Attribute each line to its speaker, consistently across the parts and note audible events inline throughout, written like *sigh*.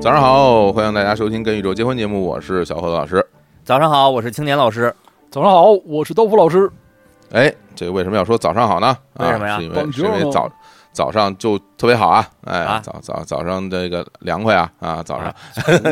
Speaker 1: 早上好，欢迎大家收听《跟宇宙结婚》节目，我是小何老师。
Speaker 2: 早上好，我是青年
Speaker 1: *laughs*
Speaker 2: 老师。
Speaker 3: 早上好，我是豆腐老师。
Speaker 1: 哎，这个为什么要说早上好呢？啊
Speaker 2: 为什么呀
Speaker 1: 是因为
Speaker 3: Bonjour
Speaker 1: 是因为早早上就特别好啊！哎
Speaker 2: 啊，
Speaker 1: 早早早上这个凉快啊啊！早上
Speaker 2: 啊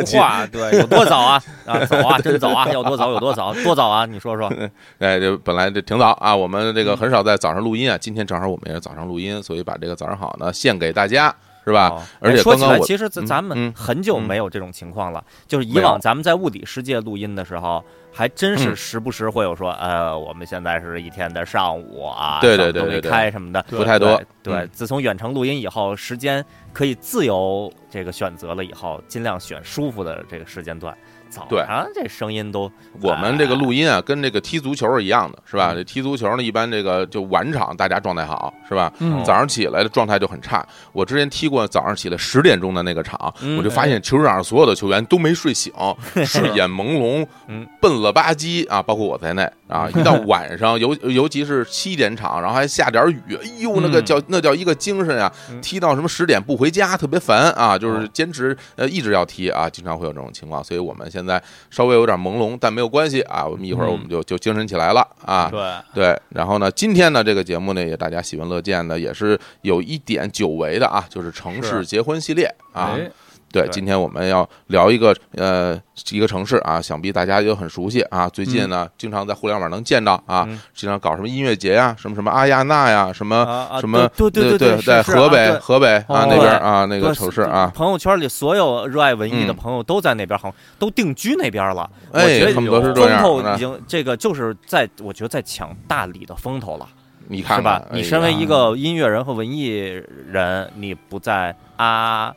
Speaker 2: 俗 *laughs* 话对，有多早啊？啊，早
Speaker 1: *laughs*
Speaker 2: 啊，真早啊！要多早有多早，多早啊！你说说，
Speaker 1: 哎，这本来这挺早啊，我们这个很少在早上录音啊，今天正好我们也是早上录音，所以把这个早上好呢献给大家，是吧？
Speaker 2: 哦
Speaker 1: 啊而且
Speaker 2: 哎说
Speaker 1: 刚
Speaker 2: 起
Speaker 1: 刚
Speaker 2: 来，
Speaker 1: 我
Speaker 2: 其实咱
Speaker 1: 嗯
Speaker 2: 咱
Speaker 1: 嗯
Speaker 2: 们很久没有这种情况了。就是以
Speaker 1: 没有
Speaker 2: 往咱们在物理世界录音的时候，还真是
Speaker 1: 嗯
Speaker 2: 时不时会有说，呃，我们现在是一天的上午啊，
Speaker 1: 对对
Speaker 2: 上午都
Speaker 1: 对对
Speaker 2: 没
Speaker 1: 对
Speaker 2: 开什么的，
Speaker 1: 不太多
Speaker 2: 对，对
Speaker 1: 嗯
Speaker 2: 自从远程录音以后，时间可以自由这个选择了以后，尽量选舒服的这个时间段。早
Speaker 1: 对
Speaker 2: 上这声音都，哎
Speaker 1: 我们这个录音啊，跟这个踢足球是一样的，是吧？
Speaker 2: 嗯
Speaker 1: 这踢足球呢，一般这个就晚场大家状态好，是吧？
Speaker 3: 嗯
Speaker 1: 早上起来的状态就很差。我之前踢过早上起来十点钟的那个场，
Speaker 2: 嗯
Speaker 1: 我就发现球场上所有的球员都没睡
Speaker 2: *laughs*
Speaker 1: 醒，睡眼朦胧
Speaker 2: 嗯，
Speaker 1: 笨了吧唧啊，包括我在内啊。一到晚上，尤尤其是七点场，然后还下点雨，哎呦，那个
Speaker 3: 嗯
Speaker 1: 叫那叫一个精神啊！
Speaker 2: 嗯
Speaker 1: 踢到什么十点不回家，特别烦啊，就是
Speaker 2: 哦
Speaker 1: 坚持呃一直要踢啊，经常会有这种情况。所以我们现在稍微有点朦胧，但没有关系啊，我们一会儿
Speaker 2: 嗯
Speaker 1: 我们就就精神起来了啊。
Speaker 2: 对。
Speaker 1: 对，然后呢，今天呢，这个节目呢也大家喜闻乐见的，也是有一点久违的啊，就是城市
Speaker 2: 是
Speaker 1: 结婚系列啊。
Speaker 3: 哎
Speaker 1: 对，
Speaker 2: 对
Speaker 1: 今天我们要聊一个呃一个城市啊，想必大家也很熟悉啊。最近呢，经常在互联网能见到啊，
Speaker 2: 嗯
Speaker 1: 经常搞什么音乐节呀，什么什么阿亚娜呀，什么。
Speaker 2: 啊啊
Speaker 1: 什么
Speaker 2: 对对
Speaker 1: 对
Speaker 2: 对，是
Speaker 1: 在
Speaker 2: 是
Speaker 1: 河
Speaker 2: 啊
Speaker 1: 北
Speaker 2: 对
Speaker 1: 河北啊
Speaker 3: 哦
Speaker 1: 那边
Speaker 2: 对
Speaker 1: 啊那个
Speaker 2: 对
Speaker 1: 城市啊，
Speaker 2: 朋友圈里所有热爱文艺的
Speaker 1: 嗯
Speaker 2: 朋友都在那边，好像都定居那边了。我
Speaker 1: 哎
Speaker 2: 觉得
Speaker 1: 恨不得是这
Speaker 2: 风
Speaker 1: 样
Speaker 2: 头
Speaker 1: 呢
Speaker 2: 已经这个就是在，我觉得在抢大理的风头了，
Speaker 1: 你看看
Speaker 2: 是吧？你身为
Speaker 1: 哎呀
Speaker 2: 一个音乐人和文艺人，你不在阿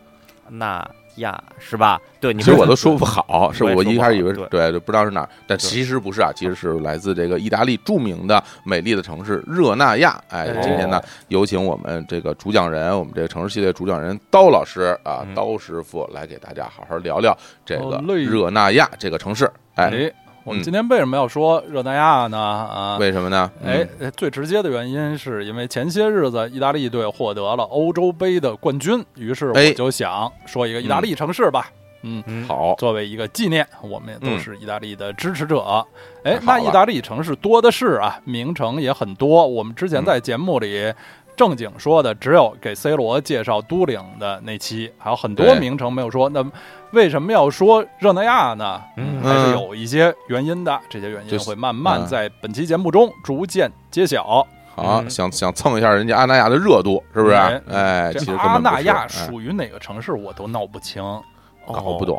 Speaker 2: 那亚是吧？对，你
Speaker 1: 其实
Speaker 2: 不
Speaker 1: 我
Speaker 2: 在
Speaker 1: 都说不
Speaker 2: *laughs*
Speaker 1: 好，是
Speaker 2: 我也
Speaker 1: 我
Speaker 2: 说
Speaker 1: 一
Speaker 2: 不
Speaker 1: 开始
Speaker 2: 好
Speaker 1: 以为是
Speaker 2: 对
Speaker 1: 对，就不知道是哪儿，但其实不是啊，其实是来自这个意大利著名的美丽的城市热那亚。哎，
Speaker 2: 哎
Speaker 1: 今天呢，有请我们这个主讲人，我们这个城市系列主讲人刀老师啊，
Speaker 2: 嗯啊
Speaker 1: 刀师傅来给大家好好聊聊这个
Speaker 3: 好嘞
Speaker 1: 热那亚这个城市。哎，
Speaker 3: 哎，我
Speaker 1: 嗯
Speaker 3: 们今天为什么要说热那亚呢？啊，
Speaker 1: 为什么呢？
Speaker 3: 哎
Speaker 1: 嗯，，
Speaker 3: 呃最直接的原因是因为前些日子意大利队获得了欧洲杯的冠军，于是
Speaker 1: 哎
Speaker 3: 我就想说一个意大利城市吧。嗯，
Speaker 2: 嗯
Speaker 1: 好，嗯
Speaker 3: 作为一个纪念，我们也都是意大利的支持者。哎
Speaker 1: 太，好
Speaker 3: 那
Speaker 1: 了
Speaker 3: 意大利城市多的是啊，名城也很多。我们之前在节目里正经说的，只有给 C 罗介绍都灵的那期，还有很多
Speaker 1: 对
Speaker 3: 名城没有说。那为什么要说热那亚呢？
Speaker 2: 嗯
Speaker 3: 还
Speaker 1: 嗯
Speaker 3: 是有一些原因的。这些原
Speaker 1: 就
Speaker 3: 因
Speaker 1: 是
Speaker 3: 会慢慢
Speaker 1: 嗯
Speaker 3: 在本期节目中逐渐揭晓。
Speaker 1: 好，
Speaker 2: 嗯
Speaker 1: 想想蹭一下人家阿那亚的热度，是不是？
Speaker 3: 哎
Speaker 1: 哎，
Speaker 3: 这
Speaker 1: 其实根
Speaker 3: 阿
Speaker 1: 本不
Speaker 3: 那
Speaker 1: 是
Speaker 3: 亚
Speaker 1: 哎
Speaker 3: 属于哪个城市，我都闹不清。
Speaker 1: 搞
Speaker 2: 哦
Speaker 1: 不懂，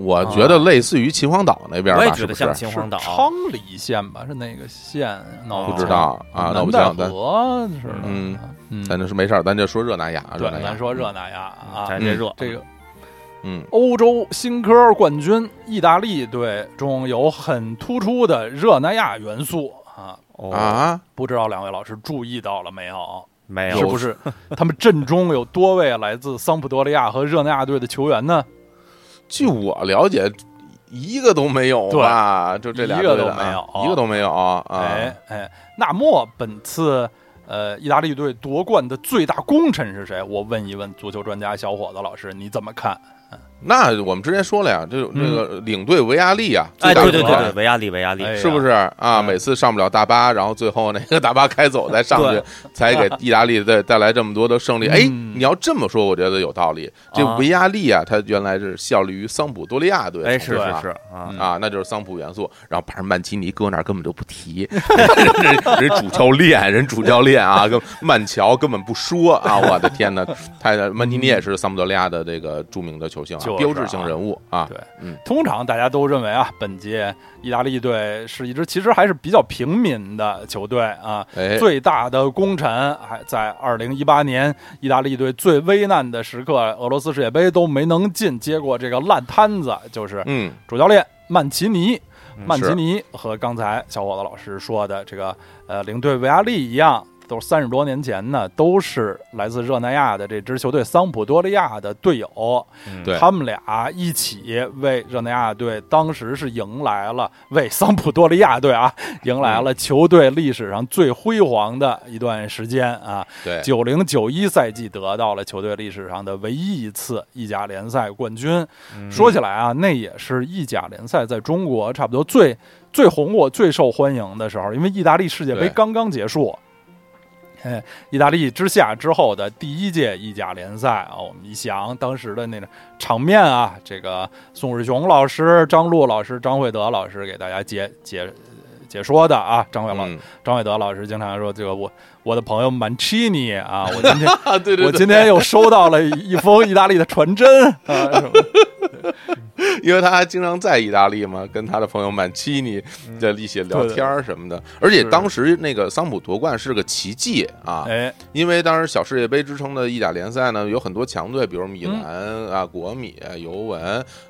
Speaker 1: 我觉得类似于秦皇岛那边
Speaker 2: 我也
Speaker 1: 吧，
Speaker 2: 觉
Speaker 1: 是不
Speaker 2: 得
Speaker 1: 是
Speaker 2: 像？秦
Speaker 3: 是
Speaker 2: 皇岛。
Speaker 3: 昌黎县吧？是哪个县？闹
Speaker 1: 不
Speaker 3: 清
Speaker 1: 知
Speaker 2: 哦
Speaker 1: 道啊，那
Speaker 3: 南
Speaker 1: 不
Speaker 3: 戴
Speaker 1: 行，咱
Speaker 3: 河是吧？
Speaker 1: 嗯
Speaker 3: 嗯
Speaker 1: 咱就是没事儿，咱就说热那亚啊，
Speaker 3: 对
Speaker 1: 那，亚
Speaker 3: 咱说热那亚啊
Speaker 2: 咱，这
Speaker 1: 嗯
Speaker 2: 热
Speaker 3: 这个
Speaker 1: 嗯，
Speaker 3: 欧洲新科冠军意大利队中有很突出的热那亚元素啊，
Speaker 2: 哦
Speaker 1: 嗯啊，
Speaker 3: 不知道两位老师注意到了没有？
Speaker 2: 没
Speaker 3: 是
Speaker 2: 有
Speaker 3: 不是
Speaker 1: *laughs*
Speaker 3: 他们阵中有多位来自桑普多利亚和热那亚队的球员呢？
Speaker 1: 据我了解，一个都没有吧？就这俩
Speaker 3: 一个
Speaker 1: 队的
Speaker 3: 都没有
Speaker 1: 啊一个都没有啊
Speaker 3: 哎。哎，纳莫本次呃意大利队夺冠的最大功臣是谁？我问一问足球专家小伙子老师，你怎么看？
Speaker 1: 那我们之前说了呀，这
Speaker 3: 嗯
Speaker 1: 这个领队维亚利啊，最
Speaker 2: 哎，
Speaker 1: 大
Speaker 2: 对
Speaker 1: 的
Speaker 2: 对对
Speaker 1: 功劳
Speaker 2: 对，维亚利维亚利，
Speaker 3: 哎呀
Speaker 1: 是不是啊？
Speaker 3: 嗯
Speaker 1: 每次上不了大巴，然后最后那个大巴开走再上去
Speaker 2: 对，
Speaker 1: 才给意大利带带来这么多的胜利。
Speaker 3: 嗯
Speaker 1: 哎，你要这么说，我觉得有道理。这
Speaker 2: 啊
Speaker 1: 维亚利啊，他原来是效力于桑普多利亚队，
Speaker 2: 哎是
Speaker 1: 对
Speaker 2: 是
Speaker 1: 吧
Speaker 2: 是啊，
Speaker 3: 嗯
Speaker 1: 啊，那就是桑普元素。然后把人曼奇尼搁那儿根本就不提， *laughs* 人人主教练，人主教练啊，跟曼乔根本不说啊！我的天哪，太曼奇尼也是桑普多利亚的这个著名的球星啊
Speaker 3: 就是，啊
Speaker 1: 标志性人物啊。
Speaker 3: 对，
Speaker 1: 嗯
Speaker 3: 通常大家都认为啊，本届意大利队是一支其实还是比较平民的球队啊。
Speaker 1: 哎，
Speaker 3: 最大的功臣还在2018年意大利队最危难的时刻，俄罗斯世界杯都没能进，接过这个烂摊子，就是
Speaker 1: 嗯，
Speaker 3: 主教练曼奇尼。
Speaker 2: 嗯
Speaker 3: 曼奇
Speaker 1: 是
Speaker 3: 尼和刚才小伙子老师说的这个呃领队维亚利一样，都是三十多年前呢，都是来自热那亚的这支球队桑普多利亚的队友，
Speaker 2: 嗯
Speaker 1: 对
Speaker 3: 他们俩一起为热那亚队当时是迎来了为桑普多利亚队啊，迎来了球队历史上最辉煌的一段时间啊。
Speaker 1: 对，
Speaker 3: 九零九一赛季得到了球队历史上的唯一一次意甲联赛冠军。
Speaker 1: 嗯
Speaker 3: 说起来啊，那也是意甲联赛在中国差不多最最红火、最受欢迎的时候，因为意大利世界杯
Speaker 1: 对
Speaker 3: 刚刚结束。哎，意大利之下之后的第一届意甲联赛啊，我们一想当时的那种场面啊，这个宋世雄老师、张璐老师、张惠德老师给大家解解解说的啊，张惠老
Speaker 1: 嗯
Speaker 3: 张伟德老师经常说，这个我我的朋友
Speaker 1: *laughs*
Speaker 3: Mancini 啊，我今天
Speaker 1: 啊，对对
Speaker 3: 我
Speaker 1: 对，
Speaker 3: 今天又收到了一封意大利的
Speaker 1: *laughs*
Speaker 3: 传真啊，什么
Speaker 1: 因为他还经常在意大利嘛，跟他的朋友曼奇尼
Speaker 3: 嗯
Speaker 1: 在一起聊天儿什么的。而且当时那个桑普夺冠是个奇迹啊，
Speaker 3: 哎，
Speaker 1: 因为当时小世界杯之称的意甲联赛呢，有很多强队，比如米兰
Speaker 3: 嗯
Speaker 1: 啊、国米、尤文，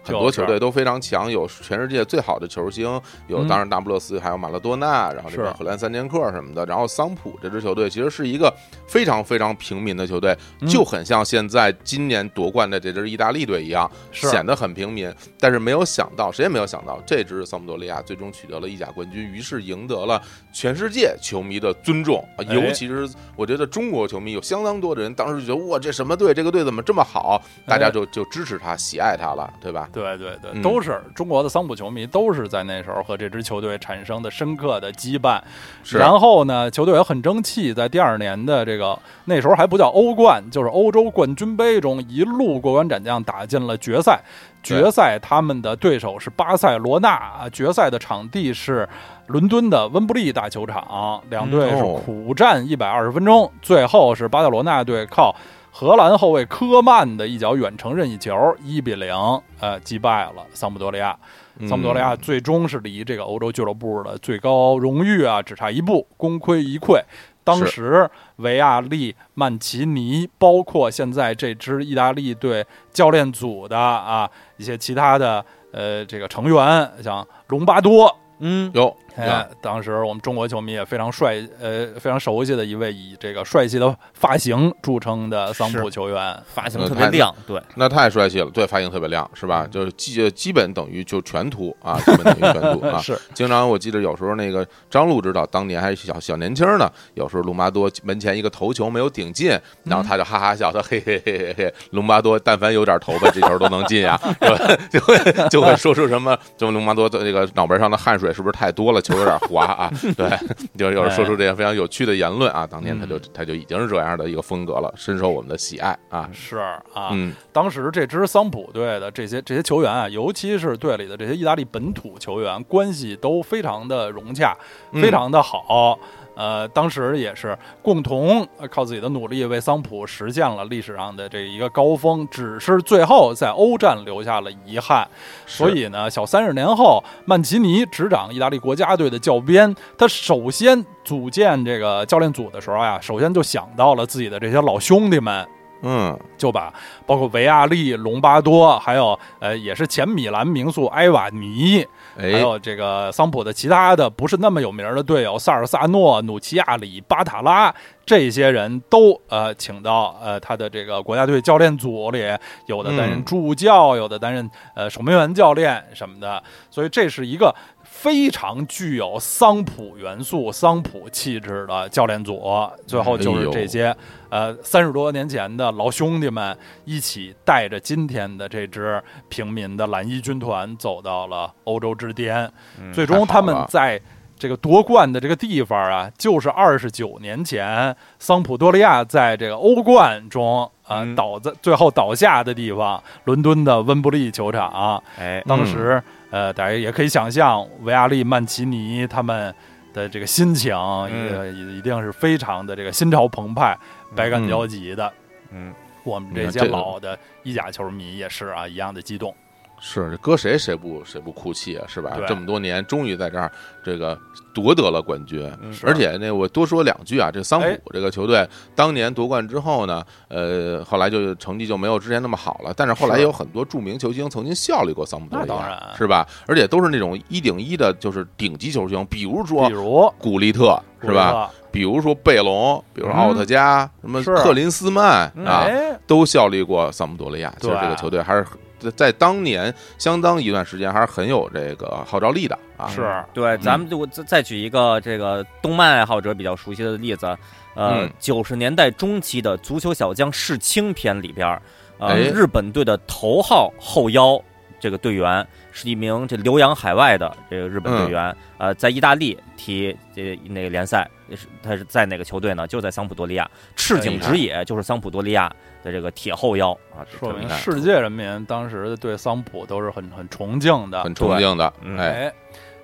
Speaker 1: 很多球队都非常强，有全世界最好的球星，有
Speaker 3: 嗯
Speaker 1: 当然那不勒斯，还有马拉多纳，然后这
Speaker 3: 是
Speaker 1: 边荷兰三剑客什么的。然后桑普这支球队其实是一个非常非常平民的球队，
Speaker 3: 嗯
Speaker 1: 就很像现在今年夺冠的这支意大利队一样，
Speaker 3: 是
Speaker 1: 显得很平民。但是没有想到，谁也没有想到，这支桑普多利亚最终取得了意甲冠军，于是赢得了全世界球迷的尊重，啊
Speaker 3: 哎
Speaker 1: 尤其是我觉得中国球迷有相当多的人当时就觉得哇，这什么队，这个队怎么这么好，大
Speaker 3: 哎
Speaker 1: 家就就支持他、喜爱他了，对吧？
Speaker 3: 对对对，
Speaker 1: 嗯
Speaker 3: 都是中国的桑普球迷，都是在那时候和这支球队产生的深刻的羁绊。
Speaker 1: 是
Speaker 3: 然后呢，球队也很争气，在第二年的这个那时候还不叫欧冠，就是欧洲冠军杯中一路过关斩将，打进了决赛。
Speaker 1: 对
Speaker 3: 决赛他们的对手是巴塞罗那，啊决赛的场地是伦敦的温布利大球场，两队是
Speaker 1: 嗯哦
Speaker 3: 苦战一百二十分钟，最后是巴塞罗那队靠荷兰后卫科曼的一脚远程任意球，一比零，呃，击败了桑普多利亚。
Speaker 1: 嗯
Speaker 3: 桑普多利亚最终是离这个欧洲俱乐部的最高荣誉啊，只差一步，功亏一篑。当时维亚利、曼奇尼，包括现在这支意大利队教练组的啊一些其他的呃这个成员，像隆巴多，
Speaker 2: 嗯
Speaker 1: 哟，
Speaker 3: 哎，当时我们中国球迷也非常帅，呃，非常熟悉的一位以这个帅气的发型著称的桑普
Speaker 2: 是
Speaker 3: 球员，
Speaker 2: 发型
Speaker 1: 嗯
Speaker 2: 特
Speaker 1: 太
Speaker 2: 别亮，对，
Speaker 1: 那太帅气了，对，发型特别亮，是
Speaker 3: 嗯
Speaker 1: 吧？就是基呃基本等于就全秃啊，基本等于全秃啊。
Speaker 3: 是
Speaker 1: 经常我记得有时候那个张璐指导当年还是小小年轻呢，有时候隆巴多门前一个头球没有顶进，
Speaker 3: 嗯
Speaker 1: 然后他就哈哈笑，他嘿嘿嘿嘿嘿，隆巴多但凡有点头发，这球都能进
Speaker 3: *laughs*
Speaker 1: 呀，是吧 *laughs* 就会就会说出什么，就隆巴多的这个脑门上的汗水是不是太多了，球有点滑
Speaker 3: *laughs*
Speaker 1: 啊？对，就有时候
Speaker 3: 哎
Speaker 1: 说出这些非常有趣的言论啊，当年他
Speaker 3: 嗯
Speaker 1: 就他就已经是这样的一个风格了，深受我们的喜爱啊，
Speaker 3: 是啊，
Speaker 1: 嗯，
Speaker 3: 当时这支桑普队的这些这些球员啊，尤其是队里的这些意大利本土球员，关系都非常的融洽，
Speaker 1: 嗯
Speaker 3: 非常的好。呃，当时也是共同呃靠自己的努力为桑普实现了历史上的这一个高峰，只是最后在欧战留下了遗憾。所
Speaker 1: 是
Speaker 3: 以呢，小三十年后，曼奇尼执掌意大利国家队的教鞭，他首先组建这个教练组的时候呀、首先就想到了自己的这些老兄弟们，
Speaker 1: 嗯，
Speaker 3: 就把包括维亚利、隆巴多，还有呃也是前米兰名宿埃瓦尼，还
Speaker 1: 哎，
Speaker 3: 有这个桑普的其他的不是那么有名的队友萨尔萨诺、努齐亚里、巴塔拉这些人都呃请到呃他的这个国家队教练组里，有的担任
Speaker 1: 嗯
Speaker 3: 助教，有的担任呃守门员教练什么的，所以这是一个。非常具有桑普元素、桑普气质的教练组，最后就
Speaker 1: 哎
Speaker 3: 是
Speaker 1: 呦
Speaker 3: 这些、呃三十多年前的老兄弟们一起带着今天的这支平民的蓝衣军团走到了欧洲之巅，最终他们
Speaker 1: 嗯太好了
Speaker 3: 在这个夺冠的这个地方啊，就是二十九年前桑普多利亚在这个欧冠中啊、
Speaker 2: 嗯
Speaker 3: 倒在最后倒下的地方，伦敦的温布利球场。
Speaker 2: 哎，
Speaker 3: 当时、
Speaker 1: 嗯
Speaker 3: 呃，大家也可以想象维亚利、曼奇尼他们的这个心情，也
Speaker 2: 嗯
Speaker 3: 一定是非常的这个心潮澎湃、百感交集的。
Speaker 2: 嗯，
Speaker 3: 我们
Speaker 1: 你
Speaker 3: 这
Speaker 1: 看
Speaker 3: 些
Speaker 1: 这个
Speaker 3: 老的意甲球迷也是啊，一样的激动。
Speaker 1: 是搁谁谁不谁不哭泣啊，是吧
Speaker 3: 对？
Speaker 1: 这么多年，终于在这儿这个夺得了冠军。嗯
Speaker 2: 是
Speaker 1: 而且呢，我多说两句啊，这桑
Speaker 3: 哎
Speaker 1: 普这个球队当年夺冠之后呢，呃，后来就成绩就没有之前那么好了。但是后来
Speaker 3: 是
Speaker 1: 也有很多著名球星曾经效力过桑普多利
Speaker 3: 那当
Speaker 1: 亚
Speaker 3: 然，
Speaker 1: 是吧？而且都是那种一顶一的，就是顶级球星，比如说
Speaker 3: 比如
Speaker 1: 古利特，是吧？？比如说贝隆，比如说
Speaker 3: 嗯
Speaker 1: 奥特加，什么
Speaker 3: 是
Speaker 1: 克林斯曼啊，
Speaker 3: 哎，
Speaker 1: 都效力过萨姆多利亚。其实
Speaker 3: 对
Speaker 1: 这个球队还是在在当年相当一段时间还是很有这个号召力的啊。
Speaker 3: 是
Speaker 2: 对，咱们就再再举一个这个动漫爱好者比较熟悉的例子，呃
Speaker 1: 嗯，
Speaker 2: 九十、年代中期的《足球小将世青篇》里边儿，呃，
Speaker 1: 哎
Speaker 2: 日本队的头号后腰这个队员是一名这留洋海外的这个日本
Speaker 1: 嗯
Speaker 2: 队员，呃，在意大利踢这那个联赛，是他是在哪个球队呢？就在桑普多利亚，赤井直也就是桑普多利亚的这个铁后腰啊，
Speaker 3: 说
Speaker 2: 特别
Speaker 3: 明
Speaker 2: 厉害
Speaker 3: 世界人民当时对桑普都是很很崇敬的，
Speaker 1: 很崇敬的
Speaker 2: 对，嗯
Speaker 1: 哎，
Speaker 3: 哎，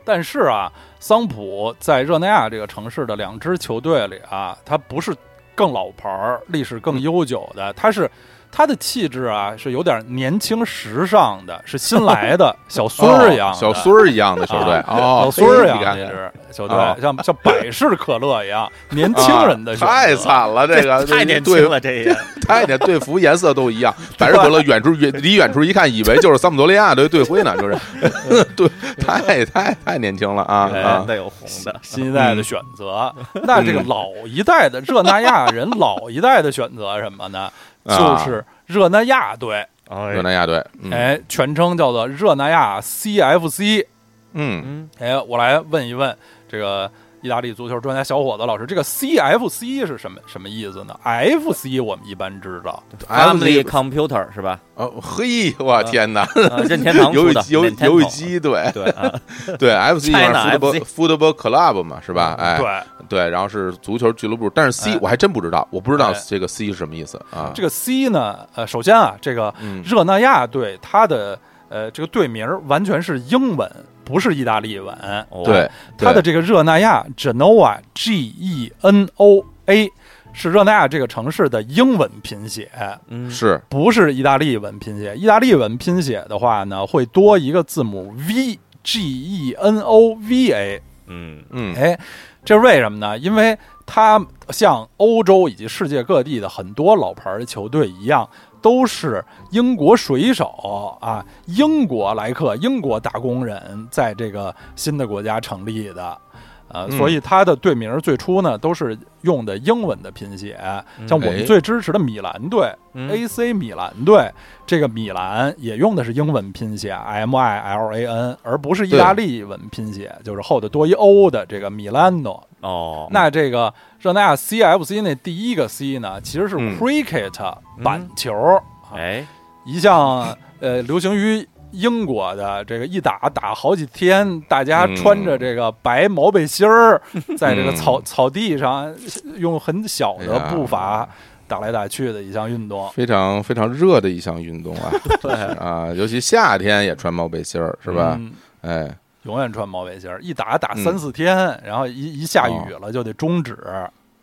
Speaker 3: 但是啊，桑普在热那亚这个城市的两支球队里啊，他不是更老牌儿、历史更悠久的，他是他的气质啊是有点年轻时尚的，是新来的啊小孙儿一样
Speaker 1: 哦
Speaker 3: 的、
Speaker 1: 小孙儿一样的球队
Speaker 3: 啊
Speaker 1: 哦，
Speaker 3: 老孙儿一
Speaker 1: 你
Speaker 3: 样
Speaker 1: 看
Speaker 3: 的一支球
Speaker 1: 哦
Speaker 3: 队，像像百事可乐一样，年轻人的
Speaker 1: 啊
Speaker 3: 选择
Speaker 1: 太惨了，这
Speaker 3: *laughs*
Speaker 1: 个
Speaker 2: 太年轻
Speaker 1: *laughs*
Speaker 2: 了，这也。
Speaker 1: 队，太年队服颜色都一样。百事可乐远处远离远处一看，以为就是桑普多利亚队队徽呢，就是 *laughs* 对，太太太年轻了啊
Speaker 3: 哎
Speaker 1: 啊！
Speaker 2: 的有红的，
Speaker 3: 新一代的
Speaker 1: 嗯
Speaker 3: 选择。那这个老一代的热那
Speaker 1: *laughs*
Speaker 3: 亚人，老一代的选择什么呢？
Speaker 1: 啊
Speaker 3: 就是热那亚队，
Speaker 1: 热
Speaker 2: 哎，
Speaker 1: 那亚队，嗯
Speaker 3: 哎，全称叫做热那亚 CFC。
Speaker 1: 嗯，
Speaker 3: 哎，我来问一问这个意大利足球专家小伙子老师，这个 CFC 是什么什么意思呢？FC 我们一般知道，
Speaker 2: Family
Speaker 1: FC
Speaker 2: Computer
Speaker 1: *laughs*
Speaker 2: 是吧？
Speaker 1: 哦，嘿，我天哪！
Speaker 2: 啊任天堂
Speaker 1: 游
Speaker 2: 出
Speaker 1: 戏
Speaker 2: 的，
Speaker 1: 游
Speaker 2: 任
Speaker 1: 戏
Speaker 2: 天
Speaker 1: 游戏
Speaker 2: 堂
Speaker 1: 机对
Speaker 2: 对
Speaker 1: *laughs*
Speaker 2: 啊，
Speaker 1: 对 FC 就是
Speaker 2: China
Speaker 1: football
Speaker 2: FC
Speaker 1: football club 嘛是吧？哎
Speaker 3: 嗯对，
Speaker 1: 对，然后是足球俱乐部，但是 C
Speaker 3: 哎
Speaker 1: 我还真不知道，我不知道
Speaker 3: 哎
Speaker 1: 这个 C 是什么意思啊？
Speaker 3: 这个 C 呢，呃，首先啊，这个
Speaker 1: 嗯
Speaker 3: 热那亚队它的呃这个队名儿完全是英文，不是意大利文。
Speaker 2: 哦
Speaker 1: 对，
Speaker 3: 它的
Speaker 1: 对
Speaker 3: 这个热那亚 Genoa G E N O A 是热那亚这个城市的英文拼写，
Speaker 2: 嗯，
Speaker 1: 是
Speaker 3: 不是意大利文拼写。意大利文拼写的话呢，会多一个字母 V G E N O V A。
Speaker 2: 嗯
Speaker 1: 嗯
Speaker 3: 哎，这是为什么呢？因为它像欧洲以及世界各地的很多老牌的球队一样，都是英国水手啊，英国来客、英国打工人在这个新的国家成立的。呃，
Speaker 1: 嗯
Speaker 3: 所以它的队名最初呢都是用的英文的拼写，像我
Speaker 1: 哎
Speaker 3: 们最支持的米兰队、
Speaker 2: 嗯
Speaker 3: AC 米兰队，这个米兰也用的是英文拼写 M I L A N，而不是意大利文拼写，就是后头多一 O 的这个米兰诺。
Speaker 2: 哦，
Speaker 3: 那这个热那亚 CFC 那第一个 C 呢，其实是
Speaker 1: 嗯
Speaker 3: cricket 板球，啊
Speaker 2: 哎，
Speaker 3: 一项呃流行于英国的这个一打打好几天，大家
Speaker 1: 嗯
Speaker 3: 穿着这个白毛背
Speaker 1: *laughs*
Speaker 3: 心儿，在这个
Speaker 1: 嗯
Speaker 3: 草草地上用很小
Speaker 1: 哎呀
Speaker 3: 的步伐打来打去的一项运动。
Speaker 1: 非常非常热的一项运动啊，
Speaker 3: *laughs* 对，
Speaker 1: 啊，尤其夏天也穿毛背心儿，是吧？
Speaker 3: 嗯
Speaker 1: 哎，
Speaker 3: 永远穿毛背心儿，一打打
Speaker 1: 嗯
Speaker 3: 三四天，然后一一下雨了就得终止。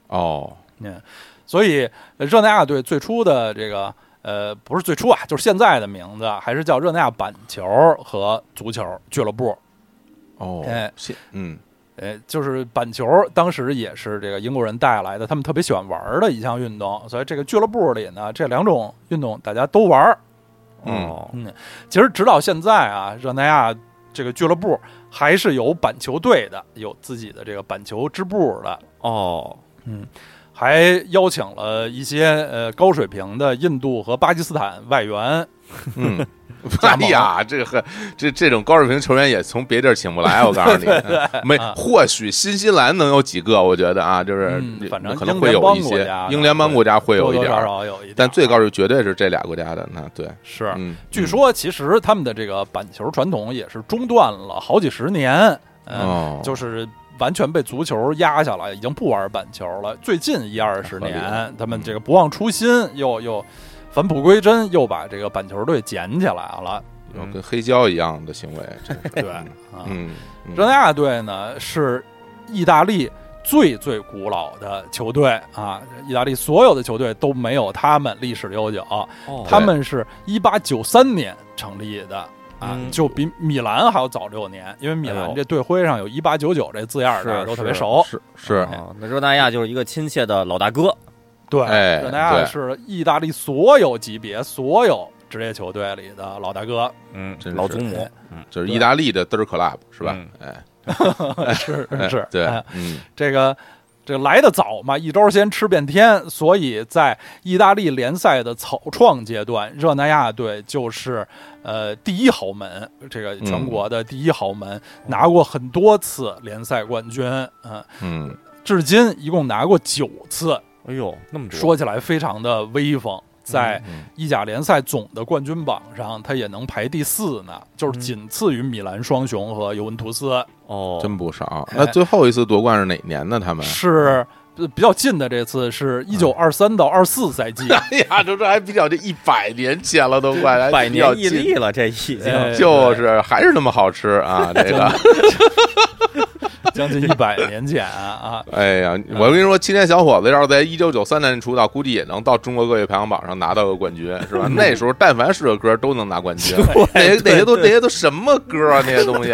Speaker 1: 哦，
Speaker 3: 嗯，所以呃热那亚队最初的这个呃不是最初啊，就是现在的名字还是叫热那亚板球和足球俱乐部。
Speaker 1: 哦，
Speaker 3: 哎
Speaker 1: 是，嗯，
Speaker 3: 呃，就是板球当时也是这个英国人带来的，他们特别喜欢玩儿的一项运动，所以这个俱乐部里呢，这两种运动大家都玩儿。
Speaker 1: 嗯
Speaker 2: 哦，
Speaker 3: 嗯，其实直到现在啊，热那亚这个俱乐部还是有板球队的，有自己的这个板球支部的，
Speaker 2: 哦，
Speaker 3: 还邀请了一些呃高水平的印度和巴基斯坦外援。
Speaker 1: 嗯，
Speaker 3: 加
Speaker 1: *laughs* 哎
Speaker 3: 盟
Speaker 1: 呀，这个这这种高水平球员也从别地儿请不
Speaker 3: *laughs*
Speaker 1: 来，我告诉你，嗯没，或许新西兰能有几个，我觉得啊，就是
Speaker 3: 嗯反正
Speaker 1: 可能会有一些
Speaker 3: 英联邦国家
Speaker 1: 英联邦国家会有一
Speaker 3: 多多
Speaker 1: 点
Speaker 3: 少
Speaker 1: 儿，
Speaker 3: 少有一点儿，
Speaker 1: 但最高是绝对是这俩国家的，那对，
Speaker 3: 是。
Speaker 1: 嗯，
Speaker 3: 据说其实他们的这个板球传统也是中断了好几十年，嗯，
Speaker 1: 哦，
Speaker 3: 就是完全被足球压下来，已经不玩板球了。最近一二十
Speaker 1: 合
Speaker 3: 年，他们这个不忘初心，又又返璞归真，又把这个板球队捡起来了。
Speaker 1: 有跟黑胶一样的
Speaker 3: *laughs*
Speaker 1: 行为，真是，
Speaker 3: 对啊，
Speaker 1: 嗯，嗯
Speaker 3: 热那亚队呢是意大利最最古老的球队啊，意大利所有的球队都没有他们历史悠久，
Speaker 2: 哦
Speaker 3: 他们是一八九三年成立的。啊
Speaker 2: 嗯，
Speaker 3: 就比米兰还要早六年，因为米
Speaker 2: 哎
Speaker 3: 兰
Speaker 2: 呦
Speaker 3: 这队徽上有一八九九这字样儿，大家
Speaker 2: 是
Speaker 3: 都
Speaker 2: 是
Speaker 3: 特别熟。
Speaker 1: 是是，
Speaker 3: 哎
Speaker 2: 哦那热那亚就是一个亲切的老大哥，
Speaker 3: 对，
Speaker 1: 哎
Speaker 3: 热那亚
Speaker 1: 对
Speaker 3: 是意大利所有级别、所有职业球队里的老大哥，
Speaker 2: 嗯
Speaker 1: 真，是
Speaker 2: 老祖母，嗯，
Speaker 1: 就是意大利的 Der Club 是吧
Speaker 2: 嗯？
Speaker 1: 哎，
Speaker 3: 是
Speaker 1: 哎
Speaker 3: 是，
Speaker 1: 对
Speaker 3: 哎，
Speaker 1: 嗯
Speaker 3: 这个这来的早嘛，一周先吃遍天，所以在意大利联赛的草创阶段，热那亚队就是呃第一豪门，这个全国的第一豪门，拿过很多次联赛冠军，嗯、
Speaker 1: 嗯，
Speaker 3: 至今一共拿过九次，
Speaker 2: 哎呦，那么多，
Speaker 3: 说起来非常的威风。在意甲联赛总的冠军榜上，他也能排第四呢，就是仅次于米兰双雄和尤文图斯。
Speaker 2: 哦，
Speaker 1: 真不少。
Speaker 3: 哎
Speaker 1: 那最后一次夺冠是哪年呢？他们？
Speaker 3: 是呃比较近的，这次
Speaker 1: 嗯
Speaker 3: 是一九二三到二四赛
Speaker 1: *laughs*
Speaker 3: 季，
Speaker 1: 哎呀，这这还比较这一百年前了，都快还
Speaker 2: 百
Speaker 1: 比较
Speaker 2: 年屹
Speaker 1: 近嗯
Speaker 2: 立了，这已经
Speaker 3: 哎
Speaker 1: 就是还是那么好吃
Speaker 2: *laughs*
Speaker 1: 啊！这个，
Speaker 3: 将近一百年前啊。
Speaker 1: 哎呀，我跟你说，青年小伙子要是在一九九三年出道，估计也能到中国歌曲排行榜上拿到个冠军，是
Speaker 2: *laughs*
Speaker 1: 吧？那时候但凡是个歌都能拿冠军，那些那些都那些都什么歌啊？那些东西，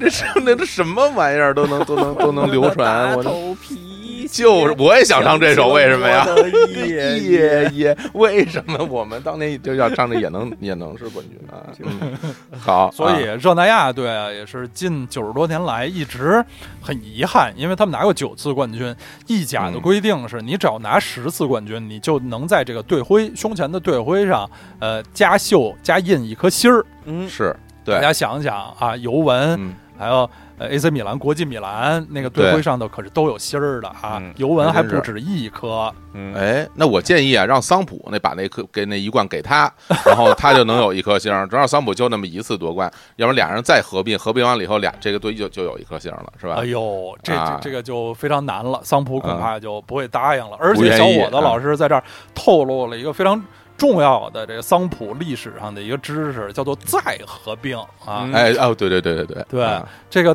Speaker 1: 这是那都什么玩意儿都能都能都能流
Speaker 2: *laughs*
Speaker 1: 传，我这
Speaker 2: 头皮
Speaker 1: 就是我也想唱这首，为什么呀？？ *laughs*
Speaker 2: 耶
Speaker 1: 耶耶！为什么我们当年就要唱这也能也能是冠军啊？嗯好，
Speaker 3: 所以
Speaker 1: 啊
Speaker 3: 热那亚队啊，也是近九十多年来一直很遗憾，因为他们拿过九次冠军。意甲的
Speaker 1: 嗯
Speaker 3: 规定是你只要拿十次冠军，你就能在这个队徽胸前的队徽上，呃，加绣加印一颗心儿。
Speaker 2: 嗯，
Speaker 1: 是
Speaker 3: 大
Speaker 1: 对，
Speaker 3: 家想想啊，尤文
Speaker 1: 嗯，
Speaker 3: 还有呃 AC 米兰、国际米兰那个队
Speaker 1: 对
Speaker 3: 徽上头可是都有心儿的啊
Speaker 2: 嗯，
Speaker 3: 尤文还
Speaker 1: 真是
Speaker 3: 不止一颗。
Speaker 2: 嗯，
Speaker 1: 哎，那我建议啊，让桑普那把那颗给那一罐给他，然后他就能有一颗星儿。正好桑普就那么一次夺冠，要不然俩人再合并，合并完了以后俩这个队就就有一颗星儿了，是吧
Speaker 3: 哎？呦，这
Speaker 1: 啊
Speaker 3: 这这个就非常难了，桑普恐
Speaker 1: 啊
Speaker 3: 怕就不会答应了。而
Speaker 1: 不
Speaker 3: 且
Speaker 1: 愿
Speaker 3: 小
Speaker 1: 意
Speaker 3: 伙子
Speaker 1: 啊
Speaker 3: 老师在这儿透露了一个非常重要的这个桑普历史上的一个知识，叫做再合并啊
Speaker 2: 嗯。
Speaker 1: 哎哦，对对对对对
Speaker 3: 对
Speaker 1: 啊
Speaker 3: 这个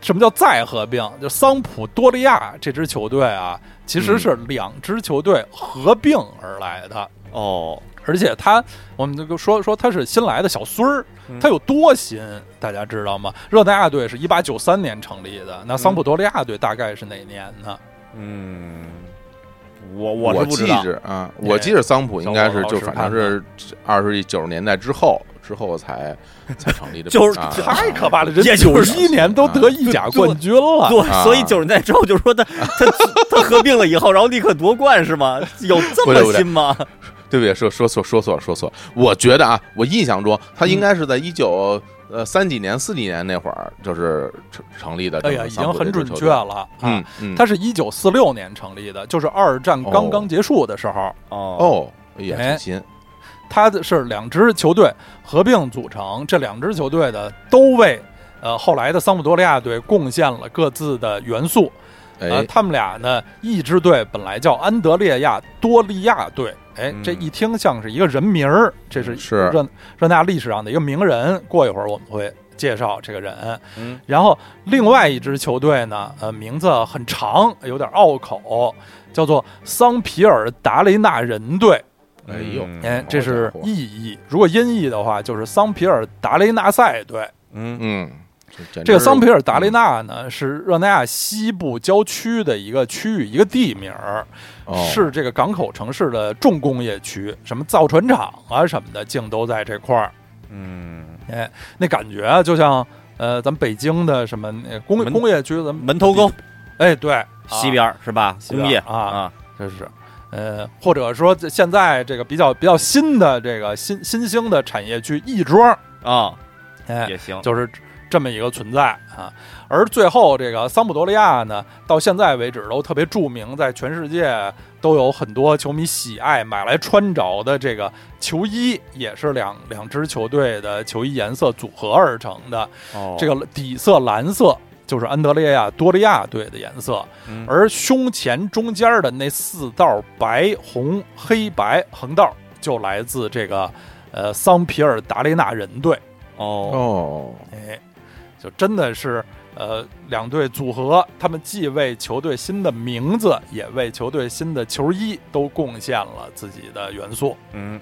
Speaker 3: 什么叫再合并？就桑普多利亚这支球队啊，其实
Speaker 1: 嗯
Speaker 3: 是两支球队合并而来的。
Speaker 2: 哦，
Speaker 3: 而且他，我们这个说说他是新来的小孙儿
Speaker 2: 嗯，
Speaker 3: 他有多新，大家知道吗？热那亚队是一八九三年成立的，那桑普多利亚队大概是哪年呢？
Speaker 2: 嗯，我
Speaker 1: 我
Speaker 2: 我是不
Speaker 1: 记
Speaker 2: 知道，
Speaker 1: 着啊，我记着桑普应该是
Speaker 3: 小伙
Speaker 1: 就
Speaker 3: 子
Speaker 1: 反
Speaker 3: 老
Speaker 1: 正
Speaker 3: 师
Speaker 1: 是二十九十年代之后之后才才成立的，
Speaker 2: 就是
Speaker 1: 啊
Speaker 3: 太可怕了，
Speaker 1: 啊
Speaker 3: 人
Speaker 2: 也
Speaker 3: 九啊
Speaker 2: 就是
Speaker 3: 一年都得意甲冠军了。
Speaker 1: 啊
Speaker 2: 对，所以九十年代之后就
Speaker 1: *laughs*
Speaker 2: 说他他他合并了以后，然后立刻夺冠是吗？有这
Speaker 1: 不对不对
Speaker 2: 么新吗？
Speaker 1: 对不对？说说错说错说错，我觉得啊，我印象中他
Speaker 3: 嗯
Speaker 1: 应该是在一九、呃三几年四几年那会儿就是成成立的这
Speaker 3: 哎
Speaker 1: 个
Speaker 3: 呀，已
Speaker 1: 桑
Speaker 3: 经
Speaker 1: 普这
Speaker 3: 很
Speaker 1: 支
Speaker 3: 准
Speaker 1: 球
Speaker 3: 确
Speaker 1: 队。
Speaker 3: 了。
Speaker 1: 嗯
Speaker 3: 啊，
Speaker 1: 嗯，
Speaker 3: 他是一九四六年成立的，就是二战刚刚结束的时候。
Speaker 2: 哦
Speaker 1: 哦，也挺
Speaker 3: 哎
Speaker 1: 新，
Speaker 3: 他是两支球队合并组成，这两支球队的都为呃后来的桑普多利亚队贡献了各自的元素。呃，
Speaker 1: 哎，
Speaker 3: 他们俩呢，一支队本来叫安德烈亚多利亚队，哎，
Speaker 2: 嗯
Speaker 3: 这一听像是一个人名儿，这是
Speaker 1: 是
Speaker 3: 热热那亚历史上的一个名人。过一会儿我们会介绍这个人。
Speaker 2: 嗯，
Speaker 3: 然后另外一支球队呢，呃，名字很长，有点拗口，叫做桑皮尔达雷纳人队。
Speaker 1: 哎呦，
Speaker 2: 嗯
Speaker 3: 哎，这是
Speaker 1: 好家伙
Speaker 3: 意译，如果音译的话，就是桑皮尔达雷纳赛队。
Speaker 2: 嗯
Speaker 1: 嗯，这简
Speaker 3: 这个
Speaker 1: 直
Speaker 3: 桑皮尔达雷纳呢，是热那亚西部郊区的一个区域，一个地名儿，
Speaker 1: 哦
Speaker 3: 是这个港口城市的重工业区，什么造船厂啊什么的，竟都在这块儿。
Speaker 2: 嗯，
Speaker 3: 哎，那感觉啊，就像呃，咱们北京的什么呃工业
Speaker 2: 门
Speaker 3: 工业区，咱们
Speaker 2: 门头沟
Speaker 1: 嗯
Speaker 3: 哎对，啊
Speaker 2: 西边儿是吧？
Speaker 3: 西边儿
Speaker 2: 工业
Speaker 3: 啊
Speaker 2: 啊，
Speaker 3: 这是。呃，或者说这现在这个比较比较新的这个新新兴的产业区亦庄，
Speaker 2: 啊
Speaker 3: 哎，
Speaker 2: 也行，
Speaker 3: 就是这么一个存在啊。而最后这个桑普多利亚呢，到现在为止都特别著名，在全世界都有很多球迷喜爱，买来穿着的这个球衣也是两两支球队的球衣颜色组合而成的。
Speaker 2: 哦
Speaker 3: 这个底色蓝色就是安德烈亚多利亚队的颜色，
Speaker 2: 嗯
Speaker 3: 而胸前中间的那四道白红黑白横道就来自这个呃桑皮尔达雷纳人队。
Speaker 2: 哦
Speaker 1: 哦，
Speaker 3: 哎，就真的是呃两队组合，他们既为球队新的名字，也为球队新的球衣都贡献了自己的元素。
Speaker 2: 嗯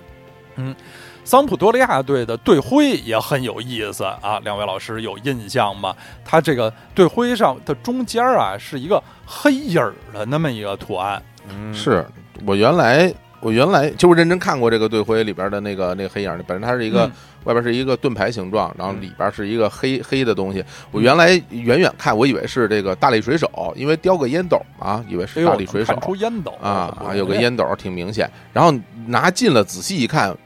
Speaker 3: 桑普多利亚队的队徽也很有意思啊，两位老师有印象吗？它这个队徽上的中间啊是一个黑影儿的那么一个图案，
Speaker 2: 嗯
Speaker 1: 是我原来我原来就是认真看过这个队徽里边的那个那个黑影，本身它是一个、
Speaker 3: 嗯
Speaker 1: 外边是一个盾牌形状，然后里边是一个黑黑的东西。我原来远远看，我以为是这个大力水手，因为叼个烟斗啊，以为
Speaker 3: 哎
Speaker 1: 是
Speaker 3: 呦
Speaker 1: 大力水手
Speaker 3: 看出烟斗
Speaker 1: 啊
Speaker 3: 我
Speaker 1: 啊，
Speaker 3: 的
Speaker 1: 有个
Speaker 3: 天
Speaker 1: 烟斗挺明显。然后拿近了仔细一看，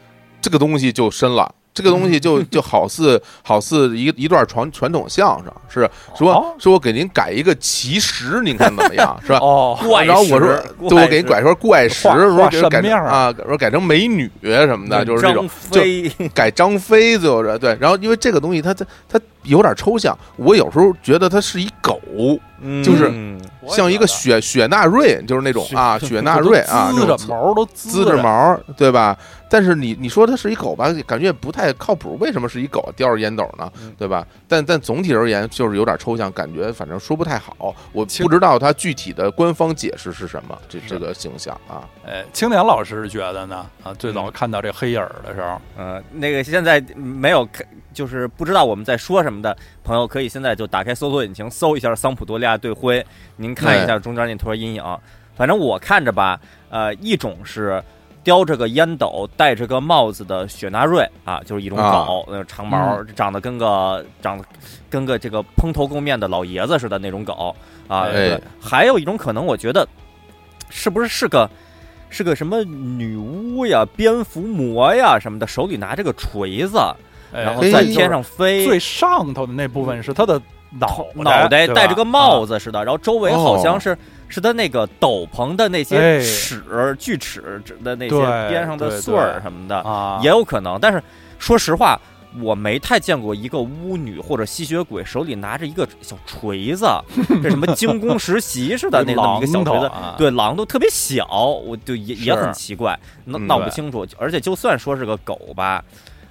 Speaker 1: 这个东西就深了。这个东西
Speaker 3: *laughs*
Speaker 1: 就就好似好似一一段传传统相声，是
Speaker 3: 哦
Speaker 1: 说说我给您改一个奇石，您看怎么样？是吧？
Speaker 3: 哦，
Speaker 2: 怪
Speaker 1: 然后我说
Speaker 2: 石，
Speaker 1: 对我给
Speaker 2: 怪
Speaker 1: 你改说怪石，
Speaker 3: 画
Speaker 1: 说
Speaker 3: 画
Speaker 1: 给
Speaker 3: 扇
Speaker 1: 改成
Speaker 3: 面儿啊
Speaker 1: 啊，说改成美女什么的，
Speaker 2: 石
Speaker 1: 就是这种
Speaker 2: 张飞，
Speaker 1: 改张飞就是对。然后因为这个东西它它它有点抽象，我有时候觉得它是一狗，就是
Speaker 2: 嗯
Speaker 3: 我也
Speaker 1: 像一个
Speaker 3: 觉得
Speaker 1: 雪雪纳瑞，就是那种
Speaker 3: 雪 *laughs*
Speaker 1: 啊雪纳瑞啊，
Speaker 3: 滋
Speaker 1: 那
Speaker 3: 着
Speaker 1: 种
Speaker 3: 毛儿都滋
Speaker 1: 滋着毛儿，对吧？但是你你说它是一狗吧，感觉也不太靠谱。为什么是一狗叼着烟斗呢
Speaker 2: 嗯？
Speaker 1: 对吧？但但总体而言就是有点抽象，感觉反正说不太好。我
Speaker 3: 清
Speaker 1: 不知道它具体的官方解释是什么，这这个形象啊，
Speaker 3: 呃，青年老师是觉得呢，啊，最
Speaker 2: 嗯
Speaker 3: 早看到这黑影儿的时候，
Speaker 2: 呃，那个现在没有看，就是不知道我们在说什么的朋友，可以现在就打开搜索引擎搜一下桑普多利亚队徽，您看一下中间那坨阴影。反正我看着吧，呃，一种是叼着个烟斗、戴着个帽子的雪纳瑞啊，就是一种
Speaker 1: 啊
Speaker 2: 狗，呃，长毛，长得跟个长得跟个这个蓬头垢面的老爷子似的那种狗啊。
Speaker 3: 哎
Speaker 2: 对还有一种可能，我觉得是不是是个是个什么女巫呀、蝙蝠魔呀什么的，手里拿着个锤子，
Speaker 3: 哎
Speaker 2: 然后
Speaker 1: 哎
Speaker 2: 在
Speaker 1: 就是
Speaker 2: 天上飞，
Speaker 3: 最上头的那部分是他的脑
Speaker 2: 脑袋
Speaker 3: 袋
Speaker 2: 戴着个帽
Speaker 3: 子，
Speaker 2: 子似的，然后周围好像是、是他那个斗篷的那些
Speaker 3: 哎
Speaker 2: 齿、锯齿的那些
Speaker 3: 对
Speaker 2: 边上的
Speaker 3: 对
Speaker 2: 穗儿
Speaker 3: 对
Speaker 2: 什么的，
Speaker 3: 啊，
Speaker 2: 也有可能。但是说实话，我没太见过一个巫女或者吸血鬼手里拿着一个小锤
Speaker 3: *laughs*
Speaker 2: 子，这什么精工实习似的那那么一个小锤子，
Speaker 3: 对
Speaker 2: 对，狼都特别小，我就也也
Speaker 3: 是
Speaker 2: 很奇怪，闹
Speaker 1: 嗯
Speaker 2: 闹不
Speaker 3: 对
Speaker 2: 清楚。而且就算说是个狗吧，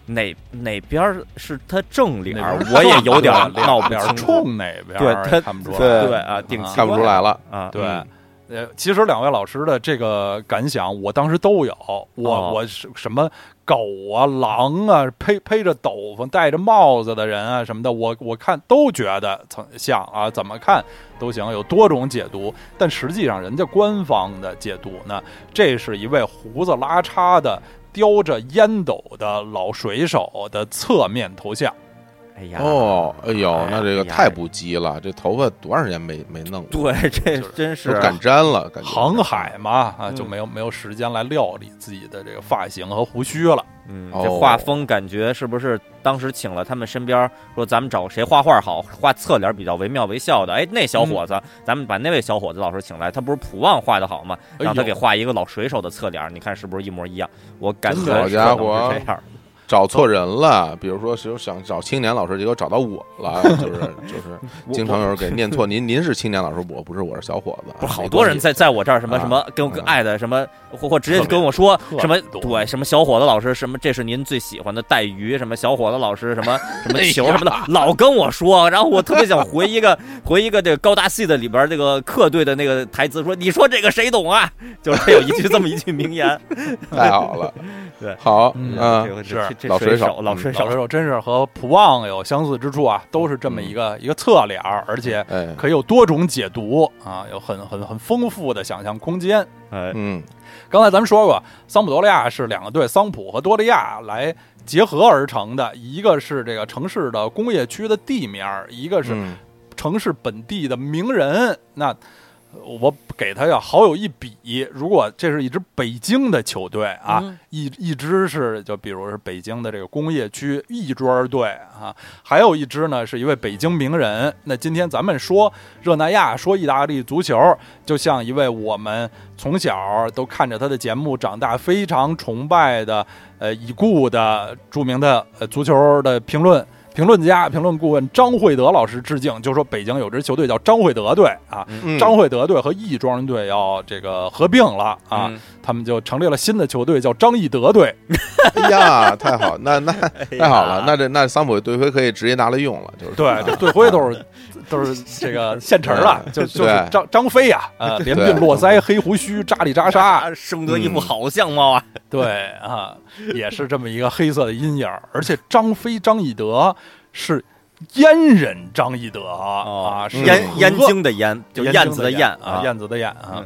Speaker 2: 哪哪边儿是它正脸儿
Speaker 3: 哪边，
Speaker 2: 我也有点儿
Speaker 3: 脸
Speaker 2: 闹不
Speaker 3: 脸
Speaker 2: 清
Speaker 3: 儿
Speaker 2: 楚。
Speaker 3: 冲哪边
Speaker 2: 对
Speaker 3: 儿
Speaker 2: 他
Speaker 3: 看不出
Speaker 1: 对
Speaker 3: 来，
Speaker 2: 对啊顶
Speaker 1: 看不出来了。
Speaker 2: 啊，
Speaker 3: 对
Speaker 1: 嗯。
Speaker 3: 呃，其实两位老师的这个感想，我当时都有。我、
Speaker 2: 哦
Speaker 3: 我是什么狗啊、狼啊，披披着斗篷、戴着帽子的人啊什么的，我我看都觉得曾像啊，怎么看都行，有多种解读。但实际上，人家官方的解读呢，这是一位胡子拉碴的、叼着烟斗的老水手的侧面头像。
Speaker 2: 哎呀，
Speaker 1: 哦，哎呦
Speaker 2: 哎，
Speaker 1: 那这个
Speaker 2: 哎呀
Speaker 1: 太不羁了，这头发多长时间没没弄了？
Speaker 2: 对，这
Speaker 3: 就是
Speaker 2: 真
Speaker 1: 都
Speaker 2: 是
Speaker 1: 敢粘了，感觉
Speaker 3: 航海嘛，啊，
Speaker 2: 嗯
Speaker 3: 就没有没有时间来料理自己的这个发型和胡须了。
Speaker 2: 嗯，
Speaker 1: 哦
Speaker 2: 这画风感觉是不是当时请了他们身边儿说咱们找谁画画好，画侧脸比较惟妙惟肖的？哎，那小伙子，咱们把那位小伙子老师请来，他不是普旺画的好吗？
Speaker 3: 哎
Speaker 2: 让他
Speaker 3: 呦
Speaker 2: 给画一个老水手的侧脸儿，你看是不是一模一样？我感
Speaker 1: 真
Speaker 2: 觉
Speaker 1: 的好家伙
Speaker 2: 可能是这样儿。
Speaker 1: 找错人了。比如说，是想找青年老师，结果找到我了， *laughs* 就是就是
Speaker 2: 我
Speaker 1: 经常有人给念错。您您是青年老师，我不是，我是小伙子。
Speaker 2: 不是好多人在在我这儿什么
Speaker 1: 啊
Speaker 2: 什么跟我
Speaker 1: 嗯
Speaker 2: 爱的什么，或或直接
Speaker 3: 特别
Speaker 2: 跟我说
Speaker 3: 特别
Speaker 2: 什么
Speaker 3: 多
Speaker 2: 对什么小伙子老师什么这是您最喜欢的带鱼什么小伙子老师什么什么球什么的，老跟我说，然后我特别想回一个回一个这个高达系的里边这个客队的那个台词说你说这个谁懂啊？就是他有一句这么一句名言，，
Speaker 1: 太好了
Speaker 2: *laughs* 对
Speaker 1: 好，
Speaker 2: *laughs*
Speaker 3: 嗯
Speaker 1: 啊
Speaker 2: 这个
Speaker 3: 是
Speaker 2: 这这
Speaker 1: 老
Speaker 2: 水
Speaker 1: 水手
Speaker 2: 手老
Speaker 1: 嗯
Speaker 2: 水
Speaker 3: 老
Speaker 2: 手
Speaker 3: 水，手真是和普旺有相似之处啊，都是这么一个、一个侧脸儿，而且
Speaker 1: 哎，
Speaker 3: 可以有多种解读啊，有很很很丰富的想象空间。
Speaker 2: 哎
Speaker 1: 嗯，
Speaker 3: 刚才咱们说过，桑普多利亚是两个队桑普和多利亚来结合而成的，一个是这个城市的工业区的地面儿，一个是
Speaker 1: 嗯
Speaker 3: 城市本地的名人。那我给他要好有一比，如果这是一支北京的球队啊，
Speaker 2: 嗯
Speaker 3: 一一支是就比如是北京的这个工业区亦庄队啊，还有一支呢是一位北京名人。那今天咱们说热那亚，说意大利足球，就像一位我们从小都看着他的节目长大，非常崇拜的呃已故的著名的呃足球的评论。评论家、评论顾问张惠德老师致敬，就说北京有支球队叫张惠德队啊，
Speaker 1: 嗯
Speaker 3: 张惠德队和亦庄队要这个合并了啊，
Speaker 2: 嗯
Speaker 3: 他们就成立了新的球队，叫张义德队。
Speaker 1: 哎呀，太好，那那太好了，
Speaker 2: 哎呀
Speaker 1: 那这那桑普队徽可以直接拿来用了，就是 *laughs*
Speaker 3: 对，这队徽都是都是这个现成的，就就是
Speaker 1: 对
Speaker 3: 张张飞呀、呃，连鬓络腮、黑胡须、扎里
Speaker 1: *laughs*
Speaker 3: 扎沙，
Speaker 2: 啊，圣德一副
Speaker 1: 嗯
Speaker 2: 好相貌啊，
Speaker 3: 对啊，也是这么一个黑色的阴影儿。而且张飞张翼德是燕人张翼德啊，
Speaker 2: 哦
Speaker 3: 啊，是
Speaker 2: 燕
Speaker 3: 和
Speaker 2: 燕京的燕，就是
Speaker 3: 燕
Speaker 2: 燕子的
Speaker 3: 燕
Speaker 2: 燕啊，
Speaker 3: 燕子的燕啊
Speaker 2: 嗯。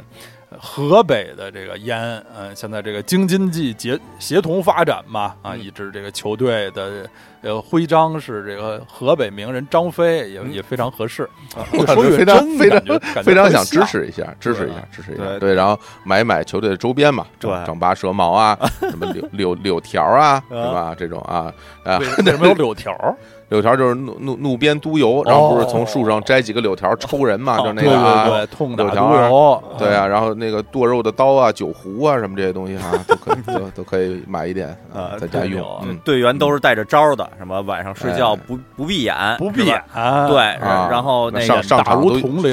Speaker 3: 河北的这个燕，嗯、现在这个京津冀协协同发展嘛，啊，
Speaker 1: 嗯
Speaker 3: 一支这个球队的呃徽章是这个河北名人张飞，也、
Speaker 2: 嗯
Speaker 3: 也非常合适。 *laughs* 啊
Speaker 1: 我
Speaker 3: 越
Speaker 1: 感
Speaker 3: 说
Speaker 1: 觉
Speaker 3: 越
Speaker 1: 非常
Speaker 3: 真
Speaker 1: 非常
Speaker 3: 感觉感觉
Speaker 1: 非常
Speaker 3: 特
Speaker 1: 想
Speaker 3: 像
Speaker 1: 支持一下，支持一下，支持一下。
Speaker 2: 对
Speaker 1: 对，然后买买球队的周边嘛，
Speaker 2: 对
Speaker 1: 丈八蛇矛
Speaker 2: *laughs*
Speaker 1: 啊，什么柳柳柳条啊，
Speaker 2: 啊
Speaker 1: 是吧？这种啊，啊
Speaker 3: *laughs* 为，
Speaker 1: *laughs*
Speaker 3: 为什么有柳条儿？
Speaker 1: 柳条就是怒怒怒鞭督邮，然后不是从树上摘几个柳条抽人嘛，
Speaker 2: 哦
Speaker 1: *laughs* 就是那
Speaker 3: 对
Speaker 1: 个啊，
Speaker 3: 对对，痛打
Speaker 1: 柳
Speaker 3: 毒
Speaker 1: 条儿
Speaker 3: 油，
Speaker 1: 对啊，然后那个剁肉的刀啊、酒壶啊什么这些东西啊， *laughs* 都可以都都可以买一点啊，
Speaker 2: 啊
Speaker 1: 在家
Speaker 3: 对
Speaker 1: 用
Speaker 3: 有。
Speaker 1: 嗯，
Speaker 2: 队员都是带着招儿的，什么晚上睡觉
Speaker 1: 哎
Speaker 2: 不不闭眼，
Speaker 3: 不闭
Speaker 2: 是
Speaker 3: 眼
Speaker 2: 吧。，对，
Speaker 1: 啊
Speaker 2: 然后那
Speaker 1: 上
Speaker 2: 个
Speaker 1: 上
Speaker 3: 打
Speaker 1: 场都
Speaker 3: 如铜铃，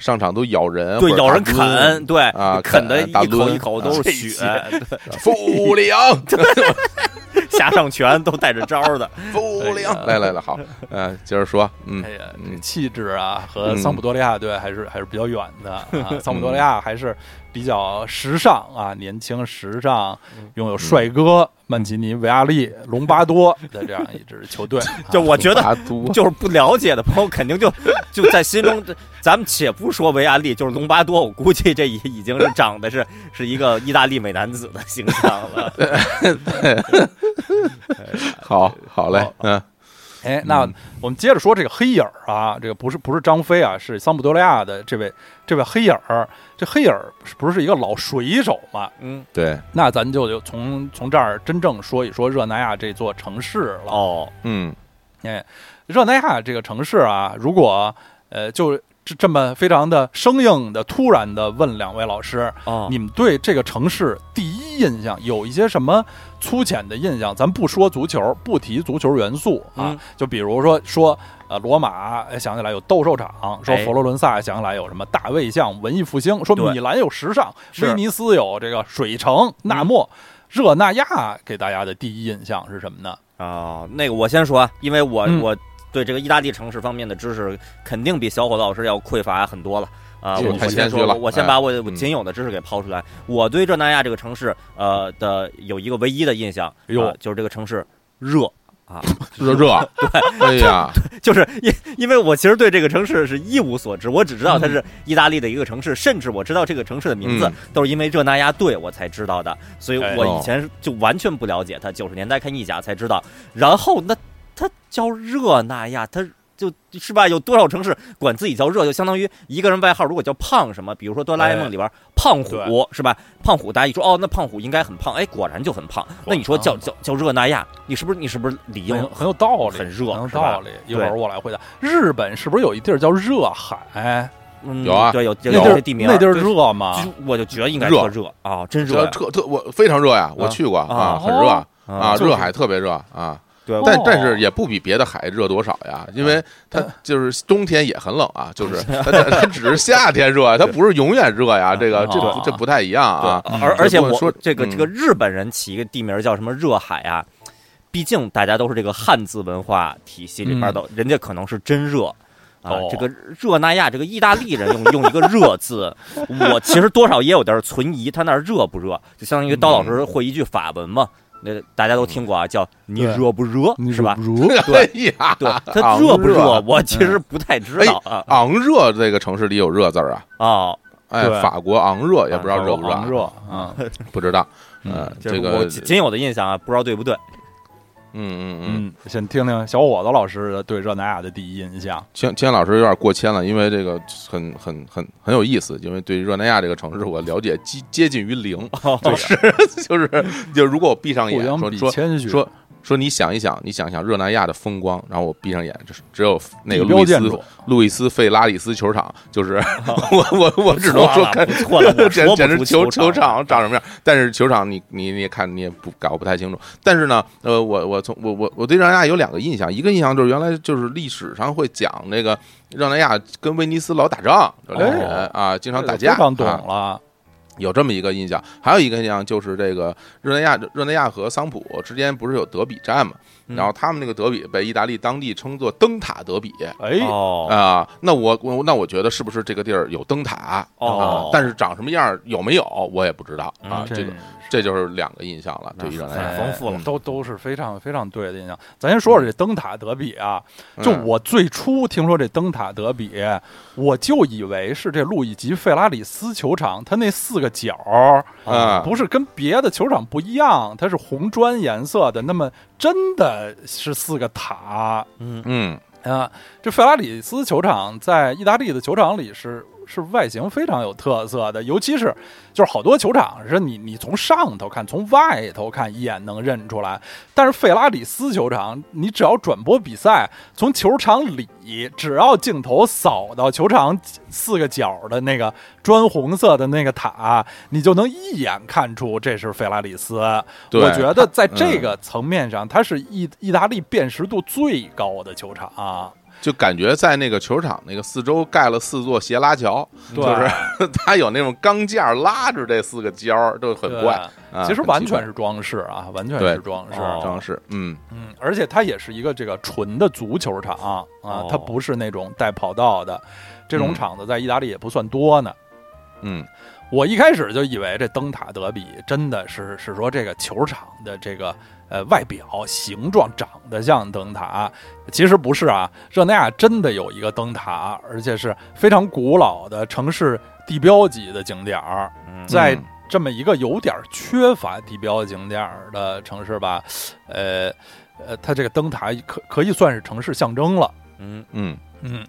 Speaker 1: 上场都咬人，
Speaker 2: 对
Speaker 1: 或者
Speaker 2: 咬人
Speaker 1: 打抡 *laughs*
Speaker 2: 啃，对
Speaker 1: 啊
Speaker 2: 啃的
Speaker 1: 啃打
Speaker 2: 一口
Speaker 1: 抡 *laughs*
Speaker 2: 一口
Speaker 1: 啊
Speaker 2: 都是
Speaker 3: 这
Speaker 2: 血，
Speaker 1: 傅里昂，
Speaker 2: 对 *laughs* 下上拳都带着招
Speaker 1: *laughs*
Speaker 2: 儿的，
Speaker 1: 傅里昂，来来来，好，呃，接着说，嗯
Speaker 3: 哎呀，这
Speaker 1: 嗯
Speaker 3: 气质啊和
Speaker 1: 嗯
Speaker 3: 桑普多利亚队还是还是比较远的
Speaker 1: *laughs*
Speaker 3: 啊。桑普多利亚还是比较时尚啊，年轻时尚，
Speaker 1: 嗯
Speaker 3: 拥有帅哥曼奇尼、维亚利、隆巴多的这样一支
Speaker 1: *laughs*
Speaker 3: 球队。啊
Speaker 2: 就我觉得
Speaker 1: 拔都
Speaker 2: 就是不了解的朋友肯定就就在心中，咱们且不说维亚利，就是隆巴多，我估计这已已经是长得是是一个意大利美男子的形象
Speaker 1: *laughs*
Speaker 2: 了。
Speaker 1: 好好嘞
Speaker 3: 好，
Speaker 1: 嗯
Speaker 3: 哎，那我们接着说这个黑影儿啊，这个不是不是张飞啊，是桑普多利亚的这位这位黑影儿。这黑影儿不是一个老水手嘛？
Speaker 2: 嗯，
Speaker 1: 对，
Speaker 3: 那咱就就从从这儿真正说一说热那亚这座城市了。
Speaker 2: 哦，
Speaker 1: 嗯
Speaker 3: 哎，热那亚这个城市啊，如果呃就这这么非常的生硬的突然的问两位老师，
Speaker 2: 哦，
Speaker 3: 你们对这个城市第一印象有一些什么粗浅的印象？咱不说足球，不提足球元素啊，
Speaker 2: 嗯
Speaker 3: 就比如说说呃罗马哎想起来有斗兽场，说
Speaker 2: 哎
Speaker 3: 佛罗伦萨想起来有什么大卫像、文艺复兴，说
Speaker 2: 对
Speaker 3: 米兰有时尚，
Speaker 2: 是嗯
Speaker 3: 威尼斯有这个水城、纳莫。热那亚给大家的第一印象是什么呢？
Speaker 2: 哦，那个我先说啊，因为我、
Speaker 3: 嗯
Speaker 2: 我对这个意大利城市方面的知识肯定比小伙子老师要匮乏很多了。啊、
Speaker 1: 这
Speaker 2: 我
Speaker 1: 个太谦
Speaker 2: 我先
Speaker 1: 虚
Speaker 2: 说，
Speaker 1: 了
Speaker 2: 我我先
Speaker 1: 哎
Speaker 2: 把我我
Speaker 1: 嗯
Speaker 2: 仅有的知识给抛出来。我对热那亚这个城市，呃的有一个唯一的印象，
Speaker 3: 哎呦
Speaker 2: 啊就是这个城市热啊，
Speaker 1: 热热，对，哎呀，
Speaker 2: *laughs* 就是因因为我其实对这个城市是一无所知，我只知
Speaker 3: 嗯
Speaker 2: 道它是意大利的一个城市，甚至我知道这个城市的名字
Speaker 1: 嗯
Speaker 2: 都是因为热那亚队我才知道的，所以
Speaker 3: 哎
Speaker 2: 我以前就完全不了解它。九十年代看意甲才知道，然后那它叫热那亚，它。就是吧？有多少城市管自己叫热，就相当于一个人外号，如果叫胖什么，比如说《哆啦 A 梦
Speaker 3: 哎》
Speaker 2: 里边胖虎
Speaker 3: 对
Speaker 2: 是吧？胖虎大家一说哦，那胖虎应该很胖，哎，果然就很胖。那你说叫叫叫热那亚，你是不是你是不是理应
Speaker 3: 很有很有道理，
Speaker 2: 很热
Speaker 3: 很有
Speaker 2: 是吧
Speaker 3: 道理。一会儿我来回答。日本是不是有一地儿叫热海？
Speaker 2: 嗯
Speaker 1: 有啊
Speaker 2: 对有
Speaker 1: 有
Speaker 3: 那地
Speaker 2: 有
Speaker 3: 儿
Speaker 2: 些地名
Speaker 3: 那地儿
Speaker 2: 对
Speaker 3: 热吗？
Speaker 2: 就我就觉得应该特热啊，真热
Speaker 1: 这
Speaker 2: 呀
Speaker 1: 特特我非常热呀，我去过啊，
Speaker 2: 啊
Speaker 1: 很热啊，
Speaker 3: 就是
Speaker 1: 热海特别热啊，
Speaker 2: 对，
Speaker 1: 但
Speaker 3: 哦
Speaker 1: 但是也不比别的海热多少呀，因为它就是冬天也很冷啊，就是它它它只是夏天热，它不是永远热呀，这个这
Speaker 3: 哦
Speaker 1: 这不太一样啊，
Speaker 2: 对
Speaker 3: 嗯
Speaker 2: 而
Speaker 1: 这
Speaker 2: 而且
Speaker 1: 不能
Speaker 2: 我
Speaker 1: 说
Speaker 2: 这个
Speaker 1: 嗯
Speaker 2: 这个日本人起一个地名叫什么热海啊，毕竟大家都是这个汉字文化体系里边的，人家可能是真热。啊
Speaker 3: 哦，
Speaker 2: 这个热那亚，这个意大利人用用一个“热”字，我其实多少也有点存疑，他那儿热不热？就相当于刀老师会一句法文嘛，那大家都听过啊，叫“你
Speaker 3: 对
Speaker 2: 热不热”是吧？
Speaker 3: *laughs* 如
Speaker 1: 哎呀，
Speaker 2: 对，
Speaker 1: 啊 *laughs*
Speaker 2: 他热不
Speaker 1: 热
Speaker 2: 热？我其实不太知道啊
Speaker 1: 昂热这个城市里有热字儿啊，
Speaker 2: 啊，
Speaker 1: 哎，
Speaker 3: 对
Speaker 1: 法国昂热也不知道热不热
Speaker 3: 昂
Speaker 1: 啊，
Speaker 3: 热啊，
Speaker 1: 不知道，
Speaker 3: 嗯
Speaker 1: 呃，
Speaker 2: 就是
Speaker 1: 这
Speaker 2: 我
Speaker 1: 个
Speaker 2: 仅仅有的印象啊，不知道对不
Speaker 1: *laughs*
Speaker 2: 对？
Speaker 1: 嗯嗯嗯。
Speaker 3: 嗯， *laughs* 先听听小伙子老师的对热那亚的第一印象。
Speaker 1: 千千老师有点过谦了，因为这个很很很很有意思，因为对热那亚这个城市我了解接接近于零， *laughs* 就是就是就如果我闭上
Speaker 3: 互
Speaker 1: 眼
Speaker 3: 相
Speaker 1: 说
Speaker 3: 比
Speaker 1: 说
Speaker 3: 谦虚，
Speaker 1: 说说你想一想，你想一想热那亚的风光，然后我闭上眼，就是只有那个
Speaker 3: 地标
Speaker 1: 路易
Speaker 3: 建
Speaker 1: 斯
Speaker 3: 筑啊
Speaker 1: 路易斯费拉里斯球场，就是 *laughs* 我我我只能说看
Speaker 2: *laughs* 不
Speaker 1: *laughs*
Speaker 2: 错了，不
Speaker 1: 简
Speaker 2: 错了，我
Speaker 1: 简
Speaker 2: 说
Speaker 1: 直
Speaker 2: 不出
Speaker 1: 球
Speaker 2: 球
Speaker 1: 球场长什么样？但是球场你你你也看你也不搞不太清楚。但是呢，呃，我我从我我我对热那亚有两个印象，一个印象就是原来就是历史上会讲那个
Speaker 3: 哦
Speaker 1: 热那亚跟威尼斯老打仗，这俩人啊经常打架
Speaker 3: 非常懂
Speaker 1: 啊。
Speaker 3: 了。
Speaker 1: 有这么一个印象，还有一个印象就是这个热内亚热内亚和桑普之间不是有德比战嘛，
Speaker 2: 嗯
Speaker 1: 然后他们那个德比被意大利当地称作灯塔德比。
Speaker 3: 哎，
Speaker 2: 哦，
Speaker 1: 啊、那我我那我觉得是不是这个地儿有灯塔
Speaker 2: 哦
Speaker 1: 啊？但是长什么样儿有没有我也不知道啊。
Speaker 2: 嗯
Speaker 1: 这个这就是两个印象了，对于热内亚嗯
Speaker 2: 很丰富了
Speaker 3: 哎都都是非常非常对的印象。咱先说说这灯塔德比啊，就
Speaker 1: 嗯
Speaker 3: 我最初听说这灯塔德比，我就以为是这路易吉费拉里斯球场，它那四个角儿
Speaker 2: 哦
Speaker 1: 啊
Speaker 3: 不是跟别的球场不一样，它是红砖颜色的。那么真的是四个塔
Speaker 2: 嗯，
Speaker 1: 嗯
Speaker 3: 啊！这费拉里斯球场在意大利的球场里是。是外形非常有特色的，尤其是就是好多球场是你你从上头看，从外头看一眼能认出来，但是费拉里斯球场，你只要转播比赛，从球场里只要镜头扫到球场四个角的那个砖红色的那个塔，你就能一眼看出这是费拉里斯。
Speaker 1: 对
Speaker 3: 我觉得
Speaker 1: 嗯
Speaker 3: 在这个层面上，它是意意大利辨识度最高的球场、啊
Speaker 1: 就感觉在那个球场那个四周盖了四座斜拉桥，
Speaker 3: 对
Speaker 1: 就是 *laughs* 它有那种钢架拉着这四个尖儿，就很
Speaker 3: 对
Speaker 1: 怪。啊
Speaker 3: 其实
Speaker 1: 很
Speaker 3: 完
Speaker 1: 奇怪
Speaker 3: 全是装饰啊，完全
Speaker 1: 对
Speaker 3: 是装饰。啊
Speaker 2: 哦
Speaker 1: 装饰，嗯，
Speaker 3: 嗯，而且它也是一个这个纯的足球场啊，
Speaker 2: 哦
Speaker 3: 它不是那种带跑道的，这种
Speaker 1: 嗯
Speaker 3: 场子在意大利也不算多呢。
Speaker 1: 嗯，
Speaker 3: 我一开始就以为这灯塔德比真的是是说这个球场的这个呃外表形状长得像灯塔，其实不是啊。热那亚真的有一个灯塔，而且是非常古老的城市地标级的景点儿。
Speaker 2: 嗯
Speaker 3: 在
Speaker 1: 嗯
Speaker 3: 这么一个有点缺乏地标景点儿的城市吧，呃呃，它这个灯塔可可以算是城市象征了。
Speaker 2: 嗯
Speaker 3: *laughs*
Speaker 1: 嗯
Speaker 3: 嗯，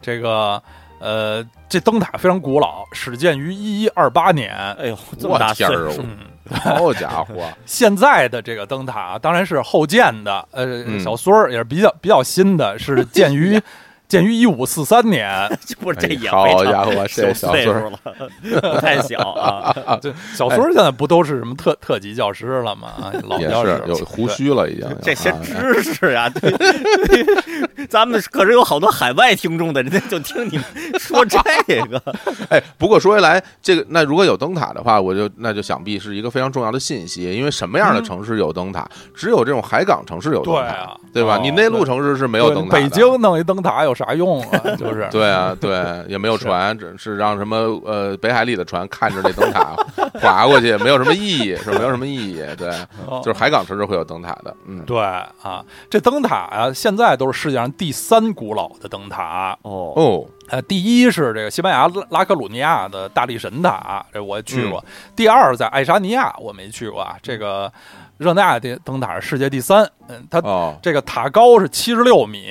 Speaker 3: 这个呃，这灯塔非常古老，始建于一一二八年。
Speaker 2: 哎呦，这
Speaker 1: 我
Speaker 2: 么大岁
Speaker 1: 天儿啊
Speaker 2: 数，
Speaker 3: 嗯，
Speaker 1: 好家伙，
Speaker 3: 现在的这个灯塔啊当然是后建的，呃，
Speaker 1: 嗯
Speaker 3: 小孙儿也是比较比较新的，是建
Speaker 1: *laughs*
Speaker 3: 于建于一五四三年。 *laughs*
Speaker 2: 这不是这
Speaker 1: 哎
Speaker 2: 也
Speaker 1: 好
Speaker 2: 非常
Speaker 1: 家伙这
Speaker 2: 有
Speaker 1: 小
Speaker 2: 岁
Speaker 1: 孙儿
Speaker 2: 数了，不太小啊，
Speaker 1: *laughs*
Speaker 3: 这小孙儿现在不都是什么特特级教师了吗？啊老
Speaker 1: 哎也
Speaker 3: 教师
Speaker 1: 是有胡须了已经。
Speaker 2: 这些
Speaker 1: 啊
Speaker 2: 知识啊，对，对咱们可是有好多海外听众的，人家就听你们说这个，
Speaker 1: 哎，不过说回来，这个那如果有灯塔的话，我就那就想必是一个非常重要的信息，因为什么样的城市有灯塔？只有这种海港城市有灯
Speaker 3: 嗯对
Speaker 1: 塔，
Speaker 3: 啊，
Speaker 1: 对吧？
Speaker 2: 哦
Speaker 1: 你内陆城市是没有
Speaker 3: 对
Speaker 1: 灯塔的。
Speaker 3: 北京弄一灯塔有啥用
Speaker 1: *laughs*
Speaker 3: 啊？就是
Speaker 1: 对啊，
Speaker 3: *laughs*
Speaker 1: 对，也没有
Speaker 3: 是
Speaker 1: 船，只是让什么呃北海里的船看着这灯
Speaker 3: *laughs*
Speaker 1: 塔划过去，没有什么意义，是没有什么意义。对，
Speaker 3: 哦
Speaker 1: 就是海港城市会有灯塔的，嗯，
Speaker 3: 对啊，这灯塔啊，现在都是世界上第三古老的灯塔。
Speaker 1: *laughs*
Speaker 2: 哦，
Speaker 1: 哦，
Speaker 3: 呃，第一是这个西班牙拉拉科鲁尼亚的大力神塔，这我去过。
Speaker 2: 嗯
Speaker 3: 第二在爱沙尼亚我没去过啊，这个热那亚的灯塔是世界第三，嗯，它
Speaker 1: 哦，
Speaker 3: 这个塔高是七十六米，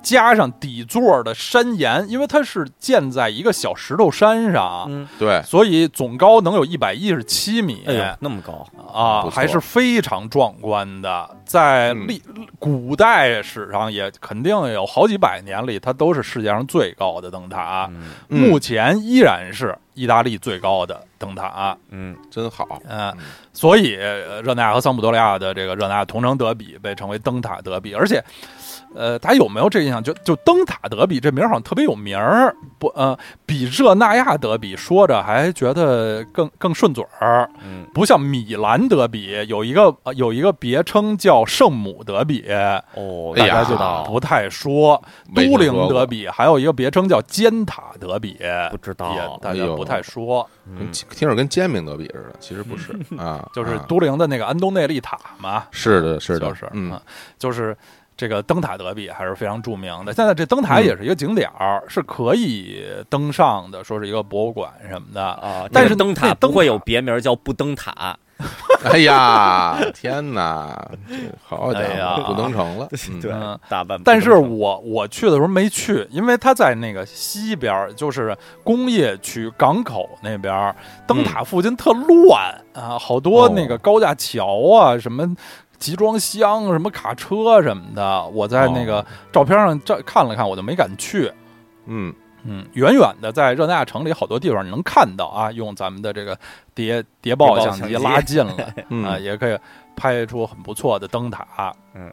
Speaker 3: 加上底座的山岩，因为它是建在一个小石头山
Speaker 1: 哦
Speaker 3: 上，
Speaker 2: 嗯，
Speaker 1: 对，
Speaker 3: 所以总高能有一百一十七米。
Speaker 2: 哎呦，那么高，
Speaker 3: 啊，
Speaker 1: 不错
Speaker 3: 还是非常壮观的，在
Speaker 1: 嗯
Speaker 3: 历、古代史上也肯定有好几百年里，它都是世界上最高的灯塔，
Speaker 2: 嗯
Speaker 1: 嗯
Speaker 3: 目前依然是意大利最高的灯塔。
Speaker 2: 嗯，
Speaker 1: 真好，
Speaker 3: 嗯，所以呃热那亚和桑普多利亚的这个热那亚同城德比被称为灯塔德比，而且，呃，大家有没有这个印象？就就灯塔德比这名儿好像特别有名儿，不呃，比热那亚德比说着还觉得更更顺嘴儿。
Speaker 2: 嗯，
Speaker 3: 不像米兰德比有一个呃有一个别称叫圣母德比，
Speaker 2: 哦，
Speaker 1: 哎
Speaker 3: 大
Speaker 1: 呀
Speaker 3: 家就不太说。
Speaker 1: 没听
Speaker 3: 都
Speaker 1: 说
Speaker 3: 灵
Speaker 1: 过
Speaker 3: 德比还有一个别称叫尖塔德比，
Speaker 2: 不知
Speaker 3: 也
Speaker 2: 道，嗯
Speaker 3: 大
Speaker 1: 哎
Speaker 3: 家
Speaker 1: 呦
Speaker 3: 不太说。
Speaker 1: 跟听着跟煎饼德比似的，其实不是啊，
Speaker 3: 嗯 *laughs* 就是
Speaker 1: 啊
Speaker 3: 都灵的那个安东内利塔嘛，
Speaker 1: 是的，是的，
Speaker 3: 就是
Speaker 1: 嗯
Speaker 3: 啊，就是这个灯塔德比还是非常著名的。现在这灯
Speaker 1: 嗯
Speaker 3: 塔也是一个景点儿，是可以登上的，说是一个博物馆什么的。
Speaker 2: 啊，
Speaker 3: 但是
Speaker 2: 那灯
Speaker 3: 那
Speaker 2: 塔
Speaker 3: 灯
Speaker 2: 不会
Speaker 3: 塔
Speaker 2: 有别名叫不灯塔，
Speaker 1: 哎呀，天哪，这
Speaker 3: *laughs*
Speaker 1: 好
Speaker 2: 哎
Speaker 1: 家
Speaker 2: 呀
Speaker 1: 伙，不能成了，嗯
Speaker 2: 对
Speaker 3: 嗯，
Speaker 2: 大半不登
Speaker 3: 但是
Speaker 2: 塔，
Speaker 3: 我我去的时候没去，因为它在那个西边儿，就是工业区港口那边儿，灯塔附近特乱、啊，好多
Speaker 1: 哦
Speaker 3: 那个高架桥啊，什么集装箱、什么卡车什么的，我在那个
Speaker 1: 哦
Speaker 3: 照片上照看了看，我就没敢去。
Speaker 1: 嗯，
Speaker 3: 嗯，远远的在热那亚城里好多地方你能看到啊，用咱们的这个谍谍报
Speaker 2: 谍报
Speaker 3: 相
Speaker 2: 相
Speaker 3: 机
Speaker 2: 机
Speaker 3: 拉近了
Speaker 1: 嗯
Speaker 3: 啊，也可以拍出很不错的灯塔。
Speaker 2: 嗯，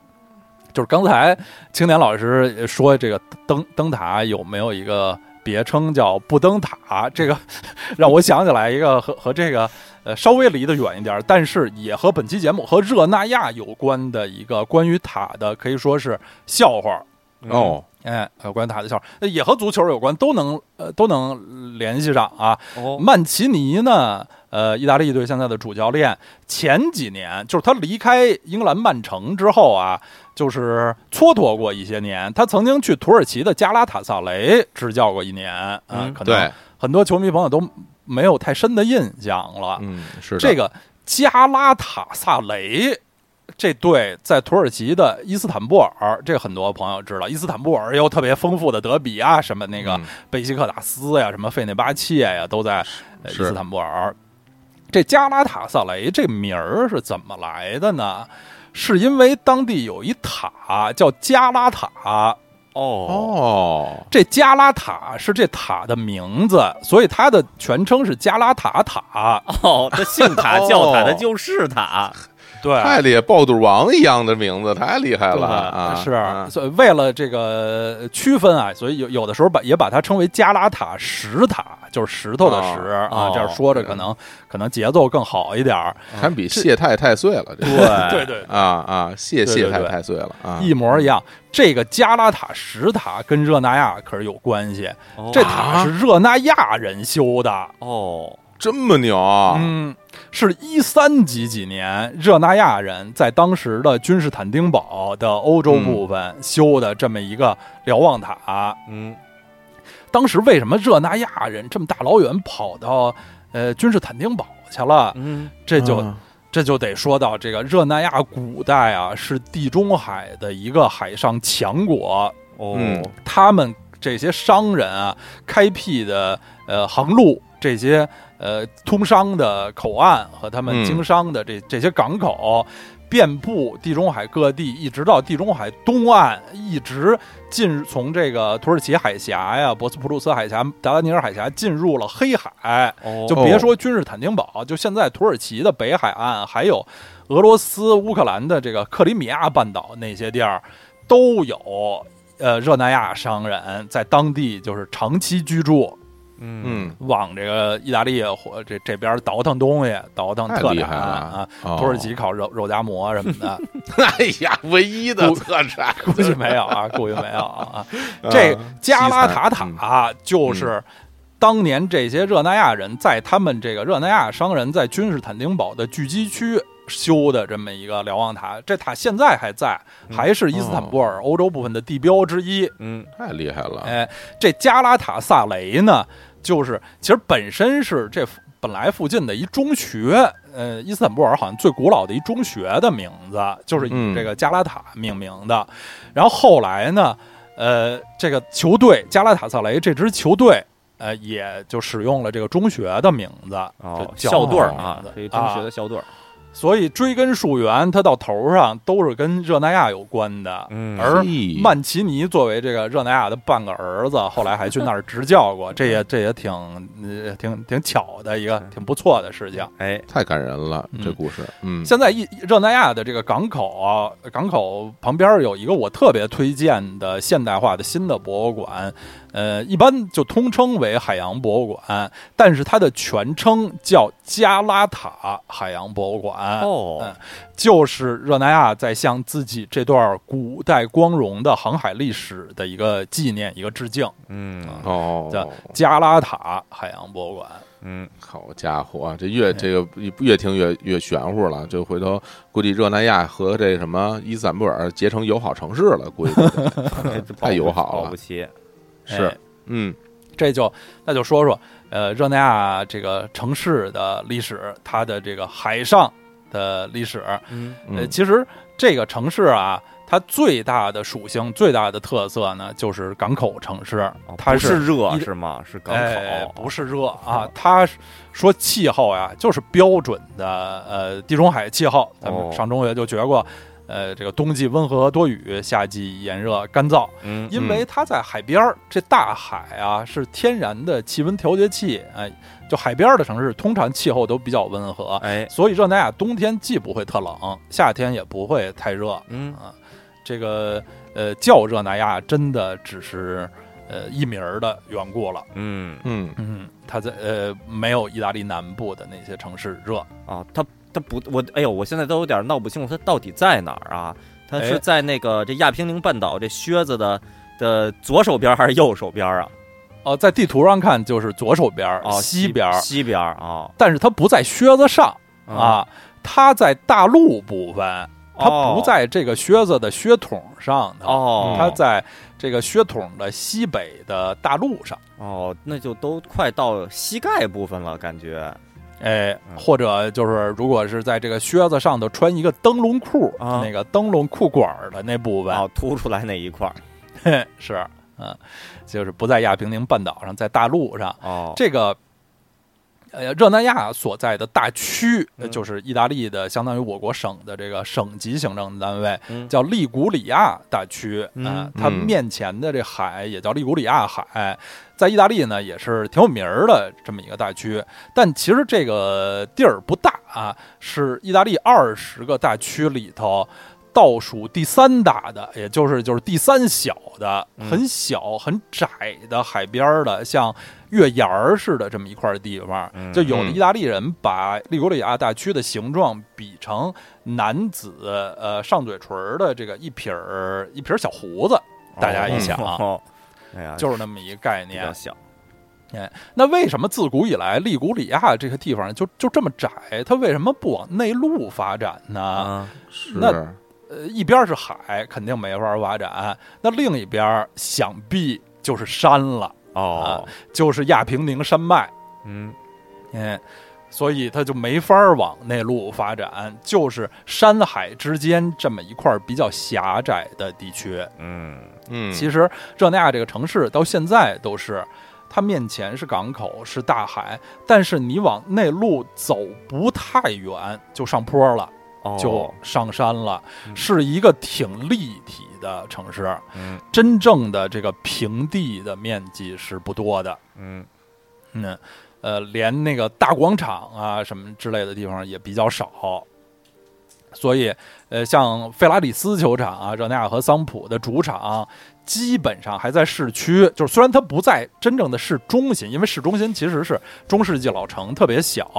Speaker 3: 就是刚才青年老师说这个灯灯塔有没有一个别称叫布登塔，这个让我想起来一个和和这个呃稍微离得远一点儿，但是也和本期节目和热那亚有关的一个关于塔的，可以说是笑话儿。
Speaker 2: 嗯
Speaker 1: 哦，
Speaker 3: 哎，有关于塔的笑话儿，呃也和足球有关，都能呃都能联系上啊。
Speaker 2: 哦，
Speaker 3: 曼奇尼呢，呃，意大利队现在的主教练，前几年就是他离开英格兰曼城之后啊，就是蹉跎过一些年。他曾经去土耳其的加拉塔萨雷执教过一年啊、
Speaker 2: 嗯
Speaker 3: 可能
Speaker 1: 对，
Speaker 3: 很多球迷朋友都没有太深的印象了。
Speaker 1: 嗯，是的
Speaker 3: 这个加拉塔萨雷这队在土耳其的伊斯坦布尔，这很多朋友知道。伊斯坦布尔有特别丰富的德比啊，什么那个
Speaker 1: 嗯
Speaker 3: 贝西克塔斯呀、什么费内巴切呀，都在呃伊
Speaker 1: 是
Speaker 3: 斯坦布尔。这加拉塔萨雷这名儿是怎么来的呢？是因为当地有一塔叫加拉塔，
Speaker 2: 哦，
Speaker 1: 哦，
Speaker 3: 这加拉塔是这塔的名字，所以它的全称是加拉塔塔。
Speaker 2: 哦，他姓塔叫塔，
Speaker 1: 哦
Speaker 2: 他就是塔。
Speaker 3: 对，
Speaker 1: 太厉害，暴肚王一样的名字，太厉害了啊！
Speaker 3: 是，
Speaker 1: 啊
Speaker 3: 所以为了这个呃区分啊，所以有有的时候把也把它称为加拉塔石塔，就是石头的石
Speaker 1: 哦
Speaker 3: 啊
Speaker 2: 哦，
Speaker 3: 这样说着可能可能节奏更好一点儿。
Speaker 1: 堪比谢太太岁了，这
Speaker 2: *laughs* 对，
Speaker 3: 对对，
Speaker 1: 啊啊，谢
Speaker 3: 对对
Speaker 1: 谢太
Speaker 3: 对
Speaker 1: 太岁了啊！
Speaker 3: 一模一样。这个加拉塔石塔跟热那亚可是有关系，
Speaker 2: 哦
Speaker 3: 这塔是热那亚人修的。
Speaker 2: 哦，
Speaker 1: 这么牛啊，
Speaker 3: 嗯，是一三几几年，热那亚人在当时的君士坦丁堡的欧洲部分修的这么一个瞭望塔。
Speaker 1: 嗯，
Speaker 3: 当时为什么热那亚人这么大老远跑到呃君士坦丁堡去了？
Speaker 2: 嗯，
Speaker 3: 这就、
Speaker 1: 啊
Speaker 3: 这就得说到这个热那亚古代啊，是地中海的一个海上强国，
Speaker 2: 哦，
Speaker 1: 嗯
Speaker 3: 他们这些商人啊开辟的呃航路，这些呃通商的口岸和他们
Speaker 1: 嗯
Speaker 3: 经商的这、这些港口。遍布地中海各地，一直到地中海东岸，一直进从这个土耳其海峡呀、博斯普鲁斯海峡、达达尼尔海峡进入了黑海，
Speaker 2: 哦，
Speaker 3: 就别说君士坦丁堡，就现在土耳其的北海岸，还有俄罗斯、乌克兰的这个克里米亚半岛那些地儿，都有呃热那亚商人在当地就是长期居住，
Speaker 2: 嗯
Speaker 1: 嗯，
Speaker 3: 往这个意大利或这这边倒腾东西，倒腾
Speaker 1: 太
Speaker 3: 特
Speaker 1: 厉
Speaker 3: 产
Speaker 1: 害了
Speaker 3: 啊，
Speaker 1: 哦
Speaker 3: 土耳其烤肉肉夹馍什么
Speaker 1: *laughs*
Speaker 3: 的，
Speaker 1: *laughs* 哎呀，唯一的特产，
Speaker 3: 估计没有啊，估计没有啊。这加拉塔
Speaker 1: 呃西
Speaker 3: 塔就是当年这些热那亚人在他们这个热那亚商人在君士坦丁堡的聚集区修的这么一个瞭望塔，这塔现在还在，还是伊斯坦布尔欧洲部分的地标之一。
Speaker 2: 嗯，
Speaker 1: 太厉害了，
Speaker 3: 哎，这加拉塔萨雷呢，就是其实本身是这附本来附近的一中学，呃，伊斯坦布尔好像最古老的一中学的名字就是以
Speaker 1: 嗯
Speaker 3: 这个加拉塔命名的。然后后来呢，呃，这个球队加拉塔萨雷这支球队。呃，也就使用了这个中学的名字，
Speaker 2: 哦，
Speaker 3: 就叫
Speaker 2: 校队儿
Speaker 3: 这
Speaker 2: 啊
Speaker 3: 名，字
Speaker 2: 这中学的校队儿。
Speaker 3: 所以追根溯源，它到头上都是跟热那亚有关的。
Speaker 2: 嗯
Speaker 3: 而
Speaker 1: 嘿
Speaker 3: 曼奇尼作为这个热那亚的半个儿子，后来还去那儿执教过，这也这也挺呃挺挺巧的一个挺不错的事情。
Speaker 2: 哎，
Speaker 1: 太感人了，这故事，嗯，
Speaker 3: 现在一热那亚的这个港口啊，港口旁边有一个我特别推荐的现代化的新的博物馆，呃，一般就通称为海洋博物馆，但是它的全称叫加拉塔海洋博物馆。
Speaker 2: 哦，
Speaker 3: 就是热那亚在向自己这段古代光荣的航海历史的一个纪念、一个致敬。
Speaker 2: 嗯
Speaker 1: 哦，
Speaker 3: 叫加拉塔海洋博物馆，
Speaker 1: *laughs*
Speaker 2: 嗯，
Speaker 1: 好家伙、这越这个越听越越玄乎了，这回头估计热那亚和这什么伊斯坦布尔结成友好城市了，估计
Speaker 3: *laughs*
Speaker 1: 太友好
Speaker 2: 哎保
Speaker 1: 了
Speaker 2: 不，齐。
Speaker 1: 是
Speaker 3: 哎，
Speaker 1: 嗯
Speaker 3: 这就那就说说，呃，热那亚这个城市的历史，它的这个海上的历史。
Speaker 2: 嗯
Speaker 3: 呃，
Speaker 1: 嗯
Speaker 3: 其实这个城市啊，它最大的属性、最大的特色呢，就是港口城市
Speaker 2: 哦，
Speaker 3: 它
Speaker 2: 不是热
Speaker 3: 一
Speaker 2: 是吗？是港
Speaker 3: 哎
Speaker 2: 口，，
Speaker 3: 不是热啊，他说气候呀，就是标准的呃地中海气候。咱们
Speaker 2: 哦
Speaker 3: 上中学就学过，呃，这个冬季温和多雨，夏季炎热干燥。
Speaker 2: 嗯
Speaker 3: 因为它在海边儿，这大海啊是天然的气温调节器，哎，就海边儿的城市通常气候都比较温和，
Speaker 2: 哎，
Speaker 3: 所以热那亚冬天既不会特冷，夏天也不会太热。
Speaker 2: 嗯
Speaker 3: 这个呃，叫热那亚真的只是呃一名儿的缘故了。
Speaker 2: 嗯
Speaker 1: 嗯
Speaker 3: 嗯，它在呃没有意大利南部的那些城市热。
Speaker 2: 啊，它它不，我哎呦，我现在都有点闹不清楚它到底在哪儿啊？它
Speaker 3: 哎
Speaker 2: 是在那个这亚平宁半岛这靴子的的左手边还是右手边啊？
Speaker 3: 哦，在地图上看就是左手边儿、
Speaker 2: 哦，
Speaker 3: 西
Speaker 2: 西
Speaker 3: 边儿，
Speaker 2: 西边啊
Speaker 3: 但是它不在靴子上、啊，哦它在大陆部分，它不在嗯这个靴子的靴筒上的，
Speaker 2: 哦，
Speaker 3: 它在这个靴筒的西北的大陆上。
Speaker 2: 哦，那就都快到膝盖部分了，感觉
Speaker 3: 哎，
Speaker 2: 嗯
Speaker 3: 或者就是，如果是在这个靴子上头穿一个灯笼裤，
Speaker 2: 啊
Speaker 3: 那个灯笼裤管儿的那部分，
Speaker 2: 哦，凸出来那一块儿
Speaker 3: 嘿 *laughs* 是，嗯，就是不在亚平宁半岛上，在大陆上。
Speaker 2: 哦，
Speaker 3: 这个，呃，热那亚所在的大区，呃
Speaker 2: 嗯
Speaker 3: 就是意大利的，相当于我国省的这个省级行政单位，
Speaker 2: 嗯
Speaker 3: 叫利古里亚大区啊、
Speaker 2: 嗯
Speaker 3: 呃它
Speaker 1: 嗯
Speaker 3: 面前的这海也叫利古里亚海，在意大利呢也是挺有名儿的这么一个大区。但其实这个地儿不大啊，是意大利二十个大区里头。倒数第三大的，也就是就是第三小的，
Speaker 2: 嗯
Speaker 3: 很小很窄的海边儿的，像月牙儿似的这么一块地方，
Speaker 2: 嗯
Speaker 3: 就有的
Speaker 1: 嗯
Speaker 3: 意大利人把利古里亚大区的形状比成男子呃上嘴唇儿的这个一撇儿一撇儿小胡子，大家一想啊，
Speaker 2: 哦哎
Speaker 3: *laughs*
Speaker 2: 呀，
Speaker 3: 就是那么一概
Speaker 2: 比较
Speaker 3: 念。
Speaker 2: 小，
Speaker 3: 那为什么自古以来利古里亚这个地方就就这么窄？它为什么不往内陆发展呢？
Speaker 2: 啊，
Speaker 1: 是
Speaker 3: 那呃，一边儿是海，肯定没法儿发展；那另一边儿想必就是山了，
Speaker 2: 哦，
Speaker 3: 就是亚平宁山脉。
Speaker 2: 嗯，
Speaker 3: 嗯，所以它就没法儿往内陆发展，就是山海之间这么一块儿比较狭窄的地区。
Speaker 2: 嗯，
Speaker 1: 嗯
Speaker 3: 其实热那亚这个城市到现在都是，它面前是港口，是大海，但是你往内陆走不太远就上坡了，
Speaker 2: 哦，
Speaker 3: 就上山了，
Speaker 2: 嗯
Speaker 3: 是一个挺立体的城市，
Speaker 2: 嗯
Speaker 3: 真正的这个平地的面积是不多的。
Speaker 2: 嗯
Speaker 3: 嗯，呃，连那个大广场啊什么之类的地方也比较少，所以呃，像费拉里斯球场啊、热那亚和桑普的主场，基本上还在市区，就是虽然它不在真正的市中心，因为市中心其实是中世纪老城，特别小，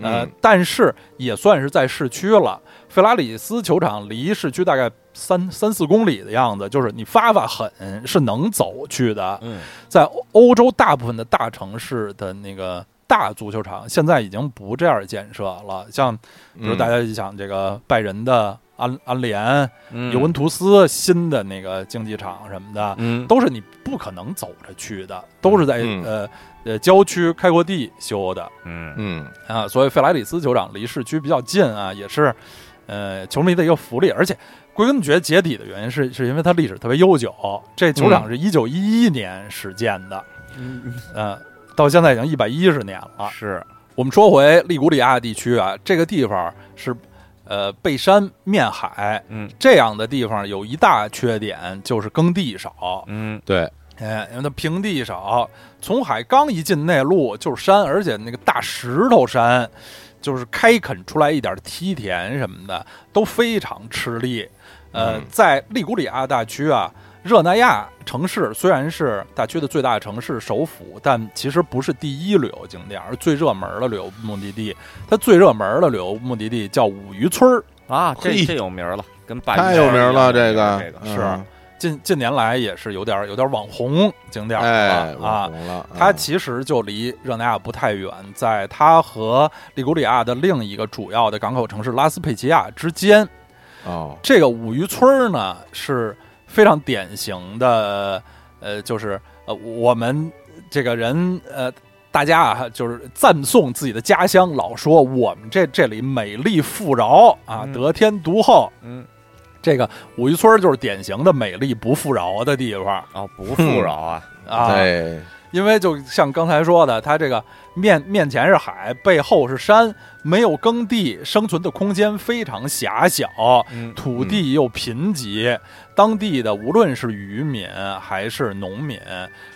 Speaker 3: 呃，
Speaker 1: 嗯
Speaker 3: 但是也算是在市区了。费拉里斯球场离市区大概三三四公里的样子，就是你发发狠是能走去的，
Speaker 2: 嗯，
Speaker 3: 在欧欧洲大部分的大城市的那个大足球场，现在已经不这样建设了。像比如
Speaker 1: 嗯
Speaker 3: 大家一想，这个拜仁的安安联、
Speaker 2: 嗯
Speaker 3: 尤文，图斯新的那个竞技场什么的，
Speaker 2: 嗯，
Speaker 3: 都是你不可能走着去的，都是在
Speaker 1: 嗯
Speaker 3: 呃呃郊区开阔地修的
Speaker 2: 嗯
Speaker 1: 嗯
Speaker 3: 啊。所以费莱里斯球场离市区比较近啊，也是呃球迷的一个福利，而且。归根结结底的原因是，是因为它历史特别悠久。这球场是一九一一年始建的，
Speaker 2: 嗯，
Speaker 3: 嗯，啊到现在已经一百一十年了。
Speaker 2: 是，
Speaker 3: 我们说回利古里亚地区啊，这个地方是呃背山面海，
Speaker 2: 嗯
Speaker 3: 这样的地方有一大缺点就是耕地少，
Speaker 2: 嗯
Speaker 1: 对
Speaker 3: 哎，因为它平地少，从海刚一进内陆就是山，而且那个大石头山，就是开垦出来一点梯田什么的都非常吃力。呃
Speaker 1: 嗯，
Speaker 3: 在利古里亚大区啊，热那亚城市虽然是大区的最大城市首府，但其实不是第一旅游景点，而最热门的旅游目的地。它最热门的旅游目的地叫五渔村儿，
Speaker 2: 啊，这
Speaker 1: 嘿
Speaker 2: 这有名儿了，跟鲅鱼
Speaker 1: 太有名
Speaker 2: 儿一
Speaker 1: 了
Speaker 2: 样
Speaker 1: 这
Speaker 2: 个
Speaker 1: 个嗯
Speaker 3: 是近近年来也是有点有点网红景点
Speaker 1: 哎
Speaker 3: 了啊。
Speaker 1: 网红了
Speaker 3: 它
Speaker 1: 啊
Speaker 3: 其实就离热那亚不太远，在它和利古里亚的另一个主要的港口城市拉斯佩齐亚之间。
Speaker 1: 哦
Speaker 3: 这个五渔村儿呢是非常典型的，呃，就是呃我们这个人呃。大家啊，就是赞颂自己的家乡，老说我们这这里美丽富饶啊，
Speaker 2: 嗯
Speaker 3: 得天独厚。
Speaker 2: 嗯，
Speaker 3: 这个五渔村儿就是典型的美丽不富饶的地方
Speaker 2: 哦，不富饶啊，
Speaker 3: 啊。
Speaker 1: 对
Speaker 3: 因为就像刚才说的，它这个面面前是海，背后是山，没有耕地，生存的空间非常狭小，
Speaker 2: 嗯
Speaker 3: 土地又贫瘠，当地的无论是渔民还是农民，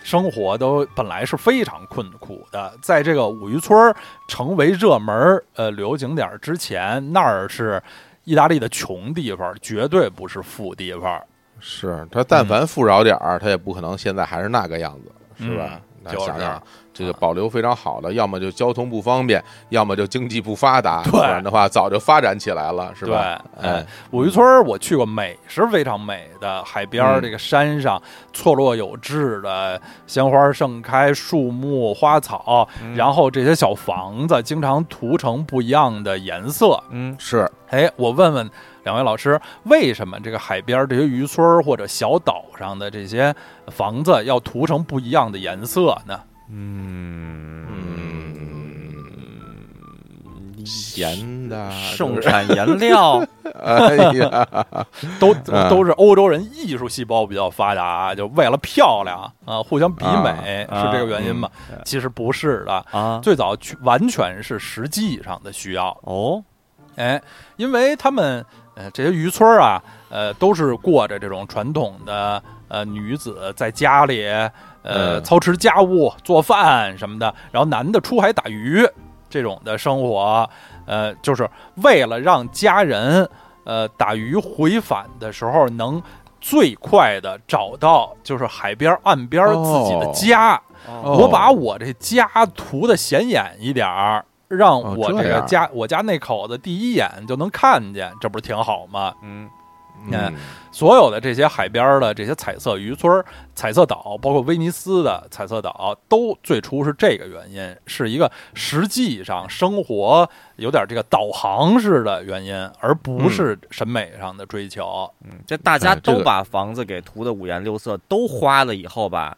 Speaker 3: 生活都本来是非常困苦的。在这个五渔村儿成为热门儿呃旅游景点儿之前，那儿是意大利的穷地方，绝对不是富地方。
Speaker 1: 是他但凡富饶点儿，他也不可能现在还是那个样子，是吧？那
Speaker 3: 就是
Speaker 1: 想想，这个保留非常好的，要么就交通不方便，要么就经济不发达，不然的话早就发展起来了，是吧？
Speaker 3: 对，嗯
Speaker 1: 哎，，
Speaker 3: 五渔村儿我去过，美是非常美的，海边
Speaker 1: 嗯
Speaker 3: 儿这个山上错落有致的鲜花盛开，树木花草，然后这些小房子经常涂成不一样的颜色。
Speaker 4: 嗯，
Speaker 1: 是
Speaker 3: 哎，我问问两位老师，为什么这个海边儿这些渔村儿或者小岛上的这些房子要涂成不一样的颜色呢？
Speaker 2: 嗯
Speaker 1: 嗯闲的，
Speaker 2: 盛产颜料，
Speaker 1: 哎呀，
Speaker 3: 都
Speaker 1: 嗯
Speaker 3: 都是欧洲人艺术细胞比较发达，就为了漂亮啊，互相比美、
Speaker 2: 啊
Speaker 3: 是这个原因吗？其实不是的，
Speaker 2: *laughs* 啊，
Speaker 3: 最早去完全是实际上的需要。
Speaker 2: 哦，
Speaker 3: 哎，因为他们呃这些渔村儿啊，呃都是过着这种传统的呃女子在家里呃
Speaker 1: 嗯
Speaker 3: 操持家务、做饭什么的，然后男的出海打鱼这种的生活，呃，就是为了让家人呃打鱼回返的时候能最快的找到就是海边儿岸边儿自己的
Speaker 1: 哦
Speaker 3: 家。
Speaker 2: 嗯
Speaker 1: 哦
Speaker 3: 我把我这家涂的显眼一点儿，让我
Speaker 1: 哦
Speaker 3: 这
Speaker 1: 这
Speaker 3: 个
Speaker 1: 样
Speaker 3: 家、我家那口子第一眼就能看见，这不是挺好吗？
Speaker 4: 嗯，
Speaker 1: 嗯
Speaker 3: 所有的这些海边儿的这些彩色渔村儿、彩色岛，包括威尼斯的彩色岛，都最初是这个原因，是一个实际上生活有点这个导航式的原因，而
Speaker 1: 嗯
Speaker 3: 不是审美上的追求。 *laughs*
Speaker 2: 这大家
Speaker 1: 哎这
Speaker 2: 都
Speaker 1: 个
Speaker 2: 把房子给涂的五颜六色，都花了以后吧，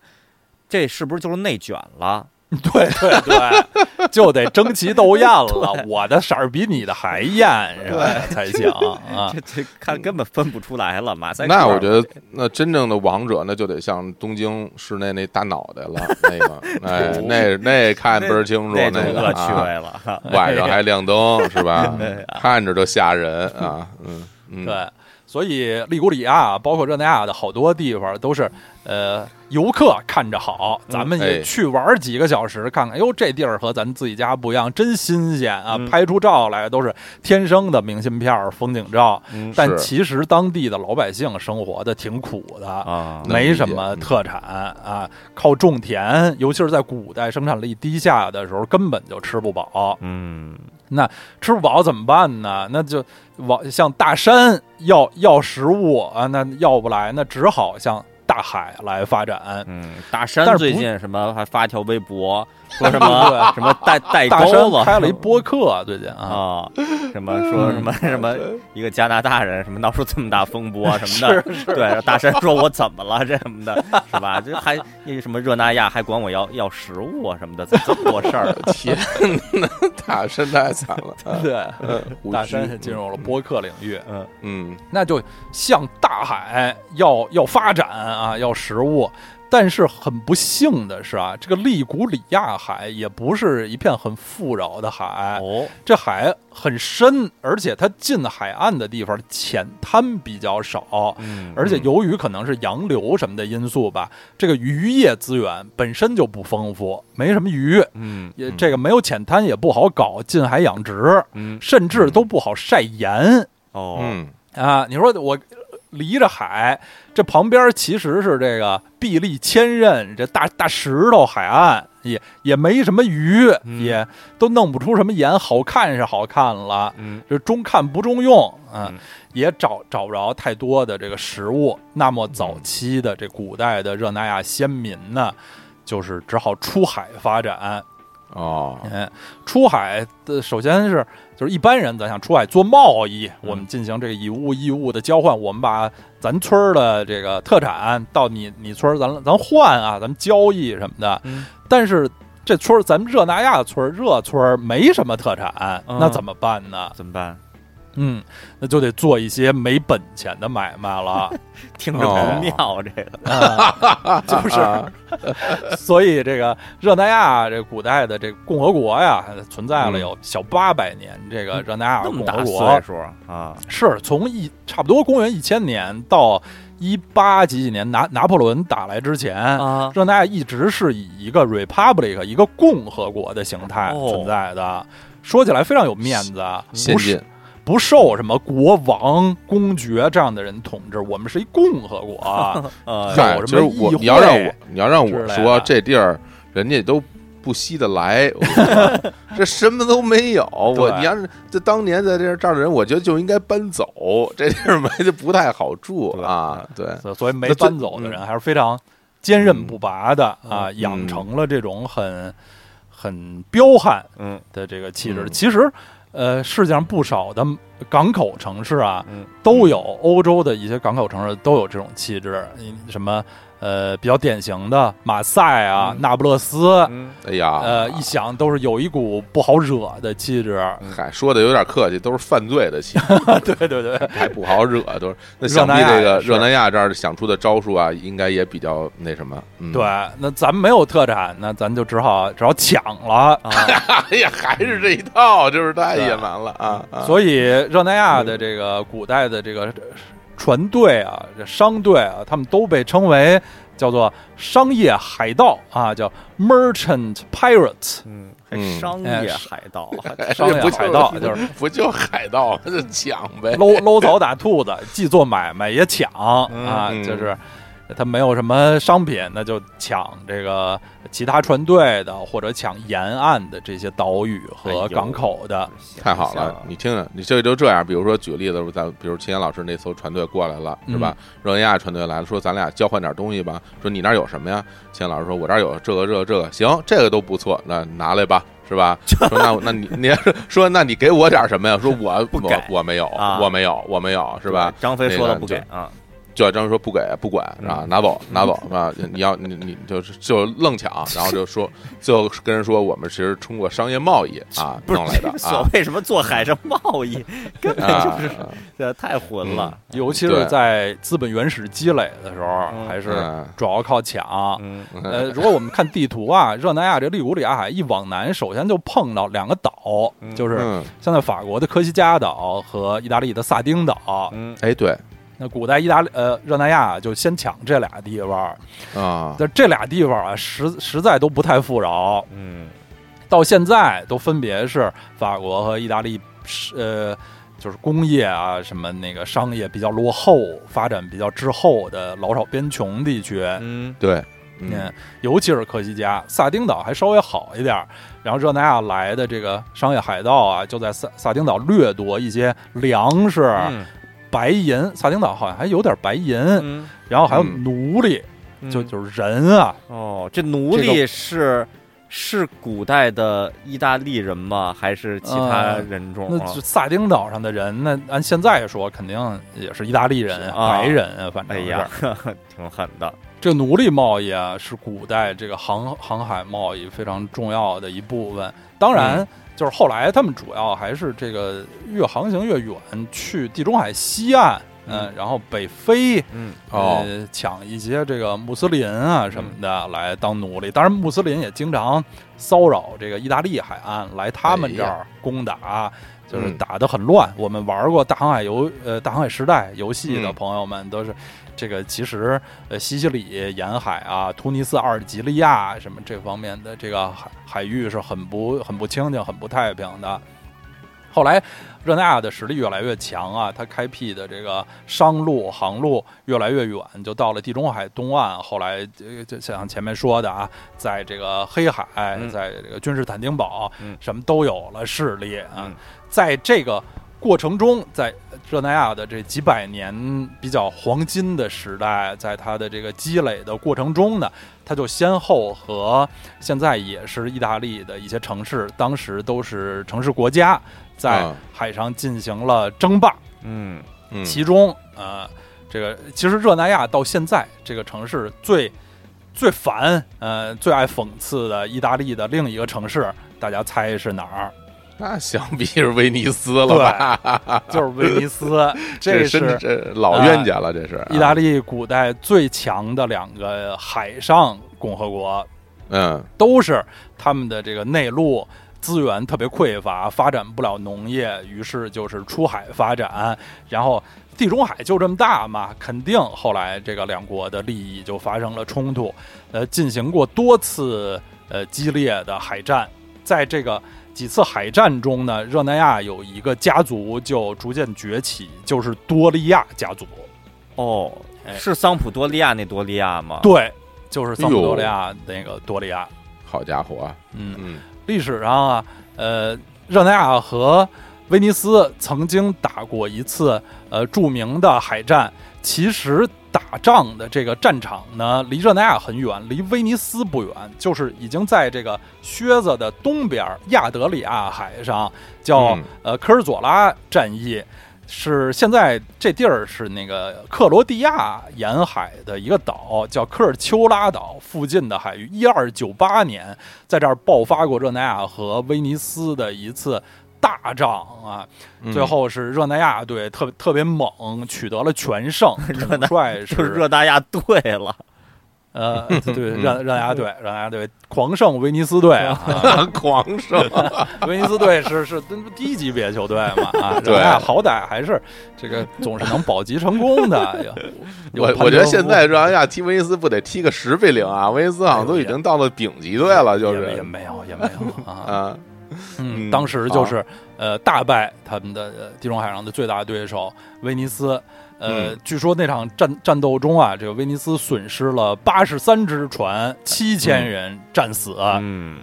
Speaker 2: 这是不是就是内卷了？
Speaker 3: 对对对，就得争奇斗
Speaker 1: *laughs*
Speaker 3: 艳了。我的色儿比你的还艳，是吧？才行啊！
Speaker 2: 这这 *laughs* 看根本分不出来了，马赛克。
Speaker 1: 那我觉得，那真正的王者，那就得像东京市内那大脑袋了，那个，哎，那那看倍儿清楚，
Speaker 2: 那就
Speaker 1: 那个
Speaker 2: 恶趣
Speaker 1: 啊
Speaker 2: 味了。
Speaker 1: *laughs*
Speaker 3: *laughs*
Speaker 1: 晚上还亮灯是吧
Speaker 2: 哎呀？
Speaker 1: 看着就吓人啊，嗯嗯，
Speaker 3: 对，所以利古里亚包括热那亚的好多地方都是，呃，游客看着好，咱们也
Speaker 1: 哎
Speaker 3: 去玩儿几个小时，看看，哟，这地儿和咱自己家不一样，真新鲜啊！
Speaker 1: 嗯
Speaker 3: 拍出照来都是天生的明信片儿、风景照，但
Speaker 1: 嗯是
Speaker 3: 其实当地的老百姓生活的挺苦的
Speaker 2: 啊
Speaker 1: 能
Speaker 3: 没
Speaker 1: 理
Speaker 3: 什
Speaker 1: 解
Speaker 3: 么
Speaker 1: 嗯
Speaker 3: 特产啊，靠种田，尤其是在古代生产力低下的时候，根本就吃不饱。
Speaker 2: 嗯，
Speaker 3: 那吃不饱怎么办呢？那就往向大山要要食物啊，那要不来，那只好向大海来发展。
Speaker 2: 嗯，大
Speaker 3: 但
Speaker 2: 山
Speaker 3: 是
Speaker 2: 最
Speaker 3: 不
Speaker 2: 近什么
Speaker 3: *laughs*
Speaker 2: 还发条微博说什么
Speaker 3: 对
Speaker 2: 什么代代
Speaker 3: 大
Speaker 2: 沟
Speaker 3: 山
Speaker 2: 了，
Speaker 3: 开了一播客，最近啊，
Speaker 2: 啊，什么说
Speaker 3: *laughs*
Speaker 2: 什么什么一个加拿大人什么闹出这么大风
Speaker 3: *laughs*
Speaker 2: 波啊什么的，对，大山说我怎么了这什么的，是吧？这还那个什么热那亚还管我要要食物啊什么的，怎么这么多事儿
Speaker 3: *laughs*
Speaker 2: 啊？
Speaker 1: 天哪，大山太惨了，啊
Speaker 3: 对，
Speaker 1: 嗯
Speaker 3: 大山也进入了播客领域。
Speaker 1: 嗯
Speaker 3: 那就向大海要要发展啊，要食物。但是很不幸的是啊，这个利古里亚海也不是一片很富饶的
Speaker 2: *laughs*
Speaker 3: 海，
Speaker 2: 哦，
Speaker 3: 这海很深，而且它近海岸的地方浅滩比较少，
Speaker 2: 嗯
Speaker 3: 而且由于可能是洋流什么的因素吧，这个渔业资源本身就不丰富，没什么鱼，
Speaker 2: 嗯
Speaker 3: 也这个没有浅滩也不好搞近海养殖，
Speaker 2: 嗯
Speaker 3: 甚至都不好晒盐。
Speaker 2: 哦
Speaker 1: 嗯，
Speaker 3: 啊，你说我呃离着海，这旁边其实是这个碧丽千仞，这大大石头海岸，也也没什么鱼，
Speaker 2: 嗯
Speaker 3: 也都弄不出什么盐，好看是好看了，
Speaker 2: 嗯，
Speaker 3: 这中看不中用，啊
Speaker 2: 嗯
Speaker 3: 也找找不着太多的这个食物。那么
Speaker 2: 嗯
Speaker 3: 早期的这古代的热那亚先民呢，就是只好出海发展，
Speaker 1: 哦，
Speaker 3: 哎，出海的首先是就是一般人，咱想出海做贸易，
Speaker 2: 嗯
Speaker 3: 我们进行这个以物易物的交换，我们把咱村儿的这个特产到你你村儿，咱咱换啊，咱们交易什么的。
Speaker 2: 嗯
Speaker 3: 但是这村儿，咱们热那亚村儿热村儿没什么特产，
Speaker 2: 嗯
Speaker 3: 那怎么办呢？
Speaker 2: 怎么办？
Speaker 3: 嗯，那就得做一些没本钱的买卖了。
Speaker 2: 听着不妙这个，
Speaker 3: 啊， *laughs* 就是，
Speaker 2: 啊
Speaker 3: *laughs* 所以这个热那亚这古代的这个共和国呀，存在了有小八百年。这个热那
Speaker 2: 嗯
Speaker 3: 亚
Speaker 2: 那
Speaker 3: 共
Speaker 2: 么
Speaker 3: 和
Speaker 2: 大
Speaker 3: 国
Speaker 2: 岁数啊，
Speaker 3: 是从一差不多公元一千年到一八几几年拿拿破仑打来之前，
Speaker 2: 啊
Speaker 3: 热那亚一直是以一个 republic 一个共和国的形态
Speaker 2: 哦
Speaker 3: 存在的。说起来非常有面子啊，
Speaker 1: 先
Speaker 3: 不是
Speaker 1: 进，
Speaker 3: 不受什么国王、公爵这样的人统治，我们是一共和国
Speaker 2: *laughs*
Speaker 3: 啊。
Speaker 2: 呃，
Speaker 1: 嗨，
Speaker 3: 有
Speaker 1: 其
Speaker 3: 什
Speaker 1: 实
Speaker 3: 么
Speaker 1: 我
Speaker 3: 议
Speaker 1: 你要让我
Speaker 3: 会
Speaker 1: 你要让
Speaker 3: 之
Speaker 1: 我
Speaker 3: 类
Speaker 1: 说
Speaker 3: 的
Speaker 1: 这地儿人家都不稀得来，我
Speaker 3: *laughs*
Speaker 1: 说这什么都没有。我
Speaker 2: 对
Speaker 1: 你要是这当年在这儿这儿的人，我觉得就应该搬走， *laughs* 这地儿没就不太好住啊。对，
Speaker 3: 所所以没
Speaker 1: 那最
Speaker 3: 搬走的人还是非常坚韧不拔的、啊，
Speaker 2: 嗯
Speaker 3: 养成了这种很很彪悍
Speaker 2: 嗯
Speaker 3: 的这个气质。
Speaker 1: 嗯
Speaker 3: 其实，呃，世界上不少的港口城市啊，
Speaker 2: 嗯
Speaker 3: 都有欧洲的一些港口城市都有这种气质，你什么呃比较典型的马赛啊、
Speaker 2: 嗯
Speaker 3: 那不勒斯。
Speaker 2: 嗯，
Speaker 1: 哎呀，
Speaker 3: 呃，一想都是有一股不好惹的气质，
Speaker 2: 嗯
Speaker 1: 嗨，说的有点客气，都是犯罪的气，
Speaker 3: *laughs* 对对
Speaker 2: 啊
Speaker 3: 对，
Speaker 1: 还不好惹，都是。那
Speaker 3: 热
Speaker 1: 想必
Speaker 3: 那亚
Speaker 1: 这个
Speaker 3: 也是
Speaker 1: 热那亚这儿想出的招数啊，应该也比较那什么。嗯，
Speaker 3: 对，那咱没有特产，那咱就只好只好抢了，
Speaker 1: *laughs* 哎呀，还是这一套，真是太野蛮了啊！啊
Speaker 3: 所以热那亚的这个古代的这个船队啊、这商队啊，他们都被称为叫做商业海盗啊，叫 merchant pirate。
Speaker 2: 嗯，还
Speaker 1: 嗯
Speaker 2: 商
Speaker 3: 哎
Speaker 2: 业海盗，
Speaker 3: 商业
Speaker 1: 哎不
Speaker 3: 海
Speaker 1: *laughs*
Speaker 3: 盗
Speaker 1: 就
Speaker 3: 就是
Speaker 1: 不就海盗，就抢呗。
Speaker 3: 搂搂草打兔子， *laughs* 既做买卖也抢啊
Speaker 1: 嗯，
Speaker 3: 就是他没有什么商品，那就抢这个其他船队的，或者抢沿岸的这些岛屿
Speaker 1: 哎
Speaker 3: 和港口的。
Speaker 1: 太好
Speaker 2: 啊
Speaker 1: 了，你听听，你这就这样。比如说，举例子，咱比如秦岩老师那艘船队过来了，
Speaker 2: 嗯
Speaker 1: 是吧？热那亚船队来了，说咱俩交换点东西吧。说你那儿有什么呀？秦岩老师说，我这儿有这个、这个、这个。行，这个都不错，那拿来吧，是
Speaker 2: *laughs*
Speaker 1: 吧？说那那你 *laughs* 你说那你给我点什么呀？说我
Speaker 2: *laughs* 不
Speaker 1: 我
Speaker 2: 给
Speaker 1: 我没有，
Speaker 2: 啊
Speaker 1: 我没有，我没有，是吧？
Speaker 2: 张飞说
Speaker 1: 那
Speaker 2: 的
Speaker 1: 个
Speaker 2: 不给
Speaker 1: 就就
Speaker 2: 啊，
Speaker 1: 张说不给不管
Speaker 2: 嗯
Speaker 1: 啊，拿走拿走啊！你要你你就是就愣抢，然后就
Speaker 2: *laughs*
Speaker 1: 说最后跟人说我们其实通过商业贸易啊
Speaker 2: 不是
Speaker 1: 弄来
Speaker 2: *laughs*
Speaker 1: 的
Speaker 2: 所
Speaker 1: 啊
Speaker 2: 谓什么做海上贸易，根本
Speaker 1: 啊
Speaker 2: 就是这太混了。
Speaker 3: 尤其
Speaker 1: 嗯
Speaker 3: 是
Speaker 1: 对
Speaker 3: 在资本原始积累的时候，
Speaker 2: 嗯
Speaker 3: 还是
Speaker 1: 嗯
Speaker 3: 主要靠抢。
Speaker 2: 嗯
Speaker 3: 呃，如果我们看地图啊， *laughs* 热那亚这利古里亚海一往南，首先就碰到两个岛，就是
Speaker 1: 嗯，
Speaker 3: 现在法国的科西嘉岛和意大利的萨丁岛。
Speaker 2: 嗯
Speaker 1: 哎对
Speaker 3: 那古代意大利呃热那亚就先抢这俩地方，
Speaker 1: 啊，
Speaker 3: 但这俩地方啊实实在都不太富饶，
Speaker 2: 嗯
Speaker 3: 到现在都分别是法国和意大利是呃。就是工业啊，什么那个商业比较落后，发展比较滞后的老少边穷地区，
Speaker 1: 哎
Speaker 2: 嗯
Speaker 1: 对，
Speaker 3: 嗯
Speaker 1: 嗯，
Speaker 3: 尤其是科西嘉、萨丁岛还稍微好一点儿，然后热那亚来的这个商业海盗啊，就在萨萨丁岛掠夺一些粮食、白银，萨丁岛好像还有点白银，
Speaker 2: 嗯，
Speaker 3: 然后还有
Speaker 1: 嗯
Speaker 3: 奴隶，
Speaker 1: *laughs*
Speaker 2: 嗯
Speaker 3: 就就是人啊，
Speaker 2: 哦，这奴
Speaker 3: 这
Speaker 2: 隶是是古代的意大利人吗？还是其
Speaker 1: 呃
Speaker 2: 他人种
Speaker 3: 那
Speaker 2: 啊
Speaker 3: 就？萨丁岛上的人，那按现在说，肯定也是意大利人、
Speaker 2: 啊
Speaker 3: 白人啊，反正
Speaker 2: 哎
Speaker 3: 是。
Speaker 2: 呀， *laughs* 挺狠的。
Speaker 3: 这奴隶贸易啊，是古代这个航航海贸易非常重要的一部分。当然，
Speaker 1: 嗯
Speaker 3: 就是后来他们主要还是这个越航行越远，去地中海西岸，嗯、
Speaker 2: 嗯
Speaker 3: 然后北非，
Speaker 2: 嗯
Speaker 1: 哦嗯
Speaker 3: 呃，抢一些这个穆斯林啊什么的来当奴隶。当然，穆斯林也经常骚扰这个意大利海岸，来他们这
Speaker 1: 哎
Speaker 3: 儿攻打，就是
Speaker 1: 嗯
Speaker 3: 打得很乱。我们玩过大航海游呃大航海时代游戏的
Speaker 1: 嗯
Speaker 3: 朋友们都是。这个其实，呃，西西里沿海啊，突尼斯、阿尔及利亚什么这方面的这个海海域是很不很不清静、很不太平的。后来，热那亚的实力越来越强啊，它开辟的这个商路、航路越来越远，就到了地中海东岸。后来，呃就像前面说的啊，在这个黑海，
Speaker 2: 嗯
Speaker 3: 在这个君士坦丁堡，
Speaker 2: 嗯
Speaker 3: 什么都有了势力啊。
Speaker 2: 嗯
Speaker 3: 在这个过程中，在热那亚的这几百年比较黄金的时代，在它的这个积累的过程中呢，它就先后和现在也是意大利的一些城市，当时都是城市国家，在
Speaker 1: 啊
Speaker 3: 海上进行了争霸。
Speaker 2: 嗯
Speaker 1: 嗯
Speaker 3: 其中，呃，这个其实热那亚到现在这个城市最最烦，呃，最爱讽刺的意大利的另一个城市，大家猜是哪儿？
Speaker 1: 那想必是威尼斯了吧？
Speaker 3: 就是威尼 *laughs* 斯，这
Speaker 1: 真
Speaker 3: 是呃
Speaker 1: 这老冤家了，这是
Speaker 3: 意大
Speaker 1: 利，
Speaker 3: 利古代最强的两个海上共和国，
Speaker 1: 嗯
Speaker 3: 都是他们的这个内陆资源特别匮乏，发展不了农业，于是就是出海发展，然后。地中海就这么大嘛，肯定后来这个两国的利益就发生了冲突，呃，进行过多次呃激烈的海战，在这个几次海战中呢，热那亚有一个家族就逐渐崛起，就是多利亚家族。
Speaker 2: 哦
Speaker 3: 哎，
Speaker 2: 是桑普多利亚那多利亚吗？
Speaker 3: 对，就是桑普多利亚那个多利亚。
Speaker 1: 好家伙啊，
Speaker 3: 嗯，
Speaker 1: 嗯，
Speaker 3: 历史上啊，呃，热那亚和威尼斯曾经打过一次呃著名的海战。其实打仗的这个战场呢，离热那亚很远，离威尼斯不远，就是已经在这个靴子的东边儿亚得里亚海上，叫、
Speaker 1: 嗯
Speaker 3: 呃科尔佐拉战役。是现在这地儿是那个克罗地亚沿海的一个岛，叫科尔丘拉岛附近的海域。一二九八年，在这儿爆发过热那亚和威尼斯的一次大仗啊，
Speaker 1: 嗯
Speaker 3: 最
Speaker 1: *laughs*
Speaker 3: 后是热那亚队特特别猛，取得了全胜。
Speaker 2: *laughs* 热那
Speaker 3: 统帅
Speaker 2: 就是
Speaker 3: 是
Speaker 2: 热嗯那亚队了，
Speaker 3: 呃，
Speaker 2: *laughs*
Speaker 3: 对热热那亚队，热那亚队狂胜威尼斯队
Speaker 2: *laughs*
Speaker 3: 啊！ *laughs*
Speaker 1: 狂胜，
Speaker 3: 威尼斯队是是低级别球队嘛啊，
Speaker 1: *laughs* 对
Speaker 3: 热那亚好歹还是这个总是能保级成功的。哎
Speaker 1: *laughs*
Speaker 3: 有
Speaker 1: 我
Speaker 3: 有
Speaker 1: 我觉得
Speaker 3: 潘
Speaker 1: 现
Speaker 3: 多夫
Speaker 1: 在热那亚踢威尼斯不得踢个十比零啊？威尼斯好像都已经到了丙级队了，就
Speaker 3: 也也
Speaker 1: 是
Speaker 3: 没有也没有啊，
Speaker 1: 啊，嗯
Speaker 3: 嗯，当时就是呃大败他们的呃地中海上的最大对手威尼斯。呃，
Speaker 1: 嗯
Speaker 3: 据说那场战战斗中啊，这个威尼斯损失了八十三只船，七千人战死。
Speaker 1: 啊
Speaker 3: 啊
Speaker 2: 嗯，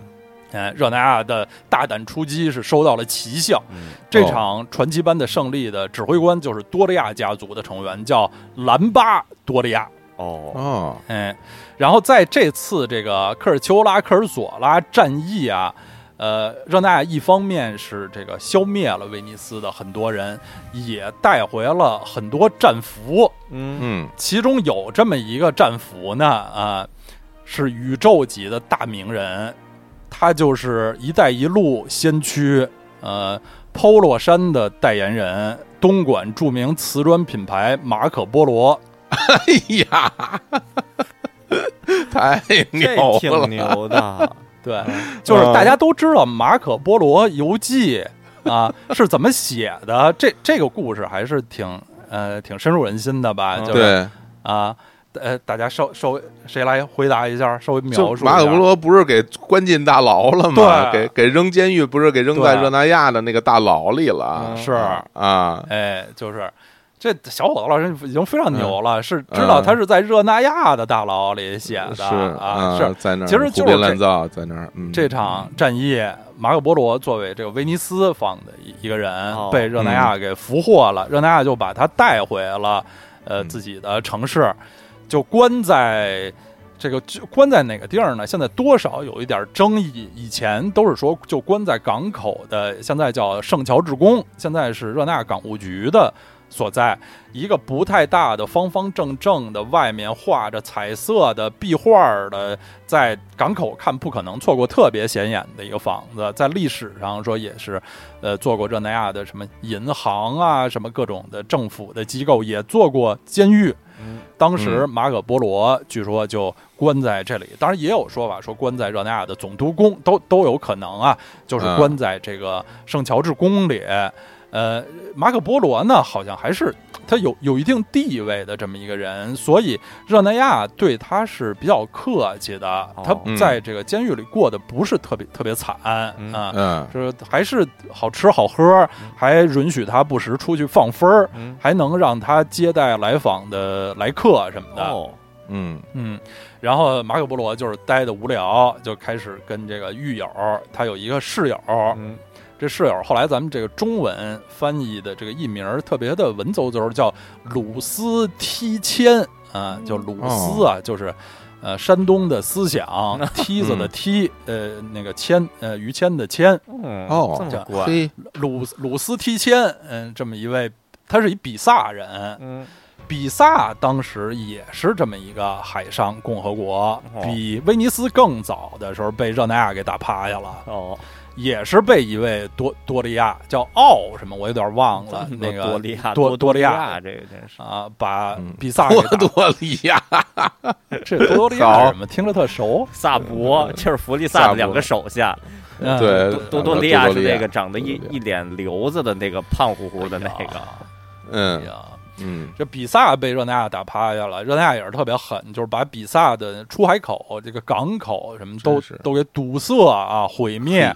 Speaker 3: 呃，热那亚的大胆出击是收到了奇效。这场传奇般的胜利的指挥官就是多利亚家族的成员，叫兰巴多利亚。
Speaker 2: 哦，
Speaker 1: 哦，
Speaker 3: 哎，然后在这次这个科尔丘拉科尔佐拉战役啊，呃，热那亚一方面是这个消灭了威尼斯的很多人，也带回了很多战俘，
Speaker 2: 嗯，
Speaker 3: *laughs*
Speaker 1: 嗯，
Speaker 3: 其中有这么一个战俘呢，啊，是宇宙级的大名人，他就是“一带一路”先驱，呃，Polo 衫的代言人，东莞著名瓷砖品牌马可波罗。
Speaker 1: 哎呀，
Speaker 3: *laughs*
Speaker 1: 太
Speaker 2: 这
Speaker 1: 牛
Speaker 2: 挺
Speaker 1: 了，*laughs*
Speaker 2: 牛的，
Speaker 3: 对，
Speaker 1: 嗯
Speaker 3: 就是大家都知道《马可波罗游记》
Speaker 1: *laughs*
Speaker 3: 啊是怎么写的，这这个故事还是挺呃挺深入人心的吧？
Speaker 2: 嗯
Speaker 3: 就是
Speaker 1: 对，
Speaker 3: 啊，呃，大家稍稍微谁来回答一下，稍微描
Speaker 1: 就
Speaker 3: 述一下
Speaker 1: 马可波罗不是给关进大牢了吗？
Speaker 3: 对
Speaker 1: 给给扔监狱，不是给扔在
Speaker 3: 对
Speaker 1: 热那亚的那个大牢里了
Speaker 3: 是。
Speaker 1: *laughs* 啊？
Speaker 3: 哎，就是这小伙子老师已经非常牛了，是知道他是在热那亚的大牢里写的、
Speaker 1: 是嗯
Speaker 3: 啊，是
Speaker 1: 在那儿
Speaker 3: 其实就是
Speaker 1: 胡编乱造，在那儿，嗯，
Speaker 3: 这场战役，马可波罗作为这个威尼斯方的一一个人，
Speaker 2: 哦
Speaker 3: 被热那亚给俘获了，热那亚就把他带回了呃
Speaker 1: 嗯
Speaker 3: 自己的城市，就关在。这个就关在哪个地儿呢？现在多少有一点争议。以前都是说就关在港口的，现在叫圣乔治宫，现在是热那亚港务局的所在。一个不太大的方方正正的，外面画着彩色的壁画儿的，在港口看不可能错过特别显眼的一个房子，在历史上说也是，呃，做过热那亚的什么银行啊，什么各种的政府的机构，也做过监狱。
Speaker 2: 嗯
Speaker 3: 当
Speaker 1: 嗯
Speaker 3: 时马可波罗据说就关在这里，当然也有说法说关在热那亚的总督宫，都都有可能啊，就是
Speaker 1: 嗯
Speaker 3: 关在这个圣乔治宫里。呃，马可波罗呢，好像还是他有有一定地位的这么一个人，所以热那亚对他是比较客气的。他
Speaker 1: 嗯
Speaker 3: 在这个监狱里过得不是特别特别惨啊。
Speaker 2: 嗯
Speaker 1: 嗯，
Speaker 3: 就是还是好吃好喝，还允许他不时出去放风儿，
Speaker 2: 嗯
Speaker 3: 还能让他接待来访的来客什么的。
Speaker 2: 哦，
Speaker 1: 嗯
Speaker 3: 嗯，然后马可波罗就是待的无聊，就开始跟这个狱友，他有一个室友，
Speaker 2: 嗯
Speaker 3: 这室友后来咱们这个中文翻译的这个译名儿特别的文绉绉，叫鲁斯梯谦啊，叫
Speaker 2: 嗯
Speaker 3: 鲁斯啊，就是呃山东的思想，梯子的梯，呃那个谦，呃于谦的谦，
Speaker 2: 嗯
Speaker 1: 哦
Speaker 2: 这么乖，
Speaker 1: 嘿，
Speaker 3: 鲁鲁斯梯谦，嗯、这么一位，他是一比萨人，
Speaker 2: 嗯，
Speaker 3: 比萨当时也是这么一个海上共和国，比威尼斯更早的时候被热那亚给打趴下了。
Speaker 2: 哦，
Speaker 3: 也是被一位多多利亚叫奥什么，我有点忘了哦那个
Speaker 2: 多利亚
Speaker 3: 多
Speaker 2: 多
Speaker 3: 多利
Speaker 2: 利
Speaker 3: 亚
Speaker 2: 这个真是，
Speaker 3: 啊，把
Speaker 1: 嗯
Speaker 3: 比萨给
Speaker 1: 多
Speaker 3: 打
Speaker 1: 多利亚，
Speaker 3: 这多多利亚是什么听着特熟，
Speaker 2: 萨博、切尔弗利萨
Speaker 1: 萨
Speaker 2: 的两
Speaker 1: 博呃
Speaker 2: 个手下，
Speaker 1: *laughs*
Speaker 3: 嗯
Speaker 1: 对
Speaker 2: 多多多利亚是那个长得一一脸瘤子的那个胖乎乎的那
Speaker 3: 哎
Speaker 2: 个，
Speaker 3: 呀哎
Speaker 1: 嗯
Speaker 3: 呀，
Speaker 1: 嗯，
Speaker 3: 这比萨被热那亚打趴下了，热那亚也是特别狠，就是把比萨的出海口、这个港口什么都
Speaker 1: 真是
Speaker 3: 都给堵塞啊，毁灭。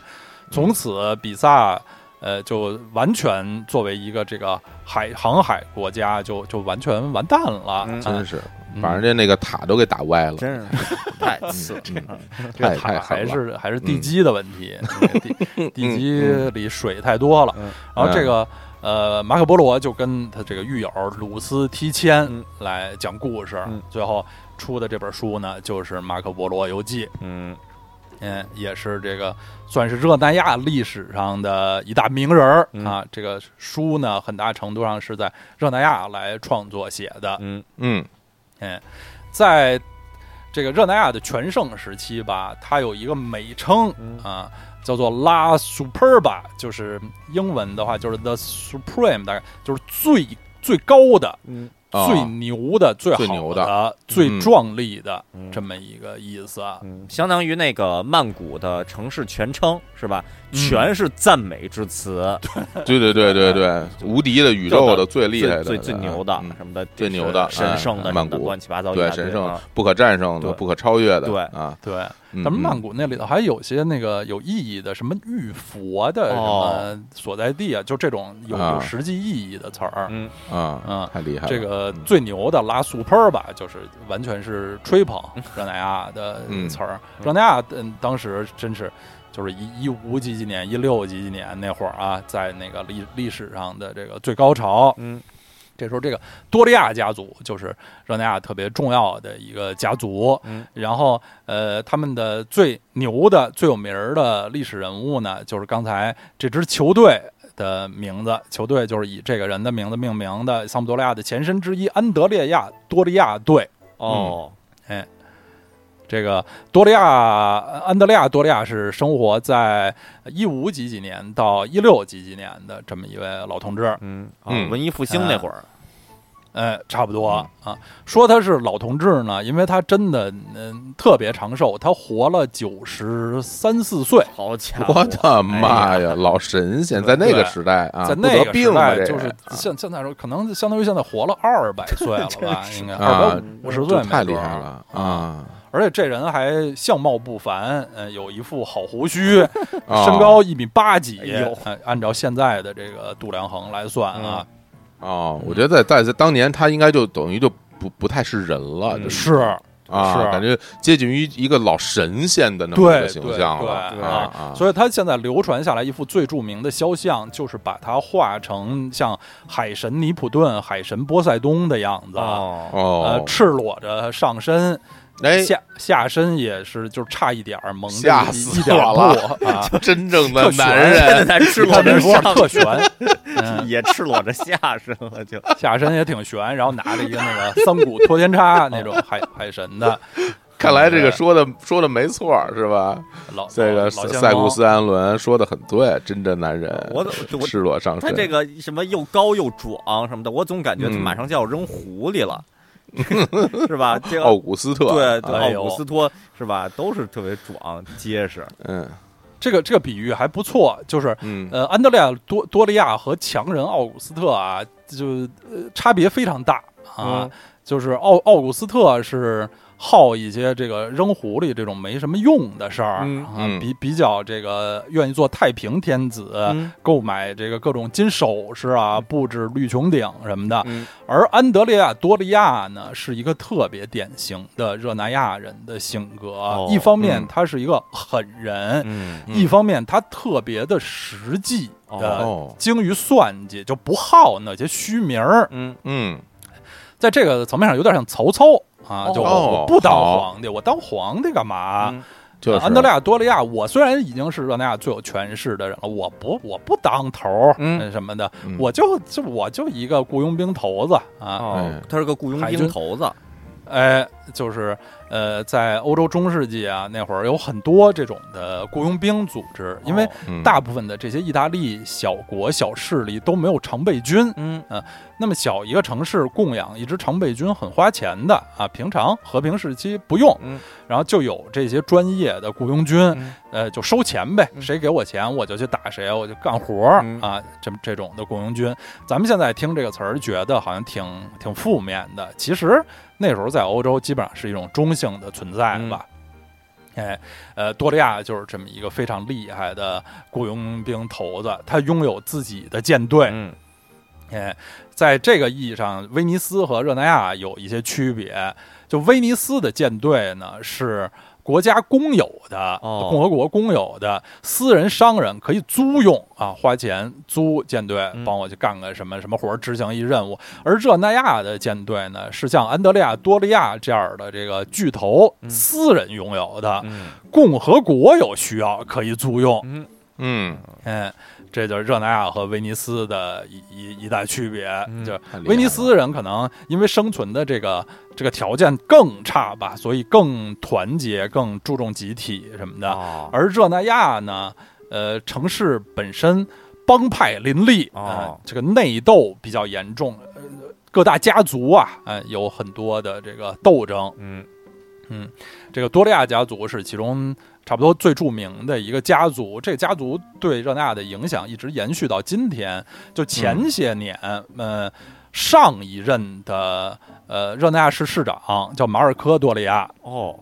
Speaker 3: 从此比萨。呃，就完全作为一个这个海航海国家，就就完全完蛋了。
Speaker 2: 嗯
Speaker 3: 啊
Speaker 1: 真是把人家那个塔都给打歪了，
Speaker 2: 真是 *laughs* 太次了。嗯
Speaker 1: *laughs*
Speaker 3: 这个
Speaker 1: 太太
Speaker 3: 塔还
Speaker 1: 狠了
Speaker 3: 是还是地
Speaker 1: 嗯
Speaker 3: 基的问题，那个地地基里水太多了。
Speaker 2: 嗯
Speaker 3: 然后这个呃，马可波罗就跟他这个狱友鲁斯提谦
Speaker 2: 嗯
Speaker 3: 来讲故事，
Speaker 2: 嗯
Speaker 3: 最后出的这本书呢，就是《马可波罗游记》。
Speaker 2: 嗯
Speaker 3: 嗯，也是这个算是热那亚历史上的一大名人儿、
Speaker 2: 嗯
Speaker 3: 啊。这个书呢，很大程度上是在热那亚来创作写的。
Speaker 2: 嗯
Speaker 1: 嗯
Speaker 3: 在这个热那亚的全盛时期吧，它有一个美称
Speaker 2: 嗯
Speaker 3: 啊，叫做 La Superba，就是英文的话就是 The Supreme，大概就是最最高的、
Speaker 2: 嗯
Speaker 1: 啊
Speaker 3: 最牛的、最好
Speaker 1: 最牛的、嗯
Speaker 3: 最壮丽的
Speaker 2: 嗯
Speaker 3: 这么一个意思。啊
Speaker 2: 嗯，相当于那个曼谷的城市全称是吧？
Speaker 3: 嗯
Speaker 2: 全是赞美之词，
Speaker 1: 对对对对对，无敌的宇宙的最厉害的
Speaker 2: 最最最牛的
Speaker 1: 嗯
Speaker 2: 什么的，
Speaker 1: 最牛的
Speaker 2: 神圣的
Speaker 1: 哎
Speaker 2: 什
Speaker 1: 曼
Speaker 2: 么的
Speaker 1: 谷
Speaker 2: 乱七八糟一大
Speaker 1: 对
Speaker 2: 堆
Speaker 1: 神圣
Speaker 2: 啊。
Speaker 1: 不可战胜的
Speaker 2: 对
Speaker 1: 不可超越的
Speaker 2: 对
Speaker 1: 啊，
Speaker 3: 对，
Speaker 1: 嗯
Speaker 3: 咱们曼
Speaker 1: 嗯
Speaker 3: 谷那里头还有些那个有意义的，什么玉佛的什
Speaker 2: 哦
Speaker 3: 么所在地啊，就这种有
Speaker 1: 啊
Speaker 3: 有实际意义的词儿。
Speaker 2: 嗯
Speaker 1: 啊
Speaker 3: 嗯
Speaker 1: 太厉害了
Speaker 3: 这个
Speaker 1: 嗯
Speaker 3: 最牛的拉苏 per 吧，就是完全是吹捧热那亚的
Speaker 1: 嗯
Speaker 3: 词儿。热那亚嗯，当时真是就是一一五几几年、一六几几年那会儿啊，在那个历历史上的这个最高潮。
Speaker 2: 嗯
Speaker 3: 这时候，这个多利亚家族就是热那亚特别重要的一个家族。
Speaker 2: 嗯
Speaker 3: 然后，呃，他们的最牛的、最有名儿的历史人物呢，就是刚才这支球队的名字，球队就是以这个人的名字命名的。桑普多利亚的前身之一安德烈亚多利亚队，
Speaker 2: 哦
Speaker 3: 这个多利亚安德烈亚多利亚是生活在一五几几年到一六几几年的这么一位老同志。
Speaker 2: 嗯啊
Speaker 1: 嗯
Speaker 2: 文艺复兴那会儿，
Speaker 3: 呃，差不多啊。说他是老同志呢，因为他真的嗯特别长寿，他活了九十三四岁，
Speaker 2: 好家伙，
Speaker 1: 我的
Speaker 3: 哎
Speaker 1: 妈呀，老神仙在那个时代啊，
Speaker 3: 在
Speaker 1: 不
Speaker 3: 那
Speaker 1: 得
Speaker 3: 个时
Speaker 1: 病啊
Speaker 3: 代
Speaker 1: 这
Speaker 3: 就是现现在说，可能相当于现在活了二百岁
Speaker 1: *laughs*
Speaker 3: 了吧，应该二
Speaker 1: 啊
Speaker 3: 百五十
Speaker 1: 这
Speaker 3: 岁
Speaker 1: 太
Speaker 3: 没
Speaker 1: 厉
Speaker 3: 准儿
Speaker 1: 害。了啊！
Speaker 3: 而且这人还相貌不凡，呃，有一副好
Speaker 1: *laughs*
Speaker 3: 胡须，
Speaker 1: 啊
Speaker 3: 身高一米八几
Speaker 2: 哎呦，
Speaker 3: 呃按照现在的这个度量衡来算啊，
Speaker 1: 哦，我觉得在在当年他应该就等于就不不太是人了，
Speaker 2: 嗯
Speaker 1: 就是
Speaker 3: 是
Speaker 1: 啊，
Speaker 3: 是
Speaker 1: 感觉接近于一个老神仙的那么一
Speaker 3: 对
Speaker 1: 个形象了
Speaker 3: 对对
Speaker 1: 啊啊！
Speaker 3: 所以他现在流传下来一幅最著名的肖像，就是把它画成像海神尼普顿、海神波塞冬的样子，
Speaker 2: 哦，
Speaker 1: 哦
Speaker 3: 呃，，赤裸着上身，
Speaker 1: 哎，
Speaker 3: 呃下下身也是就差一点儿蒙着
Speaker 1: 吓
Speaker 3: 一
Speaker 1: 死
Speaker 3: 一点儿
Speaker 1: 我 *laughs*
Speaker 3: 布啊，
Speaker 1: 真正的
Speaker 3: 特悬
Speaker 1: 男
Speaker 2: 现
Speaker 1: 人，
Speaker 2: 在赤裸
Speaker 3: 他
Speaker 2: 着
Speaker 3: 们说
Speaker 2: 上
Speaker 3: 特悬，嗯，
Speaker 2: *laughs* 也赤裸着下身了，就
Speaker 3: 下身也挺悬，然后拿着一个那个三股托天叉那种海海神的
Speaker 1: 看来这个说的说的没错儿是吧？
Speaker 3: 老
Speaker 1: *laughs* 这
Speaker 3: 老
Speaker 1: 个
Speaker 3: 老
Speaker 1: 塞
Speaker 3: 先
Speaker 1: 塞
Speaker 3: 锋
Speaker 1: 古斯安伦说的很对，真正男人
Speaker 2: *laughs* 我 *laughs* 我
Speaker 1: 赤裸上
Speaker 2: 他
Speaker 1: 身，
Speaker 2: 这个什么又高又壮什么的，我总感觉
Speaker 1: 嗯
Speaker 2: 他马上就要扔湖
Speaker 1: *laughs*
Speaker 2: 里了，是吧？这
Speaker 1: 奥
Speaker 2: 个
Speaker 1: 古斯特，
Speaker 2: 对对，
Speaker 1: 啊
Speaker 3: 哎呦
Speaker 2: 奥古斯托是吧？都是特别壮结实，
Speaker 1: 嗯
Speaker 3: 这个这个比喻还不错，就是
Speaker 1: 嗯
Speaker 3: 呃，安德烈亚多多利亚和强人奥古斯特啊，就呃差别非常大啊，
Speaker 2: 嗯
Speaker 3: 就是奥奥古斯特是好一些这个扔狐狸这种没什么用的事儿、
Speaker 2: 嗯
Speaker 3: 啊，
Speaker 1: 嗯
Speaker 3: 比比较这个愿意做太平天子。
Speaker 2: 嗯
Speaker 3: 购买这个各种金首饰啊，布置绿穹顶什么的。
Speaker 2: 嗯
Speaker 3: 而安德烈亚啊多利亚呢，是一个特别典型的热那亚人的性格。
Speaker 2: 哦
Speaker 3: 一方面
Speaker 1: 嗯，
Speaker 3: 他是一个狠人；
Speaker 2: 嗯
Speaker 1: 嗯
Speaker 3: 一方面，他特别的实际的，
Speaker 1: 哦
Speaker 3: 精于算计，就不好那些虚名儿。
Speaker 2: 嗯
Speaker 1: 嗯
Speaker 3: 在这个层面上，有点像曹操啊，就
Speaker 1: 哦
Speaker 3: 我不当
Speaker 1: 好
Speaker 3: 皇帝，我当皇帝干嘛？啊
Speaker 2: 嗯
Speaker 1: 就是
Speaker 3: 安德烈亚多利亚，我虽然已经是热那亚最有权势的人了，我不我不当头儿，
Speaker 2: 嗯
Speaker 3: 呃什么的，
Speaker 1: 嗯
Speaker 3: 我就就我就一个雇佣兵头子啊，
Speaker 2: 哦
Speaker 1: 哎，
Speaker 2: 他是个雇佣
Speaker 3: 海
Speaker 2: 兵
Speaker 3: 军
Speaker 2: 头子，
Speaker 3: 哎，就是呃，在欧洲中世纪啊那会儿有很多这种的雇佣兵组织，因为
Speaker 2: 哦
Speaker 1: 嗯
Speaker 3: 大部分的这些意大利小国小势力都没有常备军，
Speaker 2: 嗯
Speaker 3: 那么小一个城市供养一支常备军很花钱的啊，平常和平时期不用，
Speaker 2: 嗯
Speaker 3: 然后就有这些专业的雇佣军，
Speaker 2: 嗯
Speaker 3: 呃，就收钱呗，
Speaker 2: 嗯
Speaker 3: 谁给我钱我就去打谁，我就干活儿、
Speaker 2: 嗯
Speaker 3: 啊，这这种的雇佣军，咱们现在听这个词儿觉得好像挺挺负
Speaker 2: 嗯
Speaker 3: 面的，其实那时候在欧洲基本上是一种中性的存在吧。哎，呃，多利亚就是这么一个非常厉害的雇佣兵头子，他拥有自己的舰队。
Speaker 2: 嗯
Speaker 3: 哎，在这个意义上，威尼斯和热那亚有一些区别。就威尼斯的舰队呢是国家公有的，
Speaker 2: 哦
Speaker 3: 共和国公有的，私人商人可以租用啊，花钱租舰队
Speaker 2: 嗯
Speaker 3: 帮我去干个什么什么活儿，执行一任务。而热那亚的舰队呢，是像安德烈亚多利亚这样的这个巨头私人拥有的，
Speaker 2: 嗯
Speaker 3: 共和国有需要可以租用。
Speaker 2: 嗯
Speaker 1: 嗯，
Speaker 3: 嗯，这就是热那亚和威尼斯的一一一大区别，
Speaker 2: 嗯
Speaker 3: 就
Speaker 1: 太厉害啊了
Speaker 3: 威尼斯人可能因为生存的这个这个条件更差吧，所以更团结、更注重集体什么的。
Speaker 2: 哦
Speaker 3: 而热那亚呢，呃，城市本身帮派林立啊、
Speaker 2: 哦
Speaker 3: 这个内斗比较严重，呃、各大家族啊，呃，有很多的这个斗争。
Speaker 2: 嗯
Speaker 3: 这个多利亚家族是其中差不多最著名的一个家族。这个家族对热那亚的影响一直延续到今天。就前些年，呃，上一任的呃热那亚市市长叫马尔科·多利亚，
Speaker 2: 哦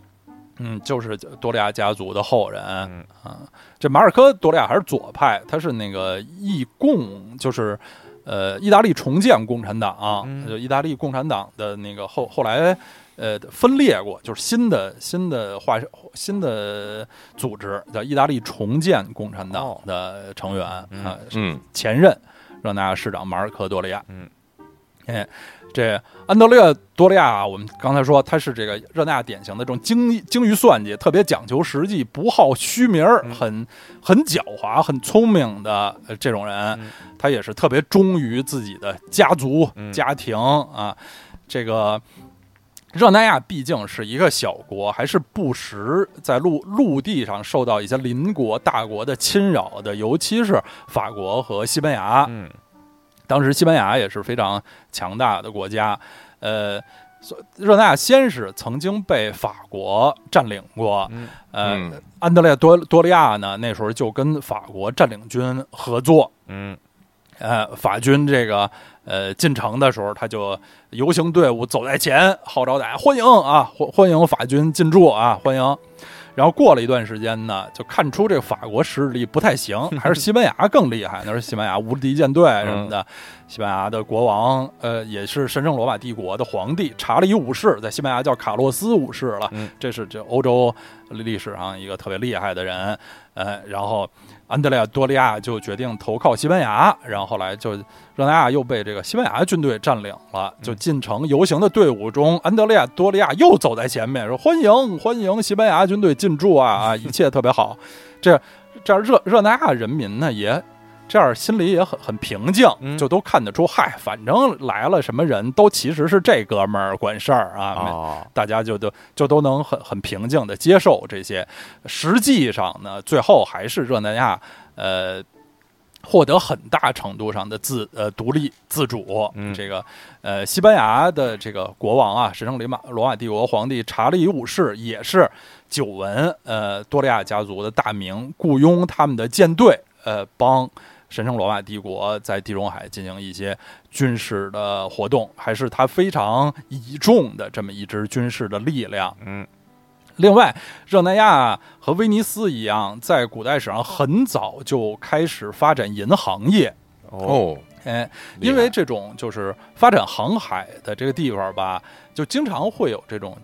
Speaker 3: 嗯，就是多利亚家族的后人。啊
Speaker 2: 嗯
Speaker 3: 这马尔科·多利亚还是左派，他是那个意共，就是呃意大利重建共产党、
Speaker 2: 嗯
Speaker 3: 就意大利共产党的那个后后来呃分裂过，就是新的新的化新的组织叫意大利重建共产党
Speaker 2: 哦
Speaker 3: 的成员啊、
Speaker 2: 嗯
Speaker 3: 是
Speaker 1: 嗯
Speaker 3: 前任热那亚市长马尔科·多利亚。
Speaker 2: 嗯，
Speaker 3: 哎，这安德烈·多利亚啊，我们刚才说他是这个热那亚典型的这种精精于算计，特别讲求实际，不好虚名儿，
Speaker 2: 嗯
Speaker 3: 很很狡猾、很聪明的呃这种人。
Speaker 2: 嗯
Speaker 3: 他也是特别忠于自己的家族、
Speaker 2: 嗯
Speaker 3: 家庭啊，这个。热那亚毕竟是一个小国，还是不时在陆陆地上受到一些邻国大国的侵扰的，尤其是法国和西班牙。
Speaker 2: 嗯
Speaker 3: 当时西班牙也是非常强大的国家，呃，所热那亚先是曾经被法国占领过，
Speaker 2: 嗯
Speaker 3: 呃，
Speaker 1: 嗯
Speaker 3: 安德烈多多利亚呢那时候就跟法国占领军合作，
Speaker 2: 嗯
Speaker 3: 呃，法军这个呃进城的时候，他就游行队伍走在前，号召大家欢迎啊，欢欢迎法军进驻啊，欢迎。然后过了一段时间呢，就看出这个法国实力不太行，还是西班牙更厉害。那是西班牙无敌舰队什么的，西班牙的国王呃也是神圣罗马帝国的皇帝查理五世，在西班牙叫卡洛斯五世了，
Speaker 2: 嗯
Speaker 3: 这是这欧洲历史上一个特别厉害的人。呃，然后安德烈亚多利亚就决定投靠西班牙，然后后来就热那亚又被这个西班牙军队占领了，
Speaker 2: 嗯
Speaker 3: 就进城游行的队伍中，安德烈亚多利亚又走在前面，说欢迎欢迎西班牙军队进驻啊啊，一切特别好。 *laughs* 这这样热热那亚人民呢也。这样心里也很很平静，
Speaker 2: 嗯
Speaker 3: 就都看得出，嗨，反正来了什么人都其实是这哥们儿管事儿啊，没
Speaker 2: 哦
Speaker 3: 大家就都就都能很很平静的接受这些。实际上呢，最后还是热那亚呃获得很大程度上的自呃独立自主。
Speaker 2: 嗯
Speaker 3: 这个呃西班牙的这个国王啊，神圣罗马罗马帝国皇帝查理五世也是久闻呃多利亚家族的大名，雇佣他们的舰队呃帮。神圣罗马帝国在地中海进行一些军事的活动，还是他非常倚重的这么一支军事的力量。
Speaker 2: 嗯
Speaker 3: 另外，热那亚和威尼斯一样，在古代史上很早就开始发展银行业。
Speaker 1: 哦，
Speaker 3: 哎，
Speaker 1: 厉害
Speaker 3: 因为这种就是发展航海的这个地方吧，就经常会有这种，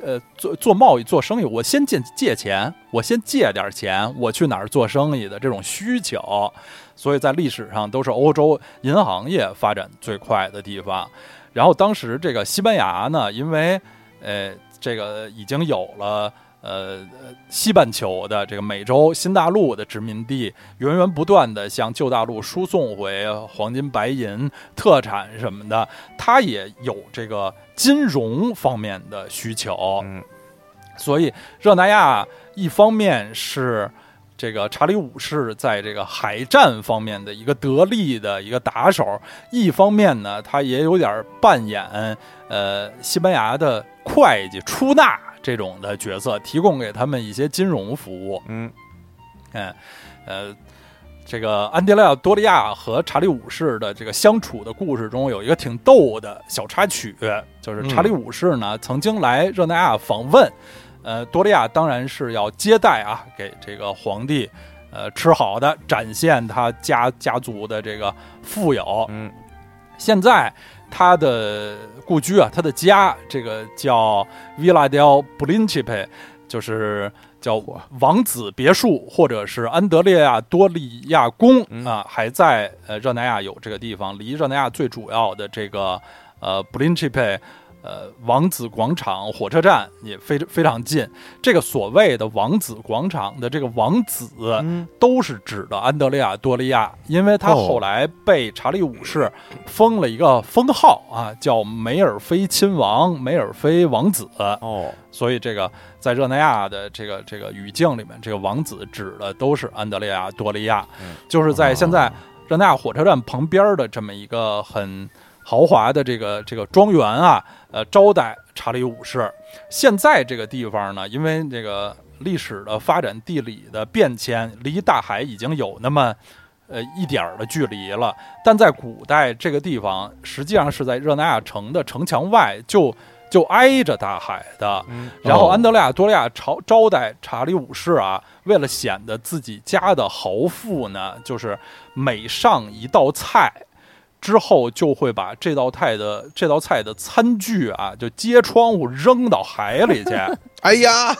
Speaker 3: 呃，做做贸易、做生意，我先借借钱，我先借点钱，我去哪儿做生意的这种需求，所以在历史上都是欧洲银行业发展最快的地方。然后当时这个西班牙呢，因为呃，这个已经有了。呃，西半球的这个美洲新大陆的殖民地，源源不断的向旧大陆输送回黄金、白银、特产什么的，它也有这个金融方面的需求。
Speaker 2: 嗯
Speaker 3: 所以热那亚一方面是这个查理五世在这个海战方面的一个得力的一个打手，一方面呢，他也有点扮演呃西班牙的会计出纳这种的角色，提供给他们一些金融服务。
Speaker 2: 嗯
Speaker 3: 嗯，呃，这个安德烈亚多利亚和查理五世的这个相处的故事中，有一个挺逗的小插曲，就是查理五世呢、曾经来热那亚访问，呃，多利亚当然是要接待啊，给这个皇帝，呃，吃好的，展现他家家族的这个富有。
Speaker 2: 嗯，
Speaker 3: 现在他的故居啊，他的家，这个叫 Villa del Principe，就是叫王子别墅，或者是安德烈亚多利亚宫啊、
Speaker 2: 嗯
Speaker 3: 还在呃热那亚有这个地方，离热那亚最主要的这个呃 Principe。呃，王子广场火车站也非非常近。这个所谓的王子广场的这个王子，
Speaker 2: 嗯
Speaker 3: 都是指的安德烈亚多利亚，因为他
Speaker 1: 哦
Speaker 3: 后来被查理五世封了一个封号啊，叫梅尔菲亲王、梅尔菲王子，
Speaker 2: 哦，
Speaker 3: 所以这个在热那亚的这个这个语境里面，这个王子指的都是安德烈亚多利亚，
Speaker 2: 嗯
Speaker 3: 就是在现在热那亚火车站旁边的这么一个很豪华的这个这个庄园啊，呃，招待查理五世。现在这个地方呢，因为这个历史的发展、地理的变迁，离大海已经有那么。呃，一点儿的距离了，但在古代这个地方实际上是在热那亚城的城墙外，就就挨着大海的。
Speaker 2: 嗯
Speaker 3: 然后
Speaker 1: 哦
Speaker 3: 安德烈亚多利亚朝招待查理五世啊，为了显得自己家的豪富呢，就是每上一道菜之后，就会把这道菜的这道菜的餐具啊，就揭窗户扔到海
Speaker 2: *laughs*
Speaker 3: 里去，
Speaker 1: 哎呀，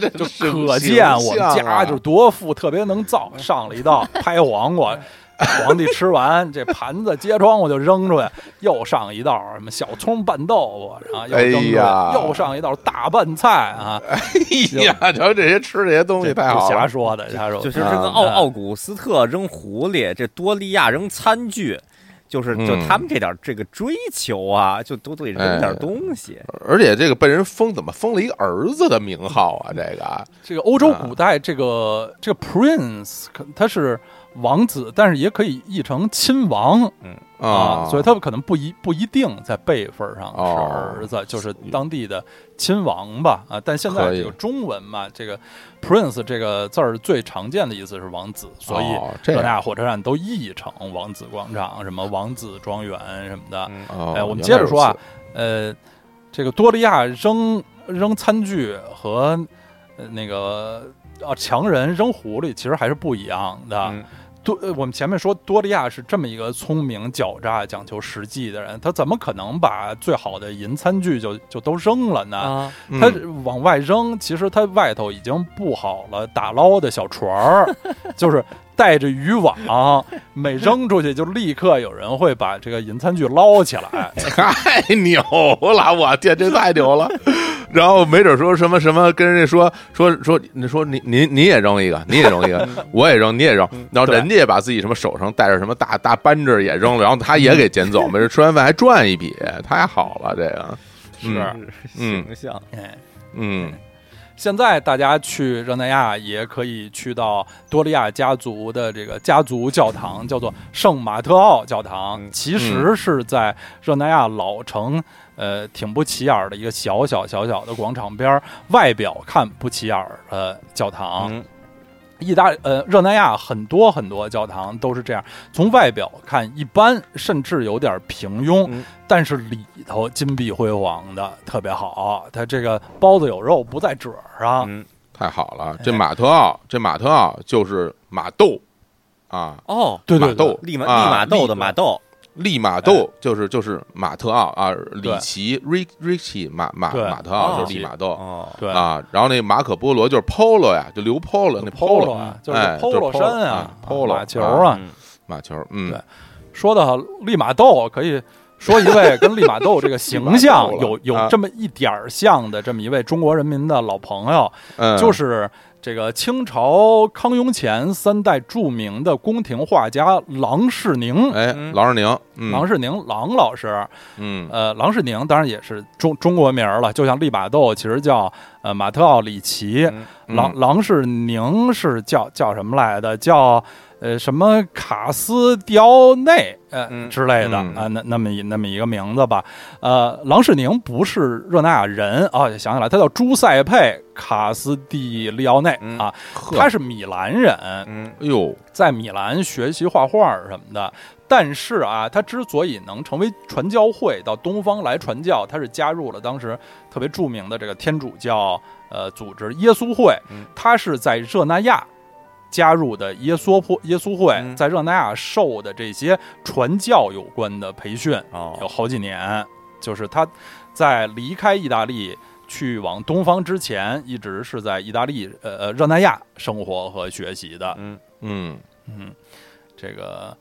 Speaker 1: 这
Speaker 3: 就
Speaker 1: 形
Speaker 3: 可见我们
Speaker 1: 象啊
Speaker 3: 家就多富，特别能造。上了一道拍黄
Speaker 2: *laughs*
Speaker 3: 瓜。皇帝吃完这盘子揭窗户就扔出去，又上一道什么小葱拌豆腐，然后又扔出去，
Speaker 1: 哎呀
Speaker 3: 又上一道大拌菜
Speaker 1: *laughs*
Speaker 3: 啊，
Speaker 1: 哎呀，瞧这些吃这些东西太
Speaker 3: 这
Speaker 1: 好
Speaker 3: 瞎
Speaker 1: 了，
Speaker 3: 说的，瞎说的。
Speaker 2: 就是这个
Speaker 1: 嗯
Speaker 2: 奥
Speaker 3: 嗯
Speaker 2: 奥古斯特扔狐狸，这多利亚扔餐具，就是就
Speaker 1: 嗯
Speaker 2: 他们这点儿这个追求啊，就都得扔点儿东西。
Speaker 1: 而且这个被人封，怎么封了一个儿子的名号啊？这个
Speaker 3: 这个欧洲古代这个、这个 prince，可他是王子，但是也可以译成亲王啊，所以他们可能不一不一定在辈分上
Speaker 1: 哦
Speaker 3: 是儿子，就是当地的亲王吧啊。但现在
Speaker 1: 可以
Speaker 3: 这个中文嘛，这个 prince 这个字儿最常见的意思是王子，所以
Speaker 1: 哦这
Speaker 3: 各
Speaker 1: 样
Speaker 3: 大火车站都译成王子广场、什么王子庄园什么的。
Speaker 2: 嗯
Speaker 1: 哦
Speaker 3: 哎，我们接着说啊，，呃，这个多利亚扔扔餐具和呃那个啊强人扔狐狸其实还是不一样的。
Speaker 2: 嗯
Speaker 3: 多，呃我们前面说多利亚是这么一个聪明、狡诈、讲求实际的人，他怎么可能把最好的银餐具就就都扔了呢？
Speaker 2: 啊，
Speaker 1: 原来如
Speaker 3: 他
Speaker 1: 此嗯
Speaker 3: 往外扔，其实他外头已经布好了打捞的小船儿， *laughs* 就是带着渔网，每扔出去就立刻有人会把这个银餐具捞起来。 *laughs*
Speaker 1: 嗯太牛了，我天，这太牛了。 *laughs* 然后没准说什么什么，跟人家说说说，你说您您您也扔一个，你也扔一个，我也扔，你也扔，然后人家也把自己什么手上带着什么大大扳指也扔了，然后他也给捡走，没事吃完饭还赚一笔，太好了，这个，嗯
Speaker 2: 是
Speaker 1: 嗯
Speaker 2: 形象。
Speaker 3: 哎
Speaker 1: 嗯，
Speaker 3: 现在大家去热那亚也可以去到多利亚家族的这个家族教堂，叫做圣马特奥教堂，
Speaker 2: 嗯
Speaker 3: 其实是在热那亚老城，呃，挺不起眼儿的一个小小小小的广场边儿，外表看不起眼儿的教堂。
Speaker 2: 嗯
Speaker 3: 意大呃热那亚很多很多教堂都是这样，从外表看一般，甚至有点平庸，
Speaker 2: 嗯
Speaker 3: 但是里头金碧辉煌的特别好。它这个包子有肉不在褶儿上，
Speaker 2: 嗯，
Speaker 1: 太好了，这马特奥，这马特奥就是马豆啊，
Speaker 2: 哦，
Speaker 3: 对对
Speaker 1: 马豆
Speaker 3: 对，
Speaker 2: 利马
Speaker 1: 啊
Speaker 2: 利马豆的马豆，
Speaker 1: 利马豆就是就是马特奥啊，里奇 Rick Ricky 马马
Speaker 3: 对
Speaker 1: 马特奥
Speaker 2: 哦
Speaker 1: 就是利马豆
Speaker 2: 哦，
Speaker 3: 对，
Speaker 1: 啊，然后那马可波罗就是 Polo 呀，就留 Polo 那
Speaker 3: polo
Speaker 1: 啊
Speaker 3: 啊，就是
Speaker 1: 哎就
Speaker 3: polo
Speaker 1: 是
Speaker 3: 衫
Speaker 1: polo，
Speaker 3: 啊
Speaker 1: 嗯，polo，
Speaker 3: 马球啊，
Speaker 2: 嗯
Speaker 1: 马球，嗯
Speaker 3: 对，说到利马窦，可以说一位跟利马窦这个形象
Speaker 1: 利马窦
Speaker 3: 有
Speaker 1: 了
Speaker 3: 有
Speaker 1: 啊
Speaker 3: 这么一点儿像的这么一位中国人民的老朋友，
Speaker 1: 嗯，
Speaker 3: 就是这个清朝康雍乾三代著名的宫廷画家郎世宁。
Speaker 1: 哎，
Speaker 2: 嗯
Speaker 1: 郎世宁，嗯
Speaker 3: 郎世宁，郎老师，
Speaker 1: 嗯
Speaker 3: 呃，郎世宁当然也是中中国名儿了，就像利马窦其实叫呃马特奥里奇，
Speaker 2: 嗯
Speaker 3: 郎郎世宁是叫叫什么来的？叫呃什么卡斯迪奥内呃、
Speaker 1: 嗯
Speaker 3: 之类的
Speaker 1: 嗯
Speaker 3: 啊，那那么一那么一个名字吧。呃，郎世宁不是热那亚人啊，想起来他叫朱塞佩卡斯蒂利奥内
Speaker 1: 嗯
Speaker 3: 啊，
Speaker 1: 呵
Speaker 3: 他是米兰人，
Speaker 1: 嗯，哎呦，
Speaker 3: 在米兰学习画画什么的。但是啊，他之所以能成为传教会到东方来传教，他是加入了当时特别著名的这个天主教呃组织耶稣会
Speaker 1: 嗯，
Speaker 3: 他是在热那亚。加入的耶稣会，耶稣会
Speaker 1: 嗯
Speaker 3: 在热那亚受的这些传教有关的培训，有
Speaker 2: 哦，
Speaker 3: 好几年，就是他在离开意大利去往东方之前，一直是在意大利呃呃热那亚生活和学习的。
Speaker 1: 嗯嗯
Speaker 3: 嗯，这个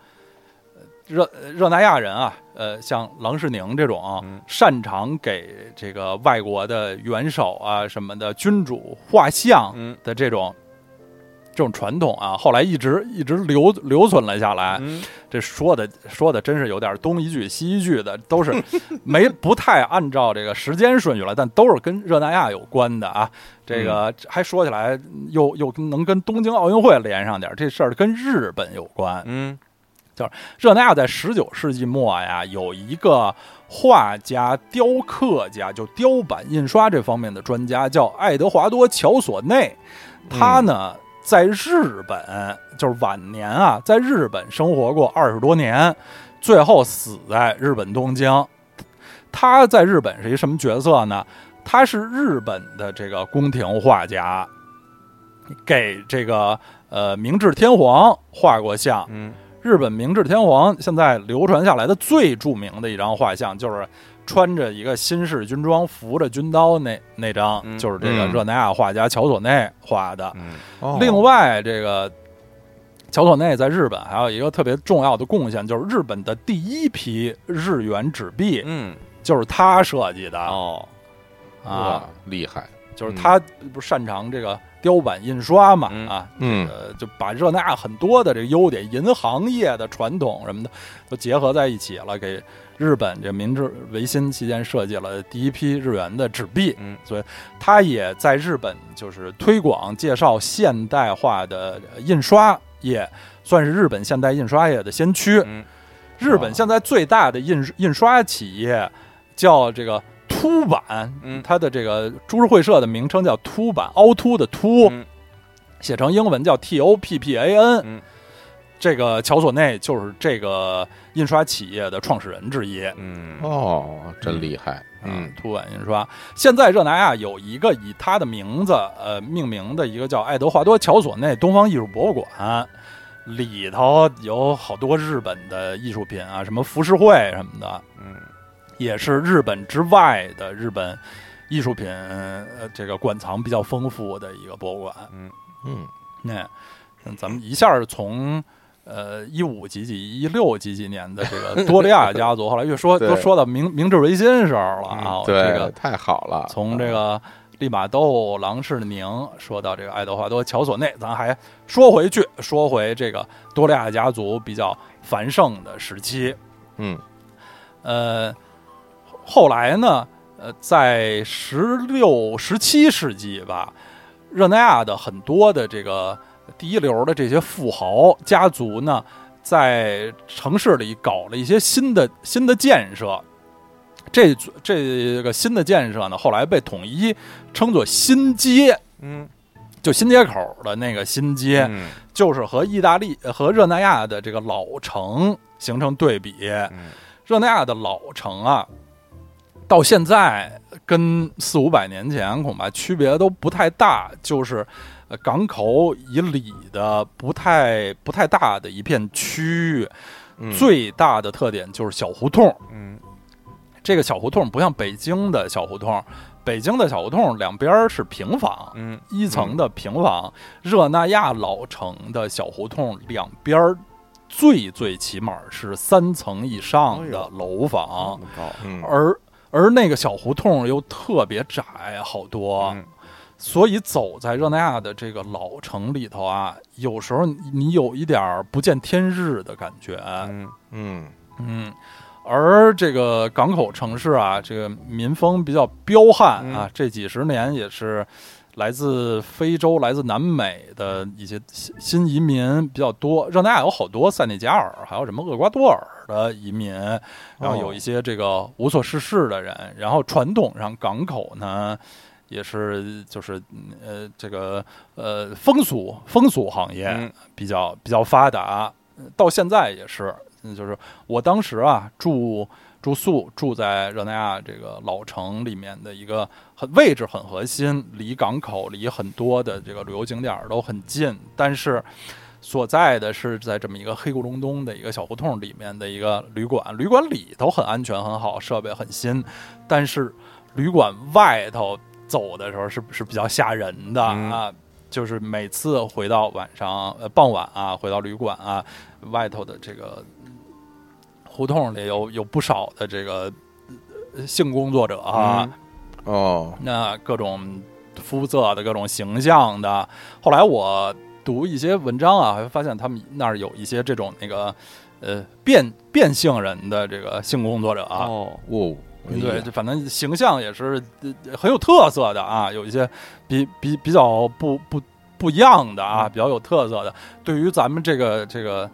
Speaker 3: 呃热热那亚人啊，呃，像郎世宁这种啊、
Speaker 1: 嗯
Speaker 3: 擅长给这个外国的元首啊什么的君主画像
Speaker 1: 嗯
Speaker 3: 的这种。这种传统啊，后来一直一直留留存了下来。
Speaker 1: 嗯，
Speaker 3: 这说的说的真是有点东一句西一句的，都是没不太按照这个时间顺序了，但都是跟热那亚有关的啊。这个还说起来又又能跟东京奥运会连上点儿，这事儿跟日本有关。
Speaker 1: 嗯
Speaker 3: 热那亚在十九世纪末呀，有一个画家、雕刻家，就雕版印刷这方面的专家，叫爱德华多·乔索内。他呢，在日本就是晚年啊，在日本生活过二十多年，最后死在日本东京。他在日本是一什么角色呢？他是日本的这个宫廷画家，给这个呃明治天皇画过像。
Speaker 1: 嗯
Speaker 3: 日本明治天皇现在流传下来的最著名的一张画像，就是穿着一个新式军装、扶着军刀那那张，
Speaker 1: 嗯
Speaker 3: 就是这个
Speaker 1: 嗯
Speaker 3: 热那亚画家乔索内画的。
Speaker 1: 嗯，
Speaker 3: 另外，这个乔索内在日本还有一个特别重要的贡献，就是日本的第一批日元纸币
Speaker 1: 嗯
Speaker 3: 就是他设计的
Speaker 2: 哦，
Speaker 3: 啊，
Speaker 1: 哇，厉害，
Speaker 3: 就是他不是擅长这个雕版印刷嘛
Speaker 1: 嗯
Speaker 3: 啊，
Speaker 1: 嗯
Speaker 3: 呃，就把热那亚很多的这个优点，银行业的传统什么的，都结合在一起了，给日本这明治维新期间设计了第一批日元的纸币。
Speaker 1: 嗯，
Speaker 3: 所以他也在日本就是推广介绍现代化的呃印刷业，算是日本现代印刷业的先驱。
Speaker 1: 嗯
Speaker 3: 日本现在最大的印印刷企业叫这个凸版，
Speaker 1: 嗯
Speaker 3: 它的这个株式会社的名称叫凸版，凹凸的凸。
Speaker 1: 嗯
Speaker 3: 写成英文叫 T O P P A N。
Speaker 1: 嗯
Speaker 3: 这个乔索内就是这个印刷企业的创始人之一。
Speaker 1: 嗯，哦，真厉害，
Speaker 3: 嗯
Speaker 1: 嗯，
Speaker 3: 凸版印刷。现在热那亚有一个以他的名字呃命名的一个叫爱德华多·乔索内东方艺术博物馆，里头有好多日本的艺术品啊，什么浮世绘什么的，
Speaker 1: 嗯，
Speaker 3: 也是日本之外的日本艺术品呃这个馆藏比较丰富的一个博物馆。
Speaker 1: 嗯
Speaker 3: 那、嗯、咱们一下儿从呃一五几几一六几几年的这个多利亚家族，后来越
Speaker 1: *laughs*
Speaker 3: 说
Speaker 1: 对
Speaker 3: 都说到明明治维新时候了啊，
Speaker 1: 嗯
Speaker 3: 这
Speaker 1: 对，
Speaker 3: 个
Speaker 1: 太好了，
Speaker 3: 从这个利玛窦、郎世宁说到这个爱德华多·乔索内，咱还说回去，说回这个多利亚家族比较繁盛的时期，
Speaker 1: 嗯
Speaker 3: 呃，后来呢，呃，在十六、十七世纪吧，热那亚的很多的这个第一流的这些富豪家族呢，在城市里搞了一些新的新的建设。这这个新的建设呢，后来被统一称作新街，
Speaker 1: 嗯
Speaker 3: 就新街口的那个新街，
Speaker 1: 嗯
Speaker 3: 就是和意大利呃和热那亚的这个老城形成对比。
Speaker 1: 嗯
Speaker 3: 热那亚的老城啊，到现在跟四五百年前恐怕区别都不太大，就是呃港口以里的不太不太大的一片区域，
Speaker 1: 嗯，
Speaker 3: 最大的特点就是小胡同。
Speaker 1: 嗯
Speaker 3: 这个小胡同不像北京的小胡同，北京的小胡同两边是平房，
Speaker 1: 嗯
Speaker 3: 一层的平房，热那亚老城的小胡同两边儿最最起码是三层以上的楼房，
Speaker 2: 高，
Speaker 1: 嗯
Speaker 3: 而而那个小胡同又特别窄，好多，
Speaker 1: 嗯
Speaker 3: 所以走在热那亚的这个老城里头啊，有时候你有一点儿不见天日的感觉，
Speaker 1: 嗯嗯
Speaker 3: 嗯，而这个港口城市啊，这个民风比较彪悍啊，这几十年也是，来自非洲、来自南美的一些新新移民比较多。热那亚有好多塞内加尔，还有什么厄瓜多尔的移民，然后有一些这个无所事事的人。然后传统上港口呢，也是就是呃这个呃风俗风俗行业
Speaker 1: 嗯
Speaker 3: 比较比较发达，到现在也是。嗯就是我当时啊住住宿住在热那亚这个老城里面的一个很位置很核心，离港口离很多的这个旅游景点儿都很近，但是所在的是在这么一个黑咕隆咚的一个小胡同里面的一个旅馆，旅馆里头很安全很好，设备很新，但是旅馆外头走的时候是是比较吓人的
Speaker 1: 嗯
Speaker 3: 啊。就是每次回到晚上，呃，傍晚啊，回到旅馆啊，外头的这个胡同里有有不少的这个呃性工作者啊，
Speaker 1: 嗯哦，
Speaker 3: 那各种肤色的、各种形象的。后来我读一些文章啊，还发现他们那儿有一些这种那个呃变变性人的这个性工作者啊，
Speaker 2: 哦，
Speaker 1: 哦，哎呀
Speaker 3: 对，，反正形象也是呃很有特色的啊，有一些比比比较不不不一样的
Speaker 2: 嗯
Speaker 3: 啊，比较有特色的。对于咱们这个这个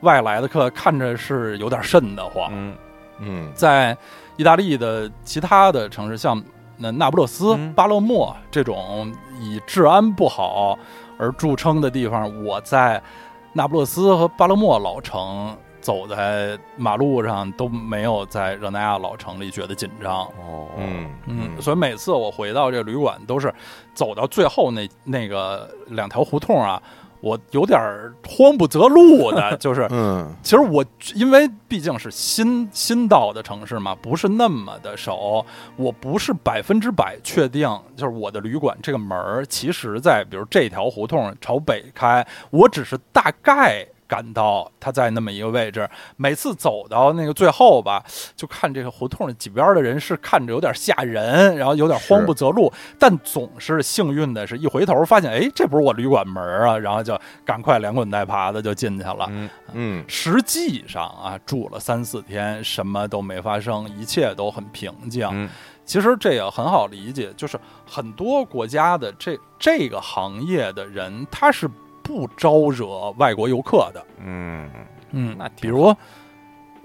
Speaker 3: 外来的客，看着是有点瘆得慌。
Speaker 2: 嗯
Speaker 1: 嗯
Speaker 3: 在意大利的其他的城市，像那那不勒斯、
Speaker 2: 嗯
Speaker 3: 巴勒莫这种以治安不好而著称的地方，我在那不勒斯和巴勒莫老城走在马路上都没有在热那亚老城里觉得紧张。
Speaker 2: 哦，
Speaker 1: 嗯
Speaker 3: 嗯，所以每次我回到这个旅馆，都是走到最后那那个两条胡同啊，我有点儿慌不择路的，就是
Speaker 1: 嗯
Speaker 3: 其实我因为毕竟是新新到的城市嘛，不是那么的熟，我不是百分之百确定，就是我的旅馆这个门儿，其实在比如这条胡同朝北开，我只是大概。感到它在那么一个位置，每次走到那个最后吧，就看这个胡同里几边的人是看着有点吓人，然后有点慌不择路，但总是幸运的是，一回头发现，哎，这不是我旅馆门儿啊，然后就赶快连滚带爬的就进去了。
Speaker 1: 嗯嗯
Speaker 3: 实际上啊，住了三四天，什么都没发生，一切都很平静。
Speaker 1: 嗯
Speaker 3: 其实这也很好理解，就是很多国家的这这个行业的人，他是不招惹外国游客的。
Speaker 1: 嗯
Speaker 3: 嗯
Speaker 2: 那挺好
Speaker 3: 比如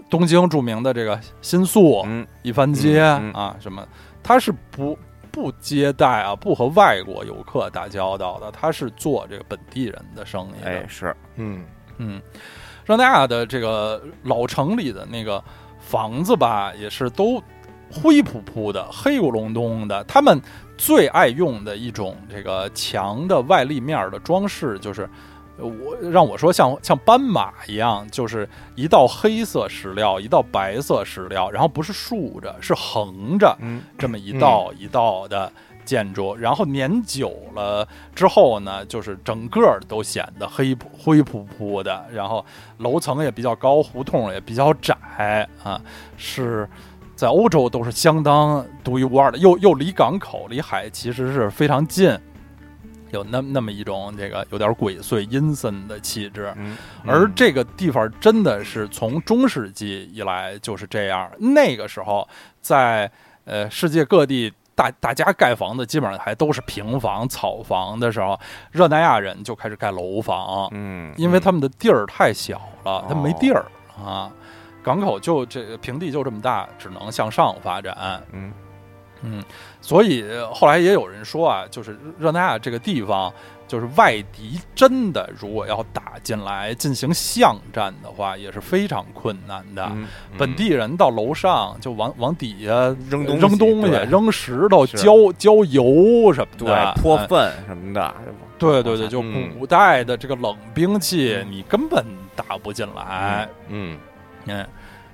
Speaker 3: 东京著名的这个新宿、
Speaker 1: 嗯
Speaker 3: 一番街、
Speaker 1: 嗯嗯
Speaker 3: 啊什么，他是不不接待啊，不和外国游客打交道的，他是做这个本地人的生意的。
Speaker 2: 哎是，
Speaker 1: 嗯
Speaker 3: 嗯，热那亚的这个老城里的那个房子吧，也是都灰扑扑的、黑咕隆咚的。他们最爱用的一种这个墙的外立面儿的装饰，就是呃我让我说像像斑马一样，就是一道黑色石料，一道白色石料，然后不是竖着，是横着，
Speaker 1: 嗯
Speaker 3: 这么一道一道的建筑，然后年久了之后呢，就是整个儿都显得黑扑灰扑扑的，然后楼层也比较高，胡同也比较窄啊，是在欧洲都是相当独一无二的，又又离港口、离海其实是非常近。有那那么一种这个有点鬼祟阴森的气质，
Speaker 1: 嗯，
Speaker 3: 而这个地方真的是从中世纪以来就是这样。那个时候在，呃世界各地大大家盖房子基本上还都是平房、草房的时候，热那亚人就开始盖楼房，
Speaker 1: 嗯，哦
Speaker 3: 因为他们的地儿太小了，他没地儿啊。港口就这平地就这么大，只能向上发展。
Speaker 1: 嗯
Speaker 3: 嗯，所以后来也有人说啊，就是热那亚这个地方，就是外敌真的如果要打进来进行巷战的话，也是非常困难的。
Speaker 1: 嗯
Speaker 3: 本地人到楼上就往往底下
Speaker 1: 扔东西
Speaker 3: 扔东西、
Speaker 1: 对
Speaker 3: 扔石头、
Speaker 2: 是
Speaker 3: 浇浇油什么
Speaker 2: 对
Speaker 3: 的，
Speaker 2: 泼
Speaker 3: 哎
Speaker 2: 粪什么的，
Speaker 3: 对对对，
Speaker 2: 往下
Speaker 3: 就
Speaker 1: 嗯
Speaker 3: 古代的这个冷兵器，
Speaker 2: 嗯
Speaker 3: 你根本打不进来。
Speaker 1: 嗯
Speaker 3: 嗯，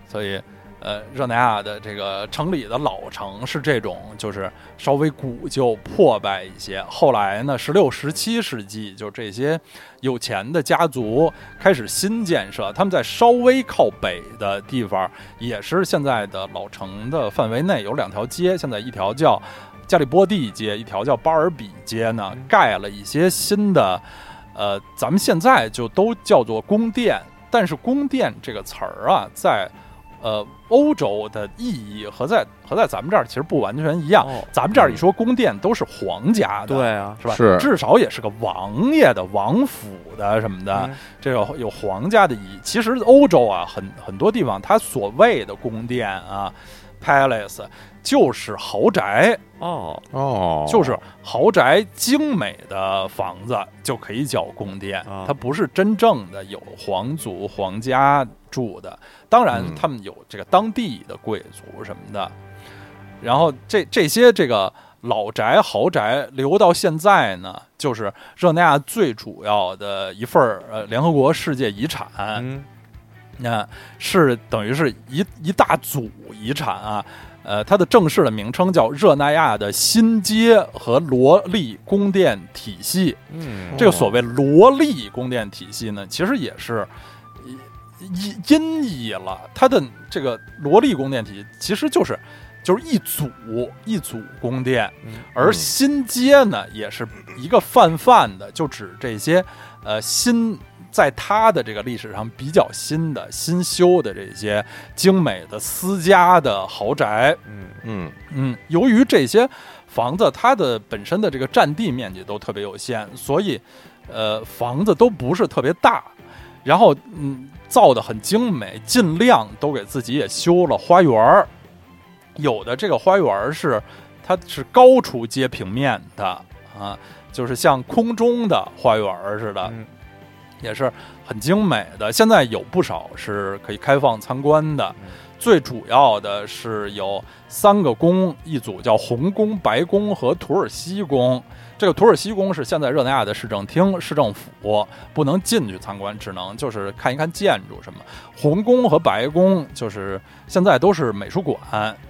Speaker 3: 所以呃，热那亚的这个城里的老城是这种，就是稍微古旧破败一些。后来呢，十六、十七世纪，就这些有钱的家族开始新建设，他们在稍微靠北的地方，也是现在的老城的范围内有两条街，现在一条叫加里波第街，一条叫巴尔比街呢，盖了一些新的，呃，咱们现在就都叫做宫殿，但是宫殿这个词儿啊，在呃欧洲的意义和在和在咱们这儿其实不完全一样。
Speaker 2: 哦
Speaker 3: 咱们这儿一说宫殿都是皇家的，
Speaker 2: 对啊，
Speaker 3: 是吧？
Speaker 1: 是
Speaker 3: 至少也是个王爷的、王府的什么的，
Speaker 2: 嗯
Speaker 3: 这个有皇家的意义。其实欧洲啊，很很多地方，它所谓的宫殿啊，palace 就是豪宅，
Speaker 2: 哦，
Speaker 1: 哦，
Speaker 3: 就是豪宅精美的房子就可以叫宫殿
Speaker 2: 啊，
Speaker 3: 它不是真正的有皇族皇家住的。当然
Speaker 1: 嗯，
Speaker 3: 他们有这个当地的贵族什么的。然后这这些这个老宅豪宅留到现在呢，就是热那亚最主要的一份儿呃联合国世界遗产。
Speaker 1: 嗯
Speaker 3: 那、是等于是一一大组遗产啊。呃，它的正式的名称叫热那亚的新街和罗利宫殿体系。
Speaker 1: 嗯，
Speaker 3: 这个所谓罗利宫殿体系呢，其实也是音音译了。它的这个罗利宫殿体系其实就是就是一组一组宫殿，而新街呢，也是一个泛泛的，就指这些呃新在它的这个历史上比较新的新修的这些精美的私家的豪宅。
Speaker 1: 嗯
Speaker 3: 嗯，由于这些房子它的本身的这个占地面积都特别有限，所以呃房子都不是特别大，然后嗯造的很精美，尽量都给自己也修了花园儿。有的这个花园儿是它是高出街平面的啊，就是像空中的花园儿似的，
Speaker 1: 嗯
Speaker 3: 也是很精美的。现在有不少是可以开放参观的，最主要的是有三个宫，一组叫红宫、白宫和土耳其宫。这个土耳其宫是现在热那亚的市政厅、市政府，不能进去参观，只能就是看一看建筑什么。红宫和白宫就是现在都是美术馆，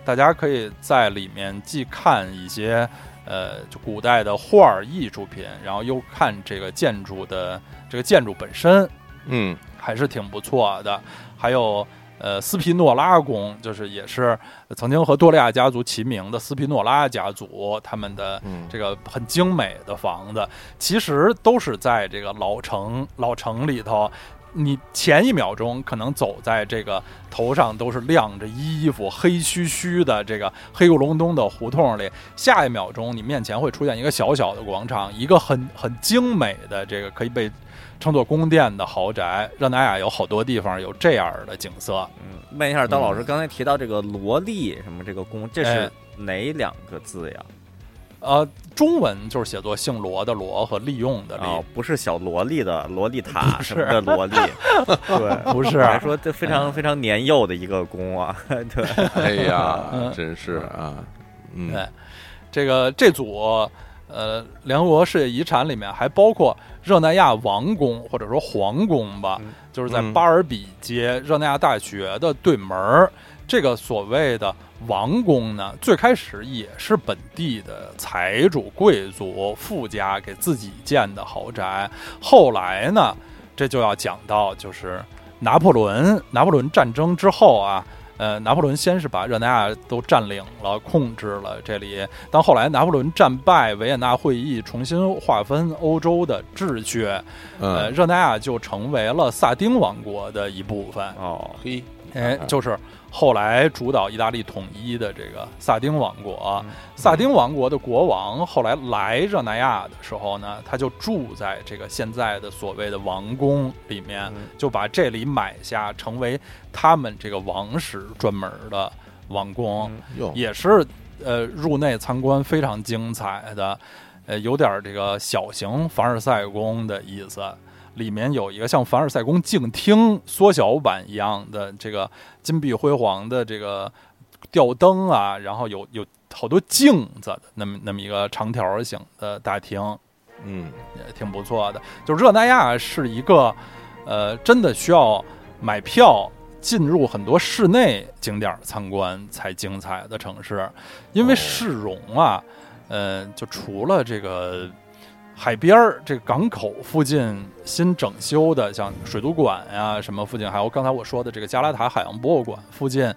Speaker 3: 大家可以在里面既看一些呃就古代的画儿艺术品，然后又看这个建筑的这个建筑本身，
Speaker 1: 嗯
Speaker 3: 还是挺不错的。还有呃斯皮诺拉宫，就是也是曾经和多利亚家族齐名的斯皮诺拉家族他们的
Speaker 1: 嗯，
Speaker 3: 这个很精美的房子，其实都是在这个老城老城里头。你前一秒钟可能走在这个头上都是晾着衣服、黑黢黢的这个黑咕隆咚的胡同里，下一秒钟你面前会出现一个小小的广场，一个很很精美的这个可以被称作宫殿的豪宅。热那亚有好多地方有这样的景色，
Speaker 2: 问一下刀老师，刚才提到这个萝莉什么这个宫，这
Speaker 3: 哎
Speaker 2: 是哪两个字呀？
Speaker 3: 呃，中文就是写作姓罗的罗和利用的利，
Speaker 2: 哦，不是小萝莉的萝莉
Speaker 3: *laughs*
Speaker 2: 塔什么的萝莉，对，
Speaker 3: 不是啊嗯
Speaker 2: 还说这非常非常年幼的一个宫啊， *laughs* 对，
Speaker 3: *laughs*
Speaker 1: 哎呀，
Speaker 3: 嗯哎
Speaker 1: 真是啊，嗯
Speaker 3: 对这个这组呃联合国世界遗产里面还包括热那亚王宫或者说皇宫吧，
Speaker 2: 嗯
Speaker 3: 就是在
Speaker 1: 嗯
Speaker 3: 巴尔比街热那亚大学的对门儿。这个所谓的王宫呢，最开始也是本地的财主、贵族、富家给自己建的豪宅。后来呢，这就要讲到就是拿破仑，拿破仑战争之后啊，呃，拿破仑先是把热那亚都占领了、控制了这里，但后来拿破仑战败，维也纳会议重新划分欧洲的秩序，呃，
Speaker 1: 嗯，
Speaker 3: 热那亚就成为了萨丁王国的一部分。
Speaker 2: 哦，
Speaker 1: 嘿，
Speaker 3: 哎
Speaker 1: 看，
Speaker 3: 就是后来主导意大利统一的这个萨丁王国啊
Speaker 2: 嗯。
Speaker 3: 萨丁王国的国王后来来热那亚的时候呢，他就住在这个现在的所谓的王宫里面
Speaker 2: 嗯，
Speaker 3: 就把这里买下，成为他们这个王室专门的王
Speaker 2: 嗯
Speaker 3: 宫。
Speaker 1: 哟，
Speaker 3: 也是呃入内参观非常精彩的，呃有点儿这个小型凡尔赛宫的意思。里面有一个像凡尔赛宫静厅缩小版一样的这个金碧辉煌的这个吊灯啊，然后有有好多镜子的那么那么一个长条形的大厅，
Speaker 1: 嗯
Speaker 3: 也挺不错的。就热那亚是一个，呃，真的需要买票进入很多室内景点儿参观才精彩的城市，因为
Speaker 1: 哦
Speaker 3: 市容啊，呃，就除了这个海边儿这个港口附近新整修的，像水族馆呀、什么附近，还有刚才我说的这个加拉塔海洋博物馆附近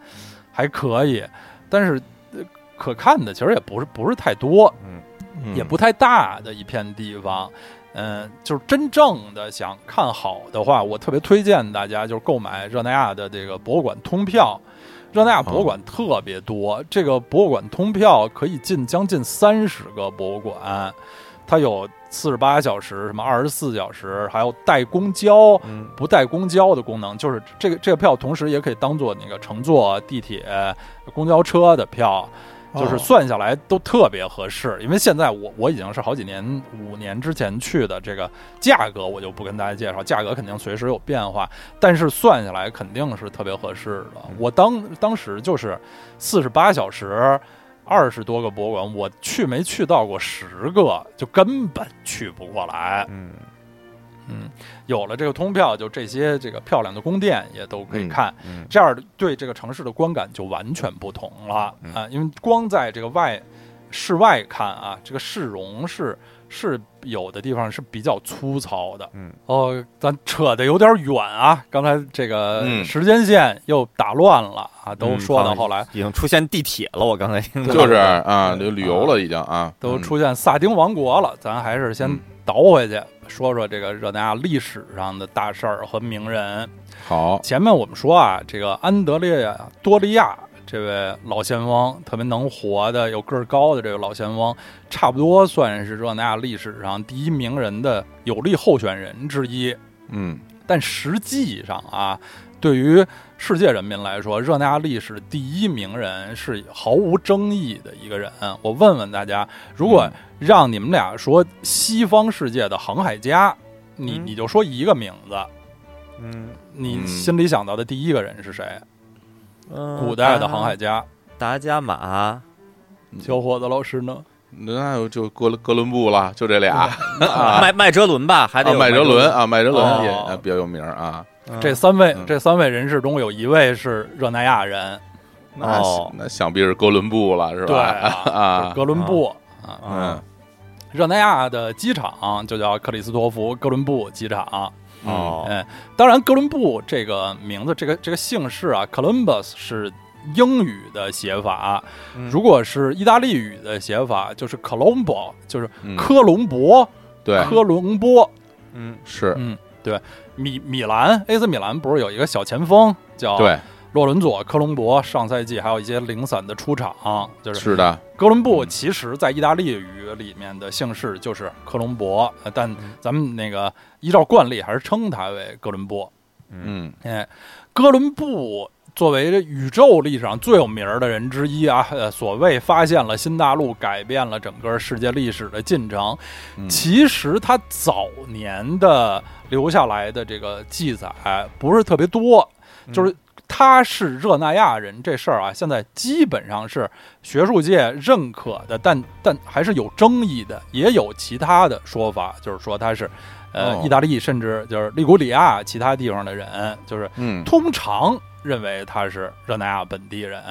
Speaker 3: 还可以，但是。呃可看的其实也不是不是太多，
Speaker 1: 嗯
Speaker 3: 也不太大的一片地方。嗯，就是真正的想看好的话，我特别推荐大家就是购买热那亚的这个博物馆通票。热那亚博物馆特别多，这个博物馆通票可以进将近三十个博物馆，它有四十八小时、什么二十四小时，还有带公交、
Speaker 4: 嗯
Speaker 3: 不带公交的功能，就是这个这个票同时也可以当做那个乘坐地铁、公交车的票。就是
Speaker 4: 哦
Speaker 3: 算下来都特别合适，因为现在我我已经是好几年五年之前去的，这个价格我就不跟大家介绍，价格肯定随时有变化，但是算下来肯定是特别合适的。我当当时就是四十八小时，二十多个博物馆，我去没去到过十个，就根本去不过来。
Speaker 4: 嗯
Speaker 3: 嗯，有了这个通票，就这些这个漂亮的宫殿也都可以
Speaker 1: 嗯
Speaker 3: 看。
Speaker 4: 嗯
Speaker 3: 这样对这个城市的观感就完全不同了
Speaker 4: 嗯
Speaker 3: 啊！因为光在这个外室外看啊，这个市容是是有的地方是比较粗糙的。
Speaker 4: 嗯，
Speaker 3: 哦，咱扯的有点远啊，刚才这个
Speaker 1: 嗯
Speaker 3: 时间线又打乱了啊，都
Speaker 2: 嗯
Speaker 3: 说到
Speaker 2: 好
Speaker 3: 后来
Speaker 2: 已经出现地铁了，我刚才
Speaker 3: *laughs*
Speaker 2: 听到
Speaker 1: 就是啊，就旅游了已经啊，
Speaker 3: 都
Speaker 1: 嗯
Speaker 3: 出现萨丁王国了，咱还是先
Speaker 1: 嗯
Speaker 3: 倒回去说说这个热那亚历史上的大事儿和名人。
Speaker 1: 好，
Speaker 3: 前面我们说啊，这个安德烈亚多利亚这位老先锋，特别能活的、有个儿高的这个老先锋，差不多算是热那亚历史上第一名人的有力候选人之一。
Speaker 1: 嗯
Speaker 3: 但实际上啊，对于世界人民来说，热那亚历史第一名人是毫无争议的一个人。我问问大家，如果让你们俩说西方世界的航海家，你
Speaker 4: 嗯
Speaker 3: 你就说一个名字，
Speaker 4: 嗯，
Speaker 3: 你
Speaker 1: 嗯
Speaker 3: 心里想到的第一个人是谁？
Speaker 2: 嗯
Speaker 3: 古代的航海啊家，
Speaker 2: 达伽马，
Speaker 4: 嗯
Speaker 3: 小伙子老师呢？
Speaker 1: 嗯那就就哥伦哥伦布了，就这俩，啊
Speaker 2: 麦麦哲伦吧，还得
Speaker 1: 啊，
Speaker 2: 有
Speaker 1: 麦哲伦
Speaker 2: 伦，
Speaker 1: 啊，麦哲伦也
Speaker 3: 哦
Speaker 1: 呃比较有名儿啊。
Speaker 4: 嗯
Speaker 3: 这三位
Speaker 1: 嗯
Speaker 3: 这三位人士中有一位是热那亚人，
Speaker 1: 那
Speaker 2: 哦
Speaker 1: 啊那想必是哥伦布了，是
Speaker 3: 对
Speaker 1: 吧？ *laughs*
Speaker 3: 啊，
Speaker 1: 啊
Speaker 3: 是哥伦布啊。
Speaker 1: 嗯
Speaker 2: 啊，
Speaker 3: 热那亚的机场就叫克里斯托弗·哥伦布机场。
Speaker 1: 嗯
Speaker 2: 哦，
Speaker 3: 哎，当然，哥伦布这个名字，这个这个姓氏啊，Columbus 是英语的写法，
Speaker 4: 嗯
Speaker 3: 如果是意大利语的写法，就是 Colombo，就是
Speaker 1: 嗯
Speaker 3: 科隆博、
Speaker 1: 对，
Speaker 3: 科隆波。
Speaker 4: 嗯
Speaker 1: 是，
Speaker 3: 嗯，对，米米兰，AC 米兰不是有一个小前锋叫
Speaker 1: 对，
Speaker 3: 洛伦佐·科隆博上赛季还有一些零散的出场，就是
Speaker 1: 是嗯的，
Speaker 3: 哥伦布其实在意大利语里面的姓氏就是科隆博，呃但
Speaker 1: 嗯
Speaker 3: 咱们那个依照惯例还是称他为哥伦布。
Speaker 1: 嗯
Speaker 3: 哎，哥伦布作为这宇宙历史上最有名儿的人之一啊，呃，所谓发现了新大陆，改变了整个世界历史的进程，
Speaker 1: 嗯
Speaker 3: 其实他早年的留下来的这个记载不是特别多，
Speaker 1: 嗯
Speaker 3: 就是他是热那亚人这事儿啊，现在基本上是学术界认可的，但但还是有争议的，也有其他的说法，就是说他是。呃，
Speaker 1: 哦
Speaker 3: 意大利甚至就是利古里亚其他地方的人，就是
Speaker 1: 嗯，
Speaker 3: 通常认为他是热那亚本地人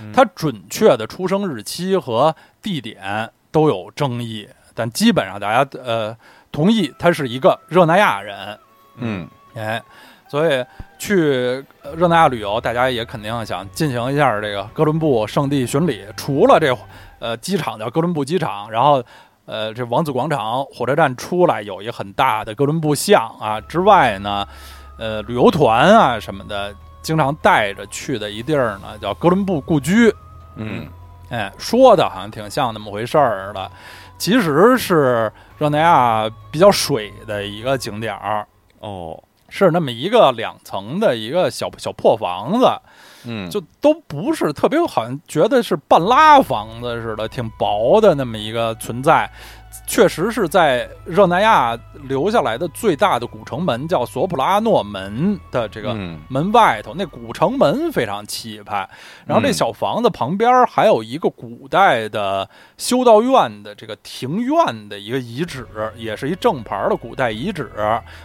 Speaker 4: 嗯，
Speaker 3: 他准确的出生日期和地点都有争议，但基本上大家呃同意他是一个热那亚人，
Speaker 1: 嗯
Speaker 3: 哎，所以去呃热那亚旅游，大家也肯定想进行一下这个哥伦布圣地巡礼。除了这呃机场叫哥伦布机场，然后呃这王子广场火车站出来有一很大的哥伦布像啊之外呢，呃旅游团啊什么的经常带着去的一地儿呢叫哥伦布故居。
Speaker 1: 嗯
Speaker 3: 哎，说的好像挺像那么回事儿的，其实是热那亚比较水的一个景点儿。
Speaker 2: 哦，
Speaker 3: 是那么一个两层的一个小小破房子，
Speaker 1: 嗯，
Speaker 3: 就都不是特别，好像觉得是半拉房子似的，挺薄的那么一个存在。确实是在热那亚留下来的最大的古城门，叫索普拉诺门的这
Speaker 1: 这
Speaker 3: 个
Speaker 1: 嗯
Speaker 3: 门外头，那古城门非常气派。然后这
Speaker 1: 嗯
Speaker 3: 小房子旁边还有一个古代的修道院的这个庭院的一个遗址，也是一正牌的古代遗址。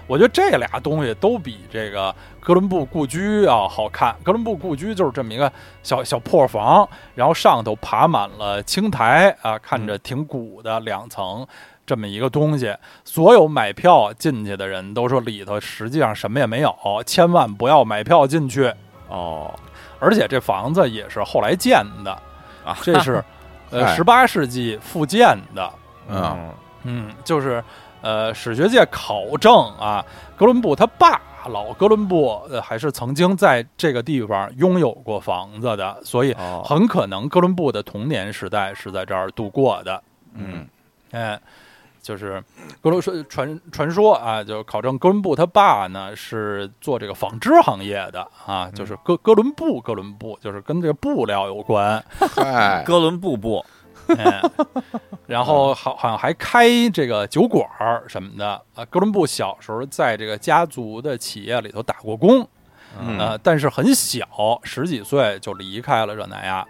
Speaker 3: 我觉得这俩东西都比这个哥伦布故居要好看。哥伦布故居就是这么一个小小破房，然后上头爬满了青苔啊，看着挺古的两层。这么一个东西，所有买票进去的人都说里头实际上什么也没有，千万不要买票进去。
Speaker 2: 哦，
Speaker 3: 而且这房子也是后来建的，
Speaker 2: 啊
Speaker 3: 这是呃
Speaker 1: 嗨
Speaker 3: 十八世纪复建的，嗯
Speaker 1: 啊
Speaker 2: 哦
Speaker 3: 嗯，就是呃史学界考证啊，哥伦布他爸老哥伦布呃还是曾经在这个地方拥有过房子的，所以
Speaker 2: 哦
Speaker 3: 很可能哥伦布的童年时代是在这儿度过的。
Speaker 1: 嗯
Speaker 3: 哎，就是哥伦说传传说啊，就考证哥伦布他爸呢是做这个纺织行业的啊，就是哥哥伦布哥伦布就是跟这个布料有关， *laughs*
Speaker 1: 嗨，
Speaker 2: 哥伦布布
Speaker 3: 哎、然后好好像还开这个酒馆儿什么的啊。哥伦布小时候在这个家族的企业里头打过工，
Speaker 1: 嗯
Speaker 3: 呃，但是很小，十几岁就离开了热那亚。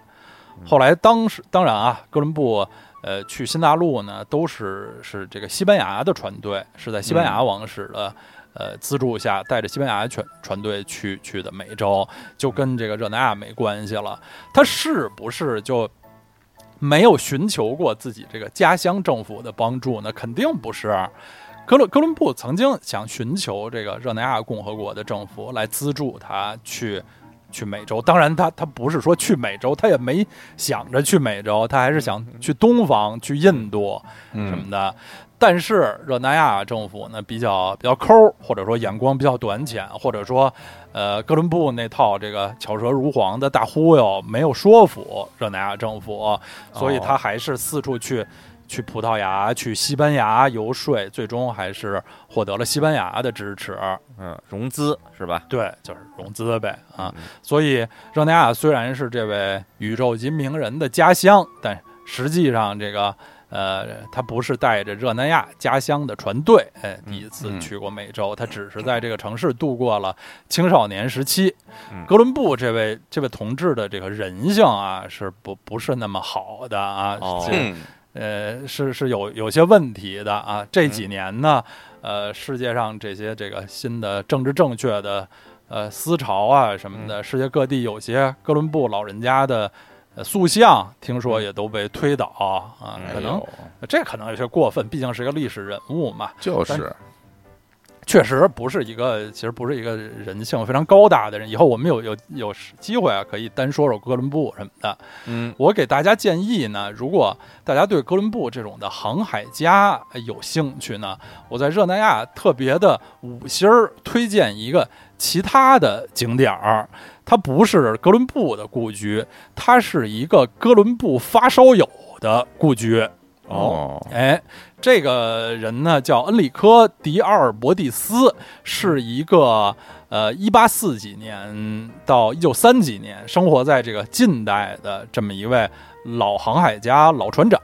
Speaker 3: 后来当时当然啊，哥伦布呃去新大陆呢，都是是这个西班牙的船队，是在西班牙王室的。呃，资助下带着西班牙船船队去去的美洲，就跟这个热那亚没关系了。他是不是就没有寻求过自己这个家乡政府的帮助呢？肯定不是。哥伦哥伦布曾经想寻求这个热那亚共和国的政府来资助他去去美洲，当然他他不是说去美洲，他也没想着去美洲，他还是想去东方、去印度什
Speaker 1: 嗯
Speaker 3: 么的。但是热那亚政府呢比较比较抠儿，或者说眼光比较短浅，或者说呃哥伦布那套这个巧舌如簧的大忽悠没有说服热那亚政府，所以他还是四处去。去葡萄牙、去西班牙游说，最终还是获得了西班牙的支持。
Speaker 2: 嗯融资是吧？
Speaker 3: 对，就是融资呗啊。
Speaker 2: 嗯
Speaker 3: 所以热那亚虽然是这位宇宙级名人的家乡，但实际上这个呃，他不是带着热那亚家乡的船队，哎，第一
Speaker 2: 嗯
Speaker 3: 次去过美洲，他只是在这个城市度过了青少年时期。
Speaker 2: 嗯
Speaker 3: 哥伦布这位这位同志的这个人性啊，是不不是那么好的啊？
Speaker 2: 哦
Speaker 3: 这
Speaker 1: 嗯
Speaker 3: 呃，是是有有些问题的啊。这几年呢，呃，世界上这些这个新的政治正确的呃思潮啊什么
Speaker 1: 嗯
Speaker 3: 的，世界各地有些哥伦布老人家的。呃塑像听说也都被推倒啊，
Speaker 1: 嗯哎呦
Speaker 3: 可能这可能有些过分，毕竟是个历史人物嘛，
Speaker 1: 就是
Speaker 3: 确实不是一个，其实不是一个人性非常高大的人。以后我们有有有机会啊，可以单说说哥伦布什么的。
Speaker 1: 嗯
Speaker 3: 我给大家建议呢，如果大家对哥伦布这种的航海家呃有兴趣呢，我在热那亚特别的五星儿推荐一个其他的景点儿，它不是哥伦布的故居，它是一个哥伦布发烧友的故居。
Speaker 1: 哦
Speaker 3: 哎，这个人呢叫恩里科·迪奥尔伯蒂斯，是一个呃一八四几年到一九三几年生活在这个近代的这么一位老航海家、老船长。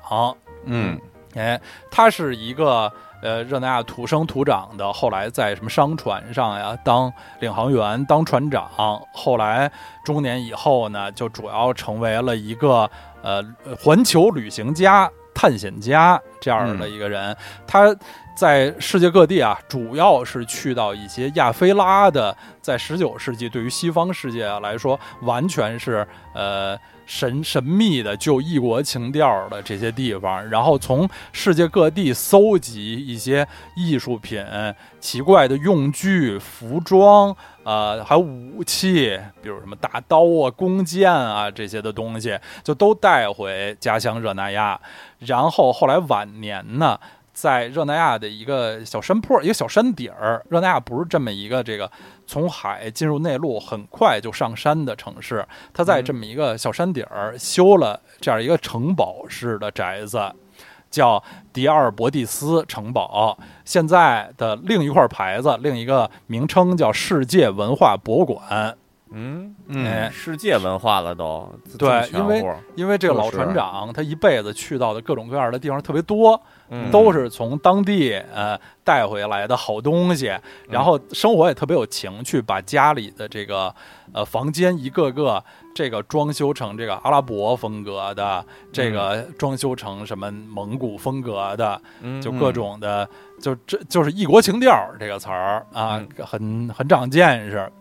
Speaker 1: 嗯
Speaker 3: 哎，他是一个呃热那亚土生土长的，后来在什么商船上呀当领航员、当船长，后来中年以后呢，就主要成为了一个呃环球旅行家、探险家这样的一个人。他在世界各地啊，主要是去到一些亚非拉的，在十九世纪对于西方世界来说，完全是呃神神秘的、具有异国情调的这些地方，然后从世界各地搜集一些艺术品、奇怪的用具、服装，呃，还有武器，比如什么大刀啊、弓箭啊这些的东西，就都带回家乡热那亚。然后后来晚年呢，在热那亚的一个小山坡、一个小山顶儿，热那亚不是这么一个这个从海进入内陆很快就上山的城市，它在这么一个小山顶儿修了这样一个城堡式的宅子。叫迪尔伯蒂斯城堡，现在的另一块牌子，另一个名称叫世界文化博物馆。
Speaker 2: 嗯，
Speaker 1: 嗯
Speaker 3: 哎
Speaker 2: 世界文化了都，这
Speaker 3: 对
Speaker 2: 这么全
Speaker 3: 因为
Speaker 2: 乎儿
Speaker 3: 因为这个老
Speaker 1: 就是
Speaker 3: 船长他一辈子去到的各种各样的地方特别多，
Speaker 1: 嗯
Speaker 3: 都是从当地呃带回来的好东西，然后生活也特别有情趣，把家里的这个呃房间一个个这个装修成这个阿拉伯风格的，这个装修成什么蒙古风格的，
Speaker 1: 嗯
Speaker 3: 就各种的，就这就是异国情调儿这个词儿啊，很很长见识。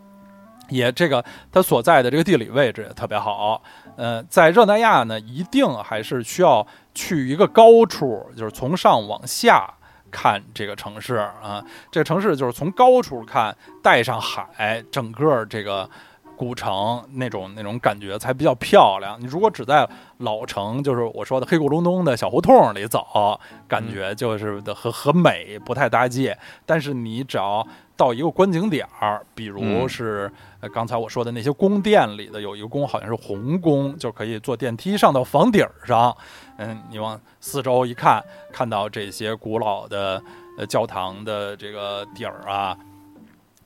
Speaker 3: 也这个它所在的这个地理位置也特别好，呃，在热那亚呢，一定还是需要去一个高处，就是从上往下看这个城市啊。这个城市就是从高处看，带上海，整个这个古城那种那种感觉才比较漂亮。你如果只在老城，就是我说的黑咕隆咚的小胡同里走，感觉就是的和和美不太搭界。但是你只要到一个观景点儿，比如
Speaker 1: 嗯
Speaker 3: 是呃刚才我说的那些宫殿里的，有一个宫好像是红宫，就可以坐电梯上到房顶儿上。嗯，你往四周一看，看到这些古老的呃教堂的这个底儿啊，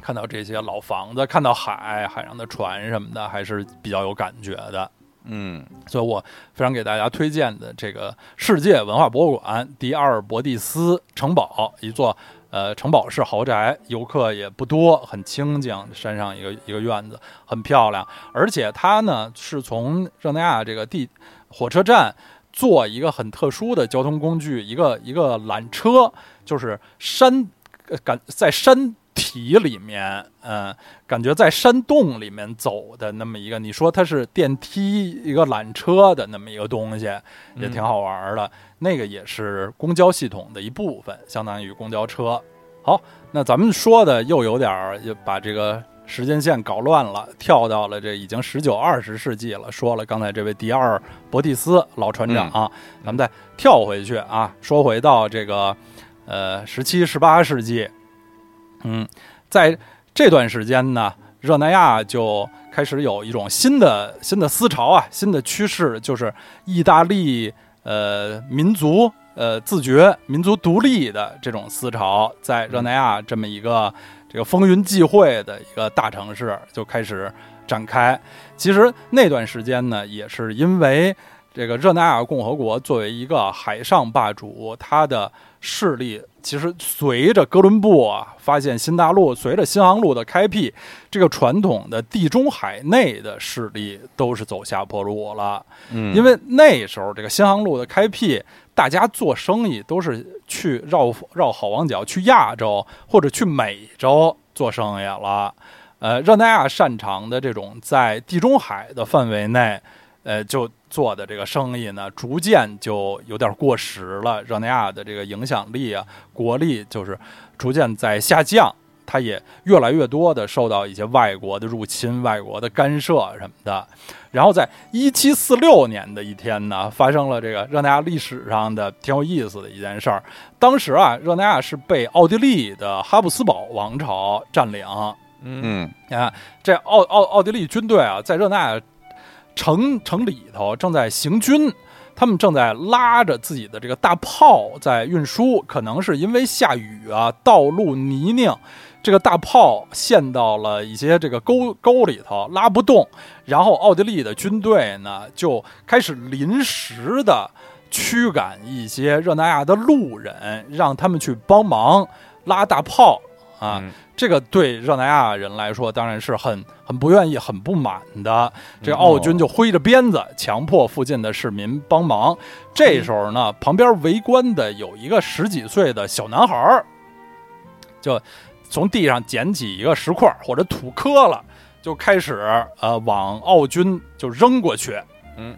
Speaker 3: 看到这些老房子，看到海、海上的船什么的，还是比较有感觉的。
Speaker 1: 嗯，
Speaker 3: 所以我非常给大家推荐的这个世界文化博物馆第二伯蒂斯城堡，一座呃城堡式豪宅，游客也不多，很清静，山上一个一个院子，很漂亮。而且它呢是从热那亚这个地火车站坐一个很特殊的交通工具，一个一个缆车，就是山呃感在山。体里面，嗯、感觉在山洞里面走的那么一个，你说它是电梯一个缆车的那么一个东西，也挺好玩儿的。那个也是公交系统的一部分，相当于公交车。好，那咱们说的又有点儿就把这个时间线搞乱了，跳到了这已经十九二十世纪了。说了刚才这位迪二伯蒂斯老船长、啊，咱们再跳回去啊，说回到这个呃十七十八世纪，嗯，在这段时间呢，热那亚就开始有一种新的新的思潮啊，新的趋势，就是意大利呃民族呃自觉、民族独立的这种思潮，在热那亚这么一个这个风云际会的一个大城市就开始展开。其实那段时间呢，也是因为这个热那亚共和国作为一个海上霸主，它的势力其实随着哥伦布啊发现新大陆，随着新航路的开辟，这个传统的地中海内的势力都是走下坡路了。
Speaker 1: 嗯
Speaker 3: 因为那时候这个新航路的开辟，大家做生意都是去绕绕好望角，去亚洲或者去美洲做生意了。呃，热那亚擅长的这种在地中海的范围内，呃，就做的这个生意呢，逐渐就有点过时了。热那亚的这个影响力啊，国力就是逐渐在下降。它也越来越多的受到一些外国的入侵、外国的干涉什么的，然后在一七四六年的一天呢，发生了这个热那亚历史上的挺有意思的一件事儿。当时啊，热那亚是被奥地利的哈布斯堡王朝占领。
Speaker 1: 嗯
Speaker 3: 啊，这奥奥奥地利军队啊，在热那亚城城里头正在行军，他们正在拉着自己的这个大炮在运输，可能是因为下雨啊，道路泥泞，这个大炮陷到了一些这个沟沟里头，拉不动。然后奥地利的军队呢，就开始临时的驱赶一些热那亚的路人，让他们去帮忙拉大炮啊。
Speaker 1: 嗯
Speaker 3: 这个对热那亚人来说，当然是很很不愿意、很不满的。
Speaker 1: 嗯
Speaker 3: 这个奥军就挥着鞭子，强迫附近的市民帮忙。这时候
Speaker 1: 嗯
Speaker 3: 呢，旁边围观的有一个十几岁的小男孩儿，就从地上捡起一个石块儿或者土坷了，就开始呃往奥军就扔过去。
Speaker 1: 嗯，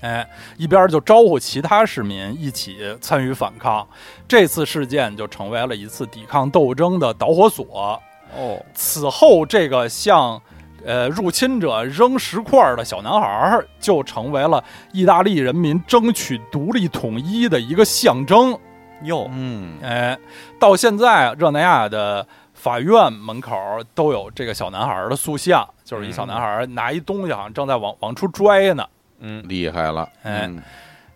Speaker 3: 哎，一边就招呼其他市民一起参与反抗。这次事件就成为了一次抵抗斗争的导火索。
Speaker 1: 哦，
Speaker 3: 此后，这个向呃入侵者扔石块儿的小男孩儿，就成为了意大利人民争取独立统一的一个象征。
Speaker 2: 哟，
Speaker 1: 嗯
Speaker 3: 哎，到现在啊热那亚的法院门口都有这个小男孩儿的塑像，就是一小男孩儿拿一东西，好像正在往往出拽呢。
Speaker 1: 嗯，厉害了，
Speaker 3: 哎
Speaker 1: 嗯，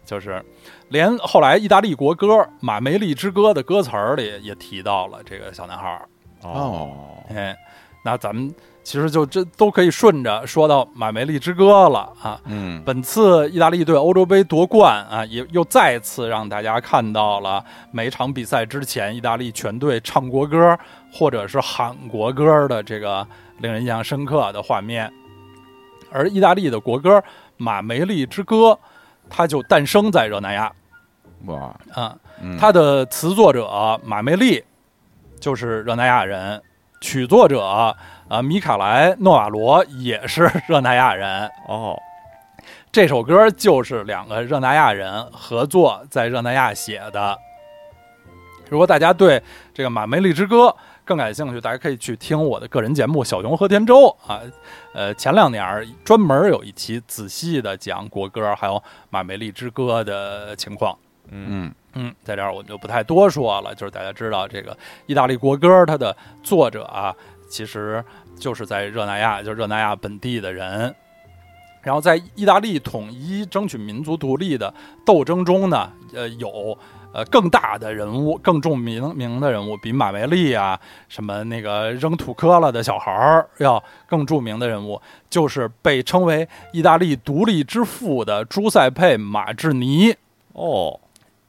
Speaker 3: 就是连后来意大利国歌《马梅利之歌》的歌词儿里也提到了这个小男孩
Speaker 2: 嗯
Speaker 3: 儿。
Speaker 1: 哦，
Speaker 3: 哎，那咱们其实就这都可以顺着说到《马梅利之歌》了啊。
Speaker 1: 嗯
Speaker 3: 本次意大利队欧洲杯夺冠啊，也又再次让大家看到了啊每场比赛之前，意大利全队唱国歌或者是喊国歌的这个令人印象深刻的画面。而意大利的国歌《马梅利之歌》，它就诞生在热那亚
Speaker 1: 哇，
Speaker 3: 啊。
Speaker 1: 嗯
Speaker 3: 它的词作者马梅利就是热那亚人，曲作者啊、米卡莱诺瓦罗也是热那亚人。 *laughs*
Speaker 2: 哦，
Speaker 3: 这首歌就是两个热那亚人合作在热那亚写的。如果大家对这个《马梅利之歌》更感兴趣，大家可以去听我的个人节目《小熊喝甜粥》啊。呃，前两年儿专门有一期仔细的讲国歌还有马梅利之歌的情况。
Speaker 1: 嗯
Speaker 3: 嗯，在这儿我们就不太多说了，就是大家知道这个意大利国歌，它的作者啊，其实就是在热那亚，就是热那亚本地的人。然后在意大利统一、争取民族独立的斗争中呢，呃，有呃更大的人物、更著名名的人物，比马维利啊，什么那个扔土坷了的小孩儿要更著名的人物，就是被称为意大利独立之父的朱塞佩·马志尼。
Speaker 2: 哦，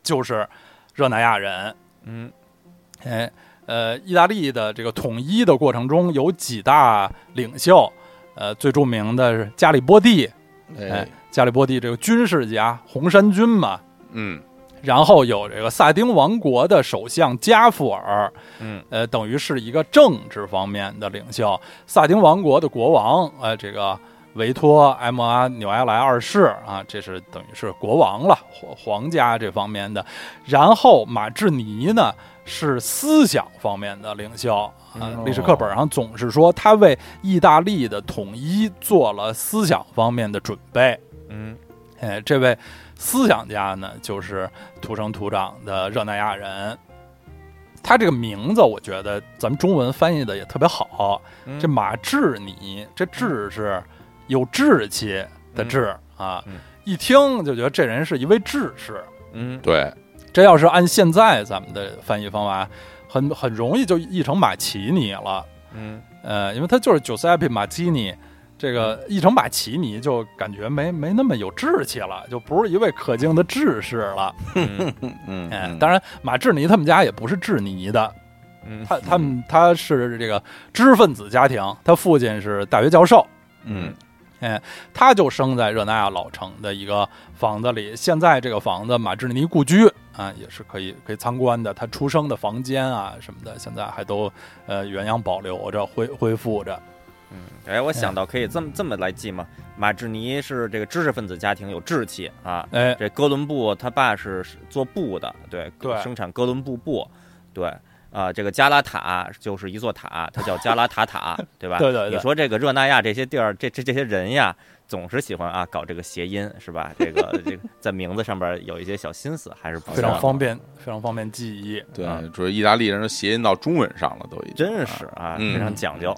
Speaker 3: 就是热那亚人。
Speaker 2: 嗯，
Speaker 3: 哎，呃，意大利的这个统一的过程中有几大领袖，呃，最著名的是加里波第，哎
Speaker 1: 哎，
Speaker 3: 加里波第这个军事家，红衫军嘛。
Speaker 1: 嗯
Speaker 3: 然后有这个萨丁王国的首相加富尔，
Speaker 2: 嗯，
Speaker 3: 呃，等于是一个政治方面的领袖。萨丁王国的国王，呃，这个维托埃莫阿纽埃莱二世啊，这是等于是国王了，皇皇家这方面的。然后马志尼呢是思想方面的领袖啊
Speaker 1: 嗯，
Speaker 3: 历史课本上总是说他为意大利的统一做了思想方面的准备。
Speaker 2: 嗯，
Speaker 3: 哎，这位思想家呢，就是土生土长的热那亚人。他这个名字，我觉得咱们中文翻译的也特别好。
Speaker 2: 嗯
Speaker 3: 这马志尼，这志是有志气的志、啊
Speaker 2: 嗯，
Speaker 3: 一听就觉得这人是一位志士。
Speaker 2: 嗯，
Speaker 1: 对，
Speaker 3: 这要是按现在咱们的翻译方法，很很容易就译成马奇尼了。
Speaker 2: 嗯，
Speaker 3: 呃，因为他就是 Giuseppe 马基尼，这
Speaker 1: 嗯
Speaker 3: 个译成马奇尼就感觉没没那么有志气了，就不是一位可敬的志士了。
Speaker 2: 嗯
Speaker 1: 嗯
Speaker 3: 哎，当然马志尼他们家也不是志
Speaker 1: *laughs*
Speaker 3: 尼的，
Speaker 2: 嗯
Speaker 3: 他他们他是这个知识分子家庭，他父亲是大学教授，
Speaker 1: 嗯
Speaker 3: 他就生在热那亚老城的一个房子里。现在这个房子马志尼故居啊，也是可以可以参观的。他出生的房间啊什么的，现在还都呃原样保留着，恢恢复着。
Speaker 2: 哎，我
Speaker 3: 嗯
Speaker 2: 想到可以这么这么来记嘛，马志尼是这个知识分子家庭，有志气啊。
Speaker 3: 哎，
Speaker 2: 这哥伦布他爸是是做布的，对，
Speaker 3: 对
Speaker 2: 生产哥伦布布，对。啊、这个加拉塔就是一座塔，它叫加拉塔
Speaker 3: *laughs*
Speaker 2: 塔，对吧？
Speaker 3: 对对对
Speaker 2: 你说这个热那亚这些地儿，这这这些人呀，总是喜欢啊搞这个谐音，是吧？这个这个在名字上边有一些小心思，还是不
Speaker 3: 非常
Speaker 2: 错
Speaker 3: 方便，非常方便记忆。
Speaker 1: 对
Speaker 2: 啊，
Speaker 1: 主要意大利人都谐音到中文上了，都已经
Speaker 2: 真是啊，
Speaker 1: 嗯
Speaker 2: 非常讲究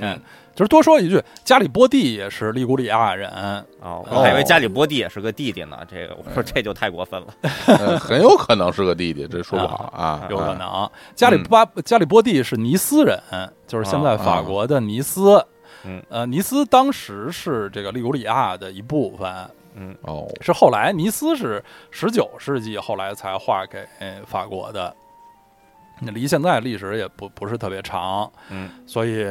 Speaker 3: 嗯，就是多说一句，加里波第也是利古里亚人，
Speaker 2: 哦。
Speaker 3: 嗯
Speaker 1: 哦
Speaker 2: 我还以为加里波第也是个弟弟呢，这个我说这就太过分了。
Speaker 1: 呃很有可能是个弟弟，这说不好啊，
Speaker 3: 有可
Speaker 1: 啊。
Speaker 3: 能。加里巴、加里波第是尼斯人，就是现在法国的尼斯。
Speaker 2: 嗯
Speaker 3: 呃，尼斯当时是这个利古里亚的一部分，
Speaker 1: 哦，
Speaker 3: 是后来尼斯是十九世纪后来才划给呃法国的，那离现在历史也不不是特别长，
Speaker 2: 嗯，
Speaker 3: 所以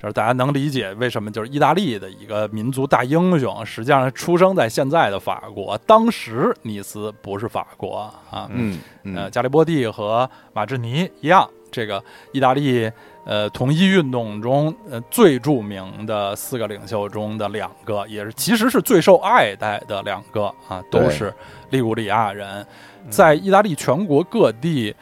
Speaker 3: 就是大家能理解为什么就是意大利的一个民族大英雄，实际上出生在现在的法国，当时尼斯不是法国啊，
Speaker 1: 嗯
Speaker 3: 呃，
Speaker 1: 嗯
Speaker 3: 加利波第和马志尼一样，这个意大利呃统一运动中呃最著名的四个领袖中的两个，也是其实是最受爱戴的两个啊，都
Speaker 1: 对
Speaker 3: 是利古里亚人，
Speaker 1: 嗯
Speaker 3: 在意大利全国各地。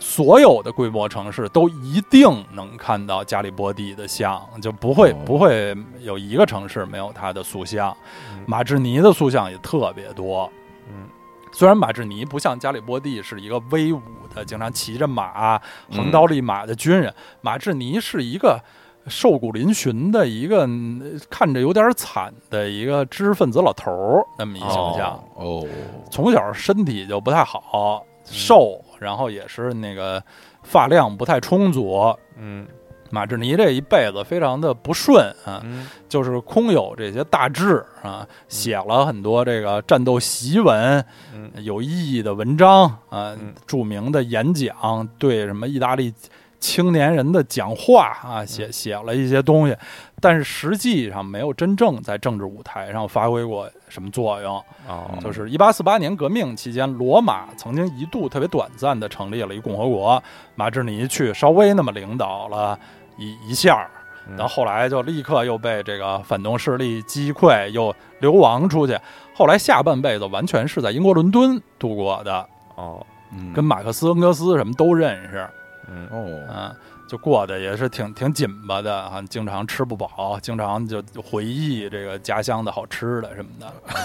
Speaker 3: 所有的规模城市都一定能看到加利波第的像，就不会
Speaker 1: 哦
Speaker 3: 不会有一个城市没有他的塑像
Speaker 2: 嗯。
Speaker 3: 马志尼的塑像也特别多，
Speaker 1: 嗯
Speaker 3: 虽然马志尼不像加里波第是一个威武的、经常骑着马、
Speaker 1: 嗯
Speaker 3: 横刀立马的军人，马志尼是一个瘦骨嶙峋的一个嗯看着有点惨的一个知识分子老头儿那么一形象。
Speaker 1: 哦，
Speaker 3: 从小身体就不太好，瘦，
Speaker 2: 嗯
Speaker 3: 然后也是那个发量不太充足。
Speaker 2: 嗯
Speaker 3: 马志尼这一辈子非常的不顺啊，
Speaker 2: 嗯
Speaker 3: 就是空有这些大志啊，写了很多这个战斗檄文、
Speaker 2: 嗯
Speaker 3: 有意义的文章啊
Speaker 2: 嗯，
Speaker 3: 著名的演讲，对什么意大利青年人的讲话
Speaker 2: 嗯
Speaker 3: 啊，写写了一些东西，但是实际上没有真正在政治舞台上发挥过什么作用。
Speaker 2: 哦
Speaker 3: 嗯就是一八四八年革命期间，罗马曾经一度特别短暂的成立了一共和国，马志尼去稍微那么领导了一一下儿，
Speaker 2: 嗯
Speaker 3: 然后后来就立刻又被这个反动势力击溃，又流亡出去。后来下半辈子完全是在英国伦敦度过的，
Speaker 2: 哦
Speaker 1: 嗯
Speaker 3: 跟马克思、恩格斯什么都认识。
Speaker 2: 嗯，
Speaker 1: 哦，
Speaker 3: 嗯，就过得也是挺挺紧巴的啊，经常吃不饱，经常就回忆这个家乡的好吃的什么的，
Speaker 1: 哎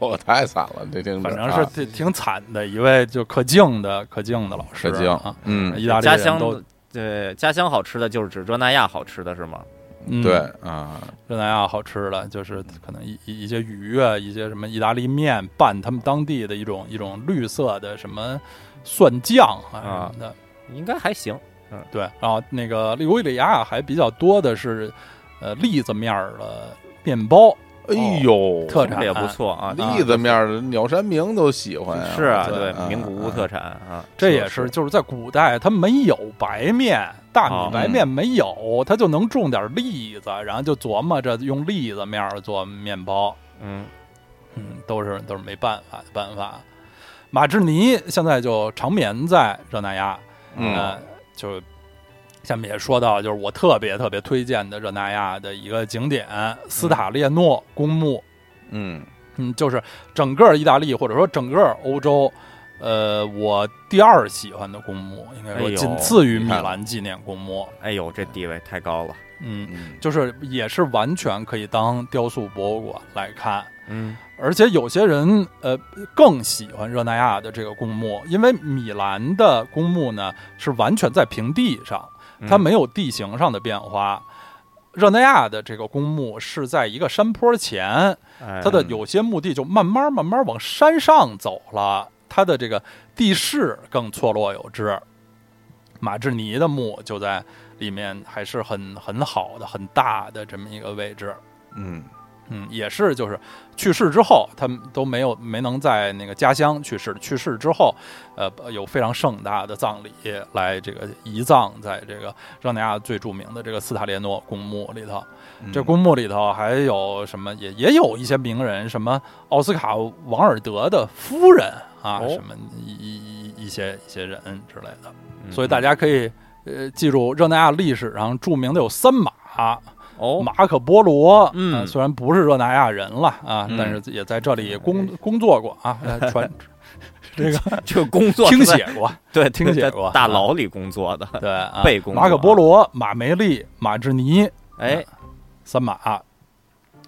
Speaker 1: 呦，太惨了，这听着啊
Speaker 3: 反正是挺挺惨的一位就可敬的可敬的老师
Speaker 1: 可
Speaker 3: 啊，
Speaker 1: 敬，嗯，
Speaker 3: 意大利
Speaker 2: 家
Speaker 3: 人
Speaker 2: 乡
Speaker 3: 都
Speaker 2: 对家乡好吃的就是指热那亚好吃的是吗？
Speaker 3: 嗯
Speaker 1: 对啊，
Speaker 3: 热那亚好吃的，就是可能一一一些鱼啊，一些什么意大利面拌他们当地的一种一种绿色的什么蒜酱啊
Speaker 2: 啊
Speaker 3: 什么的。
Speaker 2: 应该还行。
Speaker 3: 对，然后那个利维里亚还比较多的是呃栗子面儿的面包，
Speaker 1: 哎呦，
Speaker 3: 特
Speaker 2: 这也不错啊，
Speaker 3: 啊
Speaker 1: 栗子面儿鸟山明都喜欢呀，
Speaker 2: 是啊，
Speaker 1: 我操
Speaker 2: 对，
Speaker 1: 啊
Speaker 2: 名古屋
Speaker 1: 啊
Speaker 2: 特产啊，
Speaker 3: 这也
Speaker 1: 是
Speaker 3: 是就是在古代它没有白面。大
Speaker 1: 啊
Speaker 2: 哦
Speaker 3: 米白面没有，它就能种点栗子，然后就琢磨着用栗子面儿做面包。
Speaker 2: 嗯，
Speaker 3: 嗯，都是都是没办法的办法。马志尼现在就长眠在热那亚，
Speaker 1: 嗯
Speaker 3: 呃，就下面也说到，就是我特别特别推荐的热那亚的一个景点——斯塔列诺公墓。
Speaker 1: 嗯
Speaker 3: 嗯，就是整个意大利或者说整个欧洲，呃，我第二喜欢的公墓，应该
Speaker 2: 哎
Speaker 3: 说
Speaker 2: 呦
Speaker 3: 仅次于
Speaker 1: 你
Speaker 3: 米
Speaker 1: 看
Speaker 3: 兰纪念公墓。
Speaker 2: 哎呦，这地位太高了，
Speaker 3: 嗯，
Speaker 1: 嗯，
Speaker 3: 就是也是完全可以当雕塑博物馆来看。
Speaker 2: 嗯，
Speaker 3: 而且有些人呃更喜欢热那亚的这个公墓，因为米兰的公墓呢是完全在平地上，它没有地形上的变化。热那亚的这个公墓是在一个山坡前，
Speaker 2: 它
Speaker 3: 它的有些墓地就慢慢慢慢往山上走了，它的这个地势更错落有致。马志尼的墓就在里面，还是很很好的、很大的这么一个位置。
Speaker 1: 嗯
Speaker 3: 嗯，也是，就是去世之后，他们都没有没能在那个家乡去世。去世之后，呃，有非常盛大的葬礼来这个遗葬在这个热那亚最著名的这个斯塔列诺公墓里头。
Speaker 1: 嗯，
Speaker 3: 这公墓里头还有什么？也也有一些名人，什么奥斯卡·王尔德的夫人啊，
Speaker 2: 哦
Speaker 3: 什么一一一一些一些人之类的。所以大家可以呃记住，热那亚历史上著名的有三马。
Speaker 2: 哦，
Speaker 3: 马可波罗，
Speaker 2: 嗯
Speaker 3: 呃虽然不是热那亚人了啊，
Speaker 1: 嗯
Speaker 3: 但是也在这里工工作过
Speaker 2: *laughs*
Speaker 3: 啊，呃传 *laughs* 这个
Speaker 2: 这个工作
Speaker 3: 听
Speaker 2: 是在
Speaker 3: 写
Speaker 2: *laughs*
Speaker 3: 过，
Speaker 2: 对
Speaker 3: 听
Speaker 2: 在
Speaker 3: 写过
Speaker 2: 大
Speaker 3: 啊
Speaker 2: 牢里工作的，
Speaker 3: 对啊，
Speaker 2: 被工作
Speaker 3: 马可波罗、马梅利、马志尼
Speaker 2: 哎，
Speaker 3: 三马，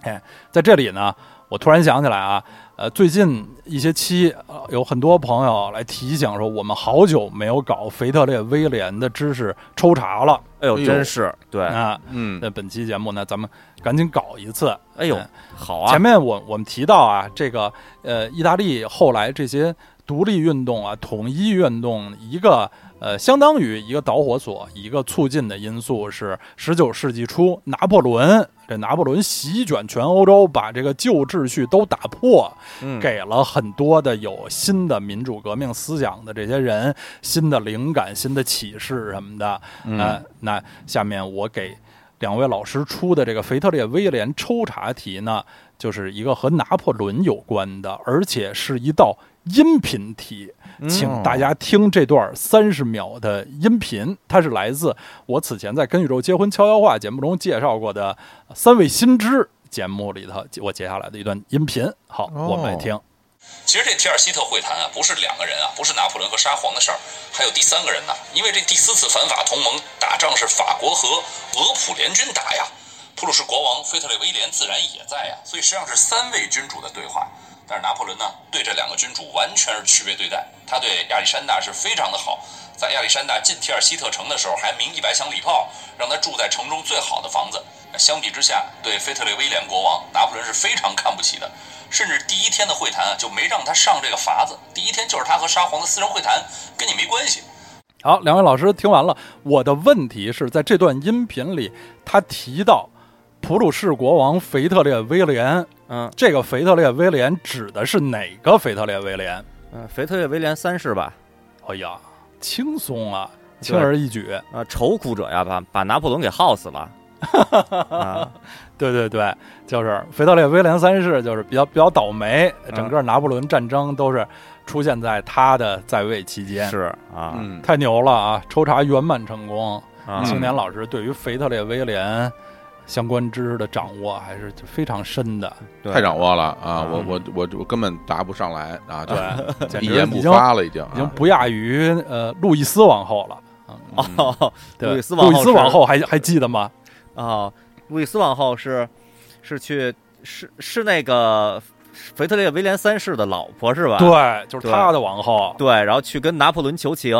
Speaker 3: 哎，在这里呢，我突然想起来啊，呃，最近一些期、呃有很多朋友来提醒说，我们好久没有搞腓特烈威廉的知识抽查了
Speaker 2: 哎呦，
Speaker 1: 哎呦
Speaker 2: 真是对，
Speaker 3: 啊。
Speaker 1: 嗯
Speaker 3: 那本期节目呢，咱们赶紧搞一次，
Speaker 2: 哎呦
Speaker 3: 嗯，
Speaker 2: 好啊
Speaker 3: 前，面我我们提到啊，这个呃，意大利后来这些独立运动啊、统一运动，一个呃，相当于一个导火索，一个促进的因素是十九世纪初拿破仑。这拿破仑席卷全欧洲，把这个旧秩序都打破，
Speaker 2: 嗯
Speaker 3: 给了很多的有新的民主革命思想的这些人新的灵感、新的启示什么的。呃，那下面我给两位老师出的这个腓特烈威廉抽查题呢，就是一个和拿破仑有关的，而且是一道音频题，请大家听这段三十秒的音频，它是来自我此前在《跟宇宙结婚悄悄话》节目中介绍过的《三位新知》节目里头，我截下来的一段音频。好，我们来听。
Speaker 4: 其实这提尔希特会谈啊，不是两个人啊，不是拿破仑和沙皇的事儿，还有第三个人呢、因为这第四次反法同盟打仗是法国和俄普联军打呀，普鲁士国王腓特烈威廉自然也在呀，所以实际上是三位君主的对话。但是拿破仑呢，对这两个君主完全是区别对待，他对亚历山大是非常的好，在亚历山大进提尔希特城的时候，还鸣一百响礼炮，让他住在城中最好的房子。那相比之下，对腓特烈威廉国王，拿破仑是非常看不起的，甚至第一天的会谈啊就没让他上这个法子。第一天就是他和沙皇的私人会谈，跟你没关系。
Speaker 3: 好，两位老师听完了，我的问题是在这段音频里，他提到普鲁士国王腓特烈威廉，
Speaker 2: 嗯，
Speaker 3: 这个腓特烈威廉指的是哪个腓特烈威廉？
Speaker 2: 呃腓特烈威廉三世吧，
Speaker 3: 哎呀，轻松啊，
Speaker 2: 对
Speaker 3: 轻而易举。
Speaker 2: 啊，愁苦者呀，把把拿破仑给耗死了，啊，
Speaker 3: 对对对，就是腓特烈威廉三世，就是比较比较倒霉，
Speaker 2: 嗯
Speaker 3: 整个拿破仑战争都是出现在他的在位期间，
Speaker 2: 是啊，
Speaker 1: 嗯
Speaker 3: 太牛了啊！抽查圆满成功，
Speaker 2: 啊
Speaker 4: 嗯
Speaker 3: 青年老师对于腓特烈威廉相关知识的掌握还是非常深的，
Speaker 2: 对
Speaker 1: 太掌握了啊！
Speaker 2: 嗯
Speaker 1: 我我我我根本答不上来啊！
Speaker 3: 对，简
Speaker 1: 一
Speaker 3: 直
Speaker 1: 言
Speaker 3: 已
Speaker 1: 不
Speaker 3: 经
Speaker 1: 发了，已经已啊
Speaker 3: 已经不亚于呃路易斯王后了。
Speaker 2: 哦，
Speaker 4: 对
Speaker 2: *laughs* 路易斯王
Speaker 4: 路
Speaker 2: 后
Speaker 4: 易
Speaker 2: 是，
Speaker 4: 斯王后还还记得吗？
Speaker 2: 啊，路易斯王后是是去是是那个腓特烈威廉三世的老婆是吧？
Speaker 4: 对，就是
Speaker 2: 对
Speaker 4: 他的王后。
Speaker 2: 对，然后去跟拿破仑求情，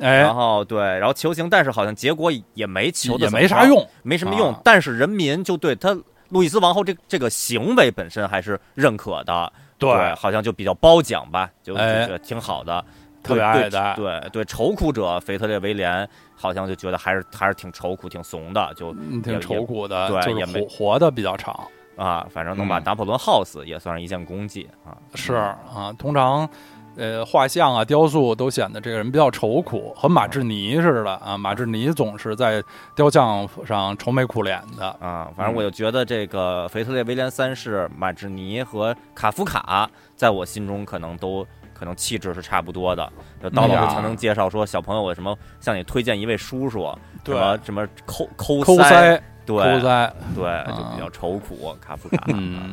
Speaker 4: 哎
Speaker 2: 然，后对，然后求情，但是好像结果也没求的
Speaker 4: 也没啥，用。
Speaker 2: 没什么用
Speaker 4: 啊。
Speaker 2: 但是人民就对他路易斯王后这这个行为本身还是认可的，
Speaker 4: 对，
Speaker 2: 好像就比较褒奖吧，就就
Speaker 4: 哎
Speaker 2: 觉得挺好的，
Speaker 4: 特别
Speaker 2: 对
Speaker 4: 爱戴
Speaker 2: 对对对，愁苦者腓特烈威廉好像就觉得还是还是挺愁苦、挺怂的，就
Speaker 4: 嗯挺愁苦的，
Speaker 2: 对
Speaker 4: 就是
Speaker 2: 也没
Speaker 4: 活活的比较长。
Speaker 2: 啊，反正能把
Speaker 1: 嗯
Speaker 2: 拿破仑耗死也算是一件功绩啊。
Speaker 4: 是啊，通常，呃，画像啊、雕塑都显得这个人比较愁苦，和马志尼似的啊。马志尼总是在雕像上愁眉苦脸的。
Speaker 2: 啊，反
Speaker 4: 嗯
Speaker 2: 正我就觉得这个腓特烈威廉三世、马志尼和卡夫卡，在我心中可能都可能气质是差不多的。就刀老
Speaker 4: 哎
Speaker 2: 师
Speaker 4: 呀
Speaker 2: 曾经介绍说，小朋友我什么向你推荐一位叔叔，什
Speaker 4: 对，
Speaker 2: 么什么抠抠
Speaker 4: 抠
Speaker 2: 腮，
Speaker 4: 腮，抠
Speaker 2: 对
Speaker 4: 腮，啊
Speaker 2: 对，就比较愁苦。卡夫卡，
Speaker 4: 嗯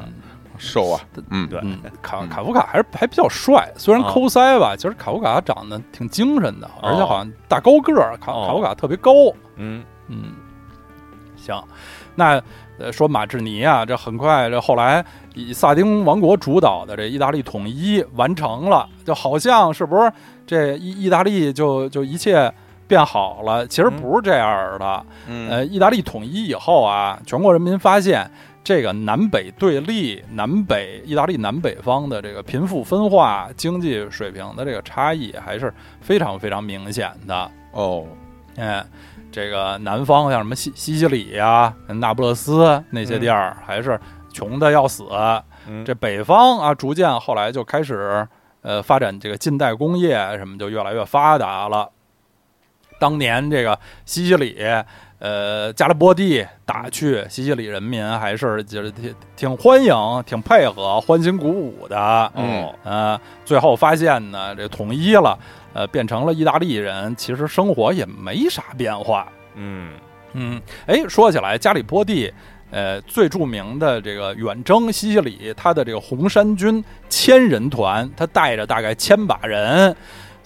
Speaker 1: 瘦啊，嗯，
Speaker 2: 对 *laughs*
Speaker 4: 嗯，卡
Speaker 1: 嗯
Speaker 4: 卡夫卡还是还比较帅，虽然
Speaker 2: 啊
Speaker 4: 抠腮吧，其实卡夫卡长得挺精神的，而且
Speaker 2: 哦
Speaker 4: 好像大高个儿，卡
Speaker 2: 哦
Speaker 4: 卡夫卡特别高。
Speaker 2: 嗯
Speaker 4: 嗯，行，那呃说马志尼啊，这很快这后来以萨丁王国主导的这意大利统一完成了，就好像是不是这意意大利就就一切变好了？其实不是这样的。
Speaker 1: 嗯
Speaker 4: 呃，意大利统一以后啊，全国人民发现。这个南北对立，南北意大利南北方的这个贫富分化、经济水平的这个差异还是非常非常明显的。
Speaker 1: 哦，
Speaker 4: 哎，这个南方像什么西西西里呀、那不勒斯那些地儿，还是穷的要死。
Speaker 2: 嗯，
Speaker 4: 这北方啊，逐渐后来就开始呃发展这个近代工业，什么就越来越发达了。当年这个西西里，呃，加勒波第打去，西西里人民还是就是挺挺欢迎、挺配合、欢欣鼓舞的。
Speaker 1: 嗯，
Speaker 4: 呃，最后发现呢，这统一了，呃，变成了意大利人，其实生活也没啥变化。
Speaker 2: 嗯
Speaker 4: 嗯，哎，说起来，加里波第，呃，最著名的这个远征西西里，他的这个红衫军千人团，他带着大概千把人，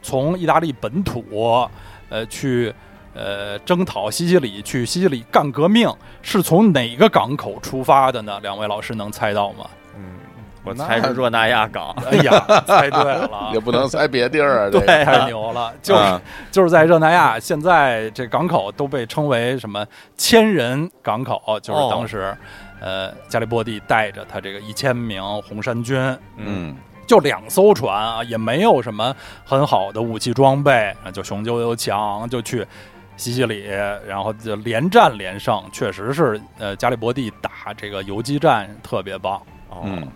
Speaker 4: 从意大利本土，呃，去呃征讨西西里，去西西里干革命，是从哪个港口出发的呢？两位老师能猜到吗？
Speaker 2: 嗯，我猜是热那亚港。
Speaker 4: 哎呀，猜对了
Speaker 1: 也。不能塞别地儿啊，这
Speaker 2: 对
Speaker 1: 个
Speaker 4: *laughs* 太牛了，就是、
Speaker 1: 啊
Speaker 4: *laughs* 就是在热那亚，现在这港口都被称为什么千人港口，就是
Speaker 2: 哦
Speaker 4: 当时，呃，加利波第带着他这个一千名红衫军，
Speaker 1: 嗯
Speaker 4: 就两艘船啊，也没有什么很好的武器装备，啊就雄赳赳强就去西西里，然后就连战连胜，确实是呃，加利伯第打这个游击战特别棒。
Speaker 2: 哦
Speaker 1: 嗯，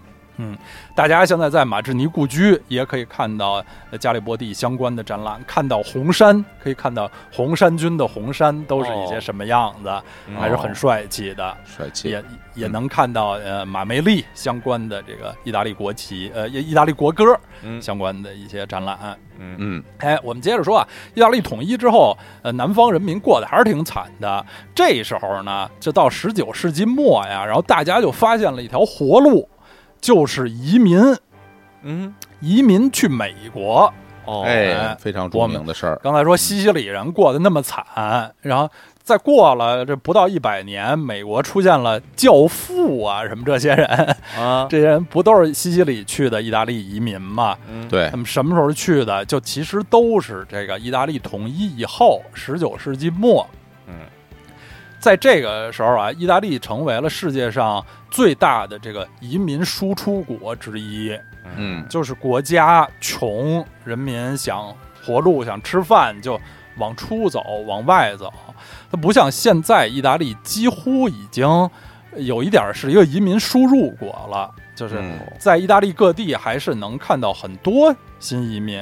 Speaker 4: 大家现在在马志尼故居也可以看到呃加利伯第相关的展览，看到红衫，可以看到红衫军的红衫都是一些什么样子，
Speaker 2: 嗯
Speaker 4: 还是很帅气的。
Speaker 1: 帅气
Speaker 4: 也，也能看到呃马梅利相关的这个意大利国旗，呃意意大利国歌
Speaker 2: 嗯
Speaker 4: 相关的一些展览。
Speaker 2: 嗯
Speaker 1: 嗯
Speaker 4: 哎，我们接着说啊，意大利统一之后，呃，南方人民过得还是挺惨的。这时候呢，就到十九世纪末呀，然后大家就发现了一条活路，就是移民，
Speaker 2: 嗯，
Speaker 4: 移民去美国。
Speaker 2: 哦，
Speaker 1: 哎，非常著名的事儿，
Speaker 4: 刚才说西西里人过得那么惨，然后再过了这不到一百年，美国出现了教父啊什么这些人，
Speaker 2: 啊，
Speaker 4: 这些人不都是西西里去的意大利移民吗？
Speaker 1: 对
Speaker 4: 他，们什么时候去的？就其实都是这个意大利统一以后，十九世纪末。
Speaker 2: 嗯，
Speaker 4: 在这个时候啊，意大利成为了世界上最大的这个移民输出国之一。
Speaker 1: 嗯
Speaker 4: 就是国家穷，人民想活路、想吃饭，就往出走、往外走。它不像现在意大利，几乎已经有一点儿是一个移民输入国了，就是
Speaker 1: 嗯
Speaker 4: 在意大利各地还是能看到很多新移民。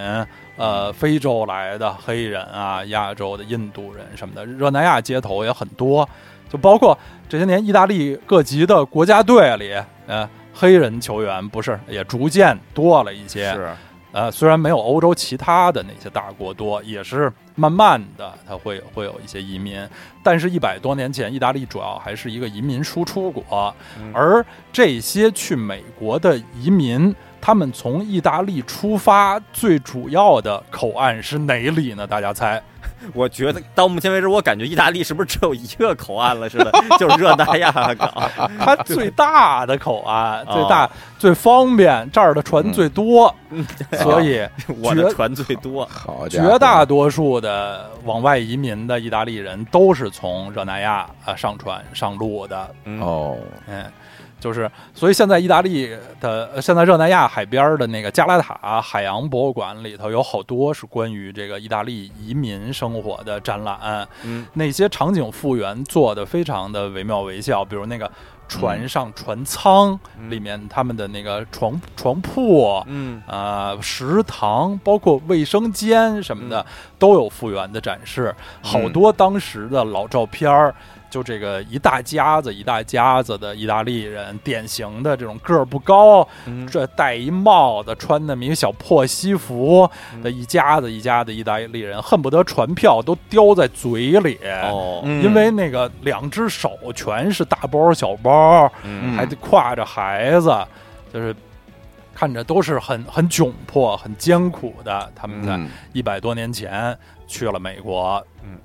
Speaker 4: 呃，非洲来的黑人啊，亚洲的印度人什么的，热那亚街头也很多，就包括这些年意大利各级的国家队里，呃，黑人球员不是也逐渐多了一些。
Speaker 2: 是
Speaker 4: 呃，虽然没有欧洲其他的那些大国多，也是慢慢的它会会有一些移民，但是，一百多年前，意大利主要还是一个移民输出国，
Speaker 2: 嗯
Speaker 4: 而这些去美国的移民。他们从意大利出发，最主要的口岸是哪里呢？大家猜？
Speaker 2: 我觉得到目前为止，我感觉意大利是不是只有一个口岸了似
Speaker 4: *laughs*
Speaker 2: 的，就是热那亚港。 *laughs*
Speaker 4: 它最大的口岸，最大最方便，这儿的船最多， *laughs* 所以
Speaker 2: 嗯 *laughs* 我的船最多，
Speaker 1: 好家伙
Speaker 4: 绝大多数的往外移民的意大利人都是从热那亚啊上船上路的，
Speaker 1: 哦，
Speaker 4: 嗯，就是，所以现在意大利的呃现在热那亚海边的那个加拉塔海洋博物馆里头有好多是关于这个意大利移民生活的展览，
Speaker 2: 嗯，
Speaker 4: 那些场景复原做的非常的惟妙惟肖，比如那个
Speaker 2: 嗯
Speaker 4: 船上船舱里面他们的那个床床铺，
Speaker 2: 嗯，
Speaker 4: 呃，食堂包括卫生间什
Speaker 2: 嗯
Speaker 4: 么的、都有复原的展示，好多当时的老照片儿。就这个一大家子一大家子的意大利人，典型的这种个儿不高，
Speaker 2: 嗯
Speaker 4: 这戴一帽子，穿那么一个小破西服
Speaker 2: 嗯
Speaker 4: 的一家子一家子意大利人，恨不得船票都叼在嘴里，
Speaker 2: 哦，
Speaker 4: 嗯因为那个两只手全是大包小包，
Speaker 2: 嗯
Speaker 4: 还得挎着孩子，就是看着都是很很窘迫、很艰苦的。他们在
Speaker 1: 嗯
Speaker 4: 一百多年前去了美国，
Speaker 2: 嗯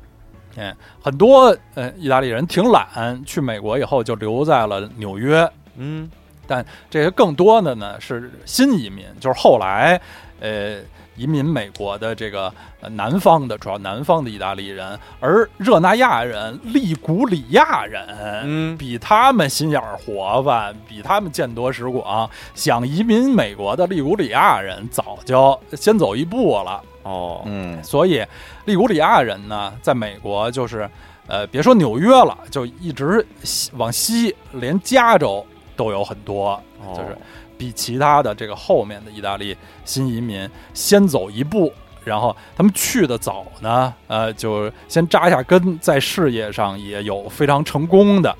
Speaker 4: 嗯，很多呃意大利人挺懒，去美国以后就留在了纽约。
Speaker 2: 嗯
Speaker 4: 但这些更多的呢是新移民，就是后来呃移民美国的这个呃南方的，主要南方的意大利人，而热那亚人、利古里亚人，
Speaker 2: 嗯
Speaker 4: 比他们心眼儿活泛，比他们见多识广，想移民美国的利古里亚人早就先走一步了。
Speaker 2: 哦，
Speaker 1: 嗯
Speaker 4: 所以利古里亚人呢，在美国就是，呃，别说纽约了，就一直西往西，连加州都有很多，
Speaker 2: 哦
Speaker 4: 就是比其他的这个后面的意大利新移民先走一步。然后他们去的早呢，呃，就先扎下根，在事业上也有非常成功的。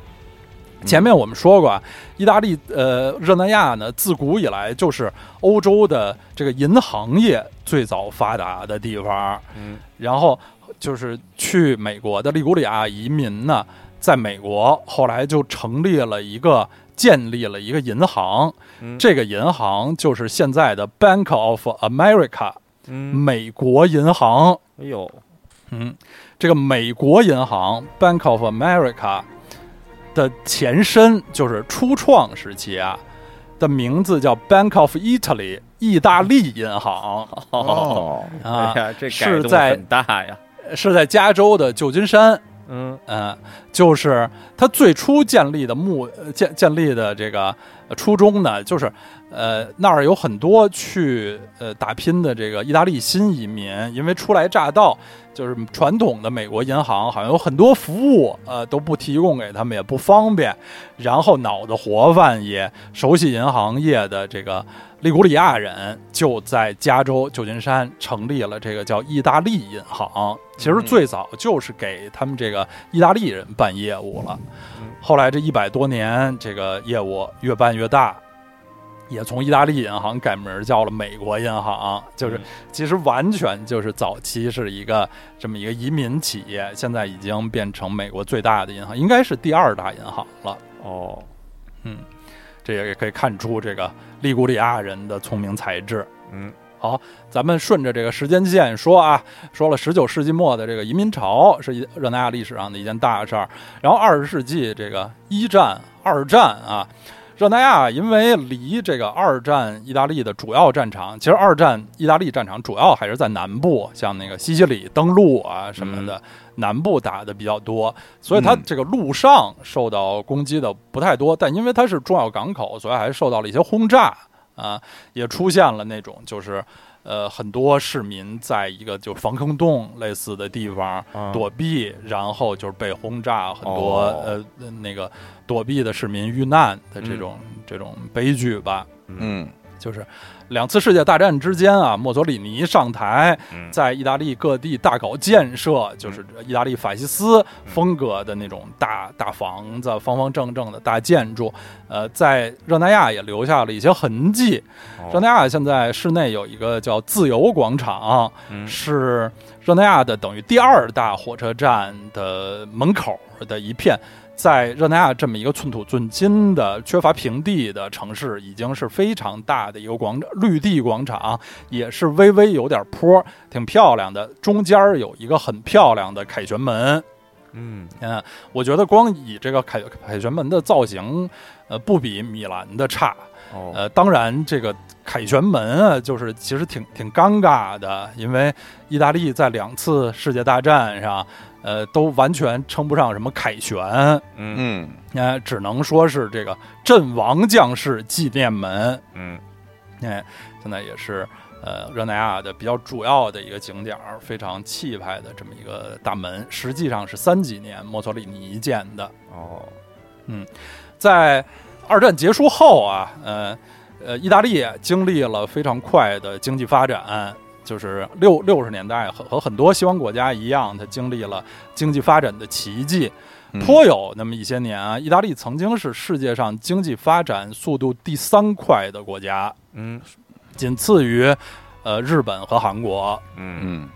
Speaker 4: 前面我们说过啊，意大利呃热那亚呢，自古以来就是欧洲的这个银行业最早发达的地方。
Speaker 2: 嗯，
Speaker 4: 然后就是去美国的利古里亚移民呢，在美国后来就成立了一个。建立了一个银行，
Speaker 2: 嗯
Speaker 4: 这个银行就是现在的 Bank of America，、
Speaker 2: 嗯，
Speaker 4: 美国银行。
Speaker 2: 哎呦，
Speaker 4: 嗯，这个美国银行 Bank of America 的前身就是初创时期啊，的名字叫 Bank of Italy，意大利银行
Speaker 1: 哦，
Speaker 4: 啊
Speaker 2: *laughs* 哎，呀，这改
Speaker 4: 是
Speaker 2: 动
Speaker 4: 在
Speaker 2: 很大呀，
Speaker 4: 是在加州的旧金山。
Speaker 2: 嗯
Speaker 4: 嗯，就是它最初建立的目呃建建立的这个呃初衷呢，就是呃那儿有很多去呃打拼的这个意大利新移民，因为初来乍到，就是传统的美国银行好像有很多服务呃都不提供给他们，也不方便。然后脑子活泛也熟悉银行业的这个呃利古里亚人，就在加州旧金山成立了这个叫意大利银行。其实最早就是给他们这个意大利人办业务了，后来这一百多年，这个业务越办越大。也从意大利银行改名儿叫了美国银行，就是
Speaker 2: 嗯
Speaker 4: 其实完全就是早期是一个这么一个移民企业，现在已经变成美国最大的银行，应该是第二大银行了。
Speaker 2: 哦，
Speaker 4: 这也可以看出这个利古里亚人的聪明才智。
Speaker 2: 嗯，
Speaker 4: 好，咱们顺着这个时间线说啊，说了十九世纪末的这个移民潮是一热那亚历史上的一件大事儿，然后二十世纪这个一战、二战啊，热那亚因为离这个二战意大利的主要战场，其实二战意大利战场主要还是在南部，像那个西西里登陆啊什么
Speaker 2: 嗯
Speaker 4: 的，南部打的比较多，所以它
Speaker 1: 嗯
Speaker 4: 这个陆上受到攻击的不太多，但因为它是重要港口，所以还受到了一些轰炸啊，也出现了那种就是。呃，很多市民在一个就防空洞类似的地方
Speaker 2: 啊
Speaker 4: 躲避，然后就是被轰炸，很多、
Speaker 2: 哦
Speaker 4: 呃呃那个躲避的市民遇难的这种、这种悲剧吧。
Speaker 1: 嗯
Speaker 4: 就是两次世界大战之间啊，墨索里尼上台
Speaker 2: 嗯，
Speaker 4: 在意大利各地大搞建设，就是意大利法西斯风格的那种大大房子，方方正正的大建筑，呃，在热那亚也留下了一些痕迹。热那亚现在市内有一个叫自由广场，
Speaker 2: 嗯
Speaker 4: 是热那亚的等于第二大火车站的门口的一片在热那亚这么一个寸土寸金的、缺乏平地的城市，已经是非常大的一个广场，绿地广场也是微微有点坡，挺漂亮的。中间儿有一个很漂亮的凯旋门，
Speaker 2: 嗯，
Speaker 4: 嗯，我觉得光以这个凯凯旋门的造型，呃，不比米兰的差。
Speaker 2: 哦，
Speaker 4: 呃，当然，这个凯旋门啊，就是其实挺挺尴尬的，因为意大利在两次世界大战上，呃，都完全称不上什么凯旋，
Speaker 2: 嗯
Speaker 1: 嗯
Speaker 4: 呃，只能说是这个阵亡将士纪念门。
Speaker 2: 嗯
Speaker 4: 哎，现在也是呃热那亚的比较主要的一个景点儿，非常气派的这么一个大门，实际上是三几年墨索里尼建的。
Speaker 2: 哦，
Speaker 4: 在二战结束后啊，呃呃，意大利经历了非常快的经济发展，就是六六十年代和和很多西方国家一样，它经历了经济发展的奇迹
Speaker 1: 嗯。
Speaker 4: 颇有那么一些年啊，意大利曾经是世界上经济发展速度第三快的国家，
Speaker 2: 嗯
Speaker 4: 仅次于呃日本和韩国。
Speaker 2: 嗯
Speaker 1: 嗯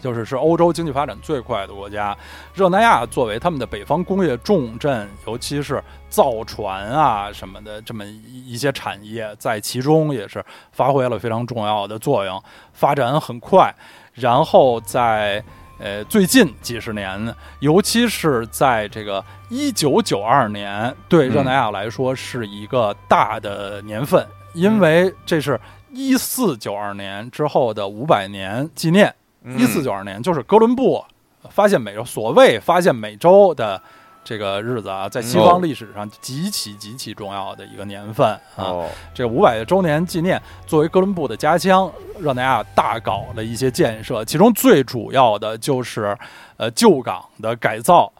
Speaker 4: 就是是欧洲经济发展最快的国家。热那亚作为他们的北方工业重镇，尤其是造船啊什么的这么一一些产业，在其中也是发挥了非常重要的作用，发展很快。然后在呃最近几十年，尤其是在这个一九九二年，对热那亚来说是一个大的年份，因为这是一四九二年之后的五百年纪念。一四九二年，就是哥伦布发现美洲，所谓发现美洲的这个日子啊，在西
Speaker 1: 哦
Speaker 4: 方历史上极其极其重要的一个年份啊。
Speaker 2: 哦，
Speaker 4: 这五百周年纪念，作为哥伦布的家乡，热那亚大搞了一些建设，其中最主要的就是呃旧港的改造，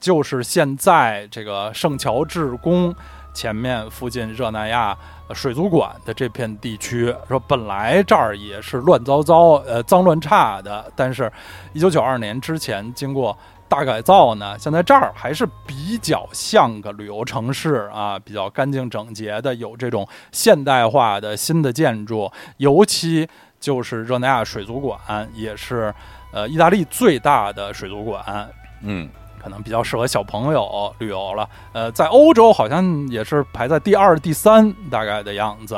Speaker 4: 就是现在这个圣乔治宫前面附近热那亚呃水族馆的这片地区，说本来这儿也是乱糟糟、呃脏乱差的，但是，一九九二年之前经过大改造呢，现在这儿还是比较像个旅游城市啊，比较干净整洁的，有这种现代化的新的建筑，尤其就是热那亚水族馆，也是呃意大利最大的水族馆，
Speaker 1: 嗯，
Speaker 4: 可能比较适合小朋友旅游了。呃，在欧洲好像也是排在第二、第三大概的样子。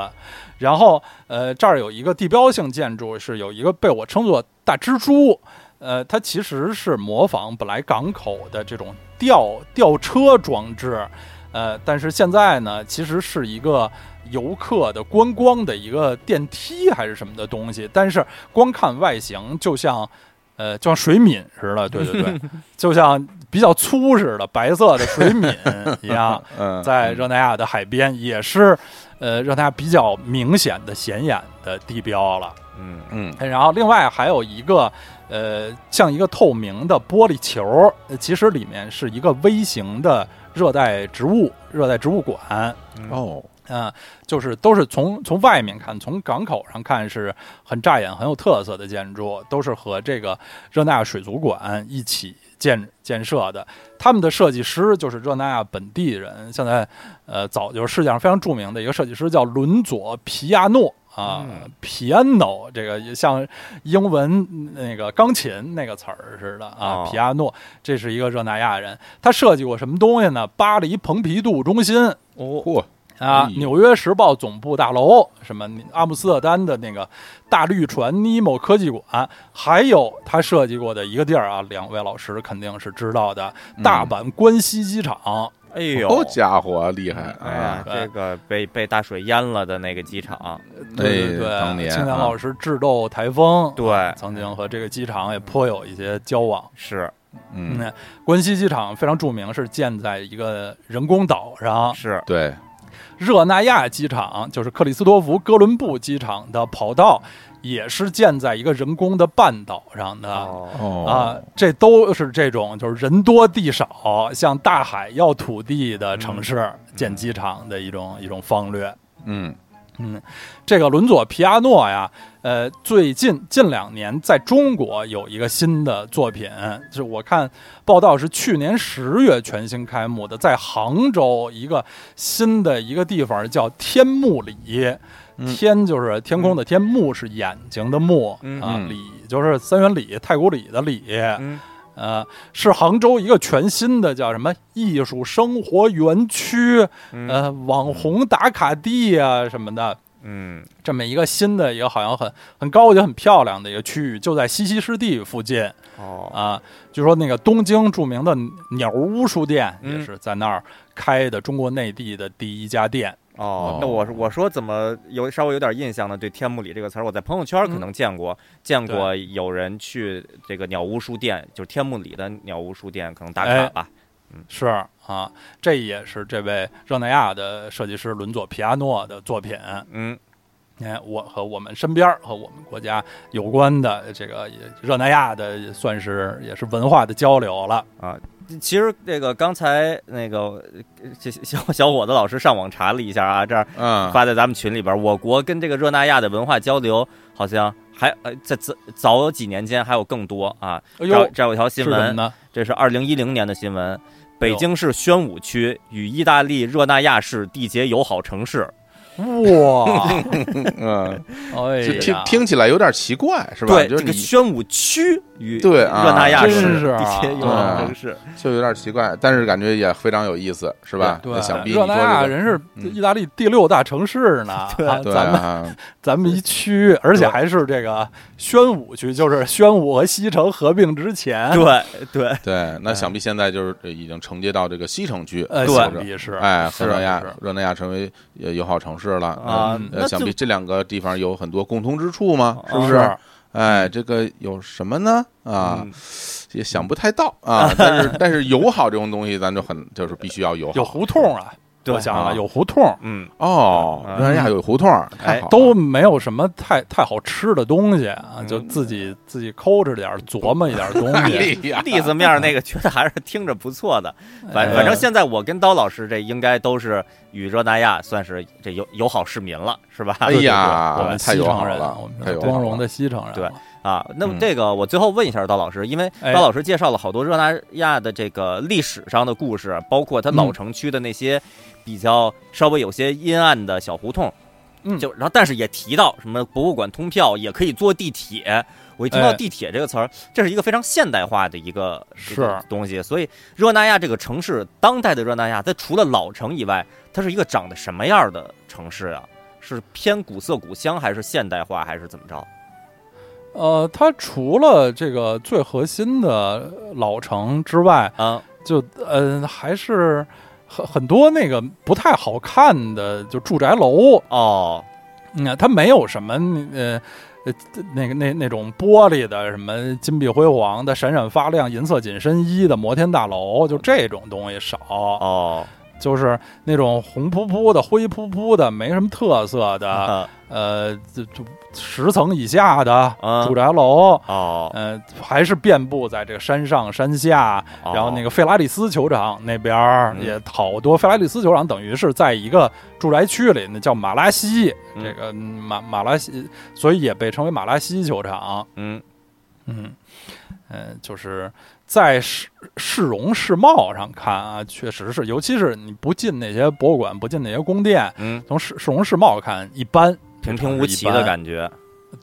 Speaker 4: 然后，呃，这儿有一个地标性建筑，是有一个被我称作大蜘蛛。呃，它其实是模仿本来港口的这种吊吊车装置，呃，但是现在呢，其实是一个游客的观光的一个电梯还是什么的东西，但是光看外形就像，呃，就像水敏似的，对对对，就像比较粗似的白色的
Speaker 1: *laughs*
Speaker 4: 水敏一样，
Speaker 1: 嗯
Speaker 4: 在热那亚的海边也是，呃，热那亚比较明显的显眼的地标了。
Speaker 2: 嗯
Speaker 1: 嗯
Speaker 4: 然后另外还有一个，呃，像一个透明的玻璃球儿，呃其实里面是一个微型的热带植物热带植物馆，
Speaker 1: 哦
Speaker 4: 嗯、就是都是从从外面看，从港口上看是很扎眼、很有特色的建筑，都是和这个热那亚水族馆一起建建设的。他们的设计师就是热那亚本地人，现在呃早就是世界上非常著名的一个设计师叫伦佐·皮亚诺。啊、p i a n o 这个也像英文那个钢琴那个词儿似的啊，
Speaker 2: 哦
Speaker 4: 皮亚诺，这是一个热那亚人，他设计过什么东西呢？巴黎蓬皮杜中心，
Speaker 2: 哦，
Speaker 1: 嚯
Speaker 4: 啊
Speaker 1: 哎，呦
Speaker 4: 纽约时报总部大楼，什么阿姆斯特丹的那个大绿船尼莫科技馆，还有他设计过的一个地儿啊，两位老师肯定是知道的，
Speaker 1: 嗯
Speaker 4: 大阪关西机场。
Speaker 2: 哎呦，
Speaker 4: 哦
Speaker 1: 好家伙厉害
Speaker 2: 哎呀，
Speaker 1: 啊！
Speaker 2: 这个被被大水淹了的那个机
Speaker 4: 哦
Speaker 2: 场，
Speaker 4: 对对对，
Speaker 1: 哎当年嗯
Speaker 4: 青年
Speaker 1: 啊
Speaker 4: 老师智斗台风，
Speaker 2: 对，
Speaker 4: 曾经和这个机场也颇有一些交往。
Speaker 2: 是
Speaker 1: 嗯
Speaker 4: 嗯，关西机场非常著名，是建在一个人工岛上。
Speaker 2: 是，
Speaker 1: 对
Speaker 4: 热那亚机场，就是克里斯多福哥伦布机场的跑道，也是建在一个人工的半岛上的。
Speaker 2: 哦，
Speaker 1: 哦
Speaker 4: 啊，这都是这种就是人多地少，向大海要土地的城市建机场的一种一种方略。
Speaker 1: 嗯
Speaker 4: 这个伦佐皮亚诺呀，呃，最近近两年在中国有一个新的作品，就是我看报道是去年十月全新开幕的，在杭州一个新的一个地方叫天幕里，天就是天空的天，幕是眼睛的幕
Speaker 2: 嗯
Speaker 4: 啊
Speaker 1: 嗯，
Speaker 4: 里就是三元里太古里的里，
Speaker 2: 嗯
Speaker 4: 呃，是杭州一个全新的叫什么艺术生活园区，呃，网红打卡地啊什么的，
Speaker 2: 嗯
Speaker 4: 这么一个新的一个好像很很高级、很漂亮的一个区域，就在西溪湿地附近
Speaker 1: 哦，
Speaker 4: 啊。据说那个东京著名的鸟屋书店
Speaker 2: 嗯
Speaker 4: 也是在那儿开的中国内地的第一家店。
Speaker 2: 哦
Speaker 1: 哦，
Speaker 2: 那我我说怎么有稍微有点印象呢？对“天幕里”这个词儿，我在朋友圈可能
Speaker 1: 嗯
Speaker 2: 见过，见过有人去这个鸟屋书店，就是天幕里的鸟屋书店，可能打卡
Speaker 4: 哎
Speaker 2: 吧。
Speaker 4: 是啊，这也是这位热那亚的设计师伦佐皮亚诺的作品。
Speaker 2: 嗯
Speaker 4: 哎，我和我们身边儿和我们国家有关的这个也热那亚的，也算是也是文化的交流了。
Speaker 2: 啊，其实这个刚才那个呃这小小伙子老师上网查了一下啊，这儿
Speaker 1: 嗯，
Speaker 2: 发在咱们群里边儿，我国跟这个热那亚的文化交流好像还呃在早早几年间还有更多啊。
Speaker 4: 哎
Speaker 2: 这儿
Speaker 4: 呦，
Speaker 2: 这儿有条
Speaker 4: 是
Speaker 2: 新
Speaker 4: 什么
Speaker 2: 闻，
Speaker 4: 呢？
Speaker 2: 这是二零一零年的新闻，北
Speaker 4: 呦
Speaker 2: 京市宣武区与意大利热那亚市缔结友好城市。
Speaker 4: 哇，
Speaker 1: 嗯，
Speaker 4: 哎
Speaker 1: 就听
Speaker 4: 呀，
Speaker 1: 听起来有点奇怪，是吧？
Speaker 2: 对，
Speaker 1: 就是你
Speaker 2: 这个宣武区与
Speaker 1: 对
Speaker 2: 热
Speaker 1: 啊
Speaker 2: 那亚
Speaker 4: 真
Speaker 2: 市
Speaker 4: 是
Speaker 2: 缔
Speaker 4: 啊
Speaker 2: 结友好城市。
Speaker 1: 就有点奇怪，但是感觉也非常有意思，是吧？
Speaker 4: 对
Speaker 1: 那，想必你说
Speaker 4: 热那亚
Speaker 1: 这个，
Speaker 4: 人是
Speaker 1: 嗯
Speaker 4: 意大利第六大城市
Speaker 2: *laughs*
Speaker 4: 呢，啊
Speaker 1: 对
Speaker 4: 咱们
Speaker 1: 啊，
Speaker 4: 咱们一区，而且还是这个宣武区，就是宣武和西城合并之前，
Speaker 2: 嗯对对，
Speaker 1: 对，那想必现在就是已经承接到这个西城区，
Speaker 4: 哎呃，
Speaker 1: 是
Speaker 2: 对
Speaker 1: 不
Speaker 4: 想
Speaker 1: 是
Speaker 4: 必是，
Speaker 1: 哎，
Speaker 4: 是
Speaker 1: 热那亚
Speaker 4: 是
Speaker 1: 热那亚成为呃友好城市了
Speaker 2: 啊
Speaker 1: 嗯
Speaker 2: 那
Speaker 1: 呃想
Speaker 2: 就
Speaker 1: 必这两个地方有很多共通之处嘛，是不
Speaker 4: 啊是
Speaker 1: 是？哎，这个有什么呢？啊
Speaker 2: 嗯，
Speaker 1: 也想不太到啊。但是但是友好这种东西，咱就很就是必须要友
Speaker 4: 有
Speaker 1: 好。
Speaker 4: 胡同啊，
Speaker 2: 对
Speaker 4: 我想
Speaker 1: 啊
Speaker 4: 啊，有胡同，
Speaker 2: 嗯，
Speaker 1: 哦，
Speaker 2: 嗯
Speaker 1: 热那亚有胡同儿，太
Speaker 2: 哎
Speaker 1: 好了
Speaker 4: 都没有什么太太好吃的东西啊，
Speaker 1: 嗯
Speaker 4: 就自己自己抠着点儿琢磨一点儿东
Speaker 1: 哎
Speaker 4: 西。
Speaker 2: *laughs*
Speaker 1: 呀，
Speaker 2: 栗子面儿那个觉得还是听着不错 *laughs* 的。反
Speaker 4: 哎
Speaker 2: 反正现在我跟刀老师这应该都是与热那亚算是这友友好市民了，是吧？
Speaker 1: 哎
Speaker 4: 我
Speaker 1: 呀，
Speaker 4: 们
Speaker 1: 太
Speaker 4: 西
Speaker 1: 友好
Speaker 4: 城人
Speaker 1: 了，
Speaker 4: 我们
Speaker 1: 太
Speaker 4: 是
Speaker 1: 友好
Speaker 4: 光荣
Speaker 1: 了
Speaker 4: 的西城人，
Speaker 2: 对，啊，那么
Speaker 1: 嗯
Speaker 2: 这个我最后问一下刀老师，因为
Speaker 4: 哎
Speaker 2: 刀老师介绍了好多热那亚的这个历史上的故事，包括它老
Speaker 4: 嗯
Speaker 2: 城区的那些比较稍微有些阴暗的小胡同，
Speaker 4: 嗯
Speaker 2: 就然后但是也提到什么博物馆通票，也可以坐地铁。我一听到
Speaker 4: 哎
Speaker 2: 地铁这个词儿，这是一个非常现代化的一个
Speaker 4: 是
Speaker 2: 这个东西，所以热那亚这个城市，当代的热那亚，它除了老城以外，它是一个长得什么样的城市啊？是偏古色古香，还是现代化，还是怎么着？
Speaker 4: 呃，它除了这个最核心的老城之外，
Speaker 2: 啊、
Speaker 4: 就呃还是很很多那个不太好看的就住宅楼，
Speaker 2: 哦，
Speaker 4: 嗯，它没有什么呃呃那个那那种玻璃的什么金碧辉煌的闪闪发亮银色紧身衣的摩天大楼，就这种东西少，
Speaker 2: 哦，
Speaker 4: 就是那种红扑扑的、灰扑扑的、没什么特色的，
Speaker 2: 啊，
Speaker 4: 呃，就就十层以下的
Speaker 2: 啊
Speaker 4: 住宅楼。
Speaker 2: 哦，
Speaker 4: 呃，还是遍布在这个山上山下，然后那
Speaker 2: 个，
Speaker 4: 个费拉利斯球场那边儿
Speaker 2: 嗯
Speaker 4: 也好多。费拉利斯球场等于是在一个住宅区里，那叫马拉西，
Speaker 2: 嗯
Speaker 4: 这个嗯马马拉西，所以也被称为马拉西球场。
Speaker 2: 嗯，
Speaker 4: 嗯，呃，就是在市市容市貌上看啊，确实是，尤其是你不进那些博物馆，不进那些宫殿，
Speaker 2: 嗯，
Speaker 4: 从市市容市貌看一般，
Speaker 2: 平平无奇的感觉，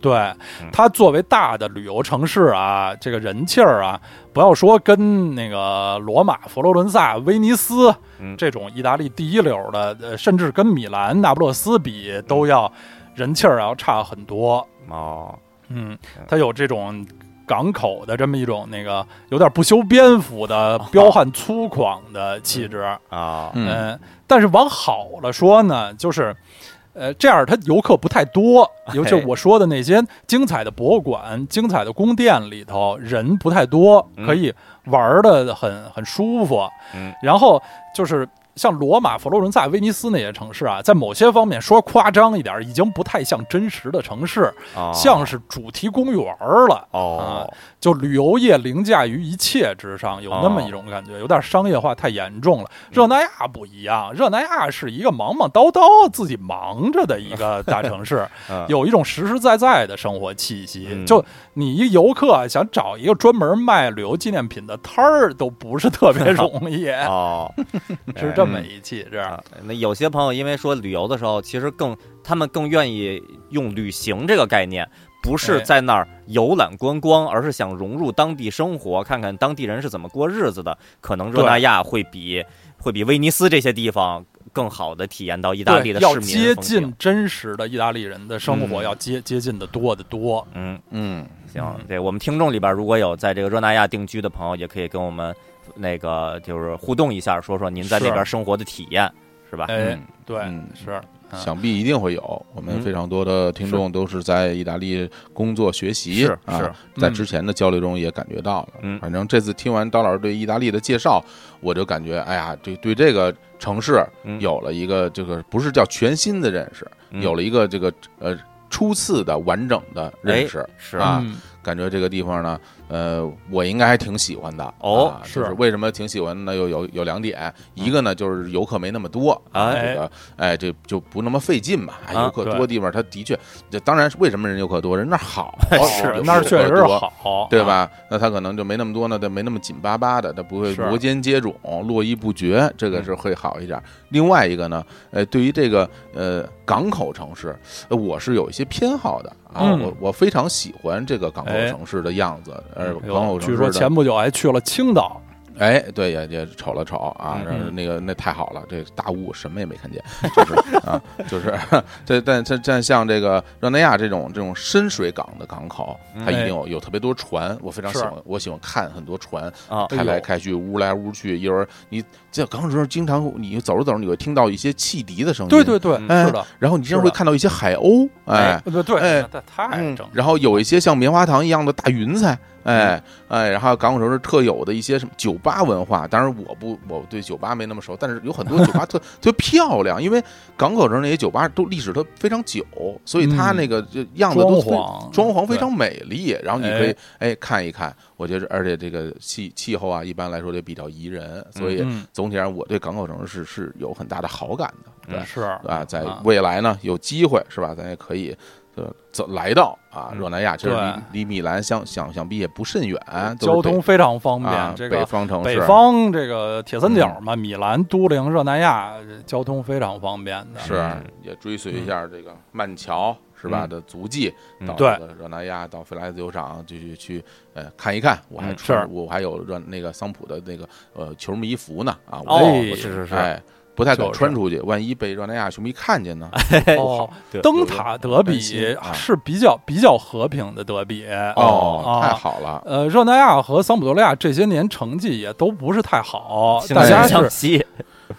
Speaker 4: 对，它作为大的旅游城市啊，这个人气儿啊，不要说跟那个罗马、佛罗伦萨、威尼斯
Speaker 2: 嗯
Speaker 4: 这种意大利第一流的，呃，甚至跟米兰、那不勒斯比，都要人气儿要差很多。
Speaker 2: 哦，
Speaker 4: 嗯，它有这种港口的这么一种那个有点不修边幅的彪悍粗犷的气质。
Speaker 2: 啊，
Speaker 1: 嗯，
Speaker 4: 嗯，但是往好了说呢，就是，呃，这样它游客不太多，尤其
Speaker 2: 哎
Speaker 4: 我说的那些精彩的博物馆、精彩的宫殿里头，人不太多，
Speaker 2: 嗯
Speaker 4: 可以玩的很很舒服。
Speaker 2: 嗯，
Speaker 4: 然后就是。像罗马、佛罗伦萨、威尼斯那些城市啊，在某些方面说夸张一点，已经不太像真实的城市，
Speaker 2: 哦
Speaker 4: 像是啊主题公园儿了。
Speaker 2: 哦，
Speaker 4: 就旅游业凌驾于一切之上，有那么
Speaker 2: 哦
Speaker 4: 一种感觉，有点商业化太严重了。热那亚不一样，热那亚是一个忙忙叨叨、自己忙着的一个大
Speaker 2: *laughs*
Speaker 4: 城市，
Speaker 2: 嗯
Speaker 4: 有一种实实在在的生活气息。
Speaker 2: 嗯
Speaker 4: 就你一游客啊想找一个专门卖旅游纪念品的摊儿，都不是特别容
Speaker 2: *laughs*
Speaker 4: 易，
Speaker 2: 哦，
Speaker 4: *laughs* 是这么一气质。
Speaker 2: 啊，那有些朋友因为说旅游的时候，其实更他们更愿意用旅行这个概念，不是
Speaker 4: 哎
Speaker 2: 在那儿游览观光，而是想融入当地生活，看看当地人是怎么过日子的。可能热那亚会比会比威尼斯这些地方更好的体验到意大利的
Speaker 4: 要
Speaker 2: 市民
Speaker 4: 接
Speaker 2: 风情
Speaker 4: 近。真实的意大利人的生活，
Speaker 2: 嗯
Speaker 4: 要接接近的多得多。
Speaker 2: 嗯，
Speaker 1: 嗯，
Speaker 2: 行，对我们听众里边如果有在这个热那亚定居的朋友，也可以跟我们那个就是互动一下，说说您在那
Speaker 4: 是
Speaker 2: 边生活的体验，是吧？
Speaker 4: 哎
Speaker 1: 嗯，
Speaker 4: 对
Speaker 1: 嗯，
Speaker 4: 是，嗯
Speaker 1: 想必一定会有。我们
Speaker 2: 嗯
Speaker 1: 非常多的听众都是在意大利工作学习，
Speaker 2: 是
Speaker 1: 啊
Speaker 2: 是
Speaker 1: 在之前的交流中也感觉到了。
Speaker 2: 嗯
Speaker 1: 反正这次听完刀老师对意大利的介绍，我就感觉，哎呀，对对这个城市
Speaker 2: 嗯
Speaker 1: 有了一个这个不是叫全新的认识，
Speaker 2: 嗯
Speaker 1: 有了一个这个呃初次的完整的
Speaker 2: 哎
Speaker 1: 认识。
Speaker 2: 是
Speaker 1: 啊
Speaker 4: 嗯
Speaker 1: 感觉这个地方呢，呃，我应该还挺喜欢的。
Speaker 2: 哦
Speaker 1: 啊
Speaker 4: 是嗯
Speaker 1: 就是为什么挺喜欢呢？有有有两点，一个呢就是游客没那么多，啊
Speaker 2: 哎
Speaker 1: 这个哎这就不那么费劲嘛。哎
Speaker 2: 啊，
Speaker 1: 游客多
Speaker 4: 对
Speaker 1: 地方，它的确，这当然是为什么人游客多，人那儿好有
Speaker 4: *laughs* 是
Speaker 1: 游
Speaker 4: 那儿
Speaker 1: 客
Speaker 4: 确实是
Speaker 1: 多。
Speaker 4: 好，
Speaker 1: 对吧？那它可能就没那么多呢，它没那么紧巴巴的，它不会
Speaker 4: 啊是嗯
Speaker 1: 摩肩接踵、络绎不绝，这个是会好一点。另外一个呢，呃，对于这个呃港口城市，呃我是有一些偏好的啊，
Speaker 4: 嗯
Speaker 1: 我我非常喜欢这个港口
Speaker 4: 哎
Speaker 1: 城市的样子，呃，
Speaker 4: 哎
Speaker 1: 港
Speaker 4: 呦
Speaker 1: 口城
Speaker 4: 据
Speaker 1: 市
Speaker 4: 说
Speaker 1: 的。
Speaker 4: 前不久还去了青岛，
Speaker 1: 哎，对，也也瞅了瞅啊，
Speaker 2: 嗯
Speaker 1: 然后
Speaker 4: 嗯
Speaker 1: 那个那太好了，这大雾什么也没看见， *laughs* 就是啊，就是 *laughs* 这但这但像这个热那亚这种这种深水港的港口，
Speaker 4: 嗯
Speaker 1: 它一定
Speaker 4: 哎
Speaker 1: 有有特别多船，我非常喜欢，我喜欢看很多船
Speaker 2: 啊
Speaker 4: 哎
Speaker 1: 开来开去，呜来呜去，一会儿你在港口时候经常你走着走着你会听到一些汽笛的声音，
Speaker 4: 对对，对，
Speaker 1: 哎
Speaker 4: 是的，
Speaker 1: 然后你经常
Speaker 4: 是
Speaker 1: 会
Speaker 4: 的
Speaker 1: 看到一些海鸥，哎
Speaker 4: 对对
Speaker 1: 哎
Speaker 4: 对，那太
Speaker 1: 嗯
Speaker 4: 正，
Speaker 1: 然后有一些像棉花糖一样的大云彩，哎
Speaker 4: 嗯
Speaker 1: 哎，然后港口城市特有的一些什么酒吧文化，当然我不我对酒吧没那么熟，但是有很多酒吧
Speaker 4: *laughs*
Speaker 1: 特特别漂亮，因为港口城市那些酒吧都历史都非常久，所以它
Speaker 4: 嗯
Speaker 1: 那个就样子都非
Speaker 4: 装潢嗯
Speaker 1: 装潢非
Speaker 4: 对
Speaker 1: 常美丽，然后你可以哎看一看，我觉得而且这个气气候啊，一般来说就比较宜人，所以
Speaker 4: 嗯
Speaker 1: 总体上我对港口城市是是有很大的好感的，对。
Speaker 2: 嗯
Speaker 4: 是
Speaker 1: 啊，在
Speaker 4: 啊
Speaker 1: 未来呢，有机会是吧？咱也可以呃走来到啊
Speaker 2: 嗯
Speaker 1: 热那亚，其实
Speaker 4: 对啊
Speaker 1: 离离米兰相想想必也不甚远，哎都是
Speaker 4: 交通非常方
Speaker 1: 北
Speaker 4: 便
Speaker 1: 啊，，
Speaker 4: 这
Speaker 1: 北
Speaker 4: 个
Speaker 1: 方城市，嗯
Speaker 4: 北方这个铁三角嘛，米兰、都灵、热那亚，交通非常方便的。
Speaker 1: 是也追随一下这个曼乔是吧
Speaker 2: 嗯
Speaker 1: 的足迹，
Speaker 2: 嗯
Speaker 1: 到
Speaker 4: 对
Speaker 1: 这个热那亚到菲拉自由场继续去呃看一看，我还
Speaker 2: 嗯
Speaker 1: 穿
Speaker 4: 是
Speaker 1: 我还有热那个桑普的那个呃球迷服呢啊，我
Speaker 2: 哦
Speaker 1: 我
Speaker 2: 是是是
Speaker 1: 哎。不太敢
Speaker 4: 就是
Speaker 1: 穿出去，万一被热那亚球迷看见呢？
Speaker 4: 哦
Speaker 2: 对，
Speaker 4: 灯塔德比
Speaker 1: 担心啊
Speaker 4: 是比较比较和平的德比
Speaker 1: 哦，太
Speaker 4: 啊。
Speaker 1: 好了！
Speaker 4: 呃，热那亚和桑普多利亚这些年成绩也都不是太好，
Speaker 2: 惺
Speaker 4: 大家
Speaker 2: 惺
Speaker 4: 是
Speaker 2: 相惜，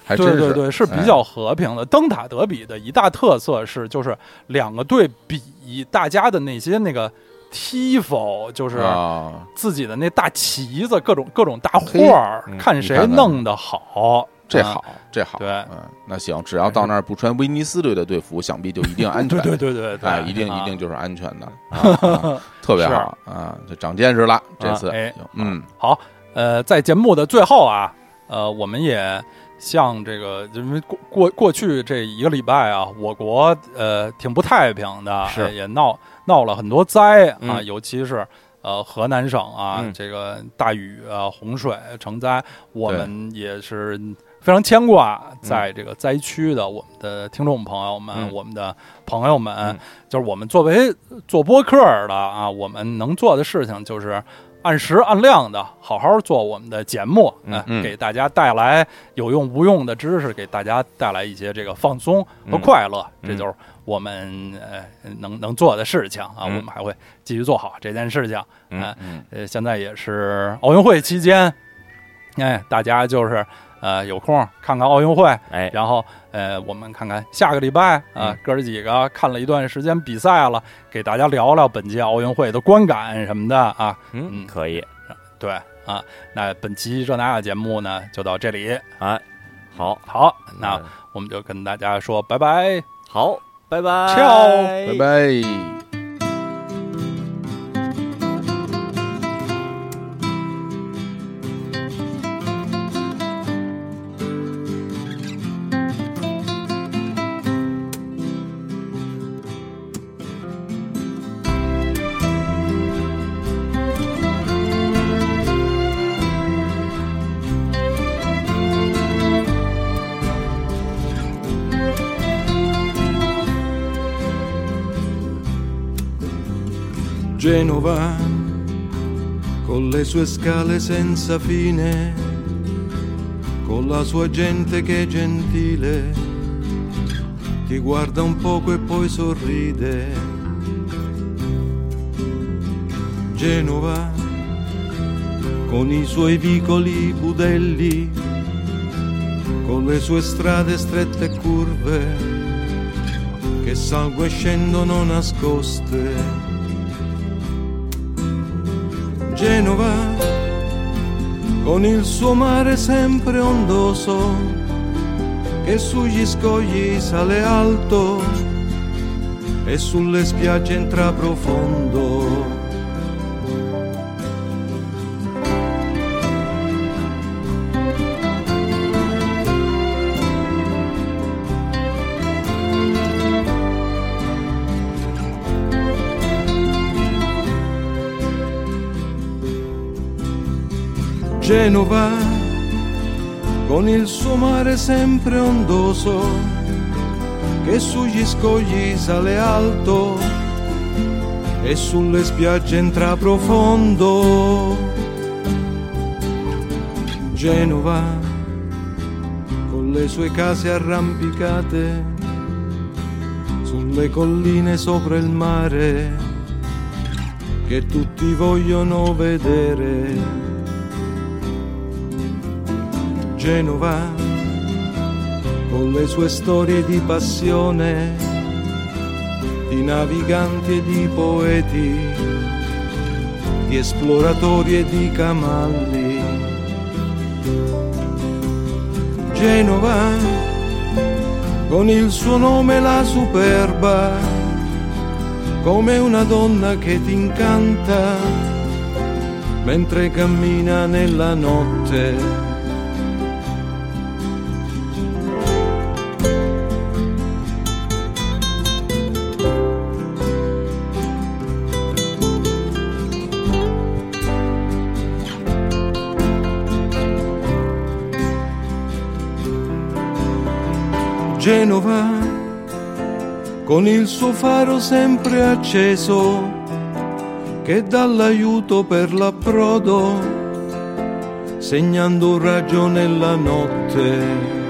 Speaker 1: 还真
Speaker 4: 对
Speaker 1: 是
Speaker 4: 对对，是
Speaker 1: 哎
Speaker 4: 比较和平的。灯塔德比的一大特色是，就是两个队比，大家的那些那个 tifo，就是
Speaker 1: 啊，
Speaker 4: 自己的那大旗子，各种各种大画儿
Speaker 2: 嘿嗯，
Speaker 4: 看
Speaker 1: 你
Speaker 4: 谁
Speaker 1: 看看
Speaker 4: 弄得好。
Speaker 1: 这
Speaker 4: 啊
Speaker 1: 好，，这好，
Speaker 4: 对
Speaker 1: 嗯，那行，只要到那儿不穿威尼斯队的队服，想必就一定安全，
Speaker 4: *laughs* 对对对对
Speaker 1: 哎，
Speaker 4: 对，
Speaker 1: 一定
Speaker 4: 啊
Speaker 1: 一定。就是安全
Speaker 4: *laughs*
Speaker 1: 的，啊特别好啊，这长见识了，这次
Speaker 4: 啊哎，
Speaker 1: 嗯，
Speaker 4: 好，呃，在节目的最后啊，呃，我们也向这个因为过过过去这一个礼拜啊，我国呃挺不太平的，
Speaker 2: 是
Speaker 4: 哎也闹闹了很多灾啊，
Speaker 2: 嗯
Speaker 4: 尤其是。呃，河南省啊，
Speaker 2: 嗯
Speaker 4: 这个大雨啊、洪水、成灾，我
Speaker 1: 对
Speaker 4: 们也是非常牵挂在这个灾区的我们的听众朋友们、
Speaker 2: 嗯
Speaker 4: 我们的朋友们，
Speaker 2: 嗯
Speaker 4: 就是我们作为做播客的啊，我们能做的事情就是按时按量的好好做我们的节目，
Speaker 2: 嗯
Speaker 4: 呃
Speaker 1: 嗯
Speaker 4: 给大家带来有用无用的知识，给大家带来一些这个放松和
Speaker 2: 嗯
Speaker 4: 快乐，
Speaker 2: 嗯
Speaker 4: 这就是我们呃能能做的事情啊。
Speaker 2: 嗯
Speaker 4: 我们还会继续做好这件事情。
Speaker 2: 嗯
Speaker 4: 呃
Speaker 1: 嗯
Speaker 4: 呃，现在也是奥运会期间，哎，大家就是呃有空看看奥运会，
Speaker 2: 哎，
Speaker 4: 然后呃，我们看看下个礼拜啊、
Speaker 2: 嗯
Speaker 4: 哥儿几个看了一段时间比赛了，给大家聊聊本届奥运会的观感什么的啊。
Speaker 2: 嗯，可以
Speaker 4: 对啊，那本期热那亚节目呢就到这里，
Speaker 2: 啊，好，
Speaker 4: 好，那
Speaker 2: 嗯
Speaker 4: 我们就跟大家说拜拜。
Speaker 2: 好，拜拜
Speaker 4: Ciao，
Speaker 1: 拜拜。
Speaker 5: Thank
Speaker 6: Genova con le sue scale senza fine, con la sua gente che è gentile, ti guarda un poco e poi sorride. Genova con i suoi vicoli budelli, con le sue strade strette e curve che salgo e scendono nascoste. Genova, con il suo mare sempre ondoso, che sugli scogli sale alto e sulle spiagge entra profondo. Genova, con il suo mare sempre ondoso, che sugli scogli sale alto e sulle spiagge entra profondo. Genova, con le sue case arrampicate, sulle colline sopra il mare, che tutti vogliono vedere. Genova, con le sue storie di passione, di naviganti e di poeti, di esploratori e di cavalli. Genova, con il suo nome la superba, come una donna che ti incanta, mentre cammina nella notte. Genova, con il suo faro sempre acceso, che dà l'aiuto per l'approdo, segnando un raggio nella notte.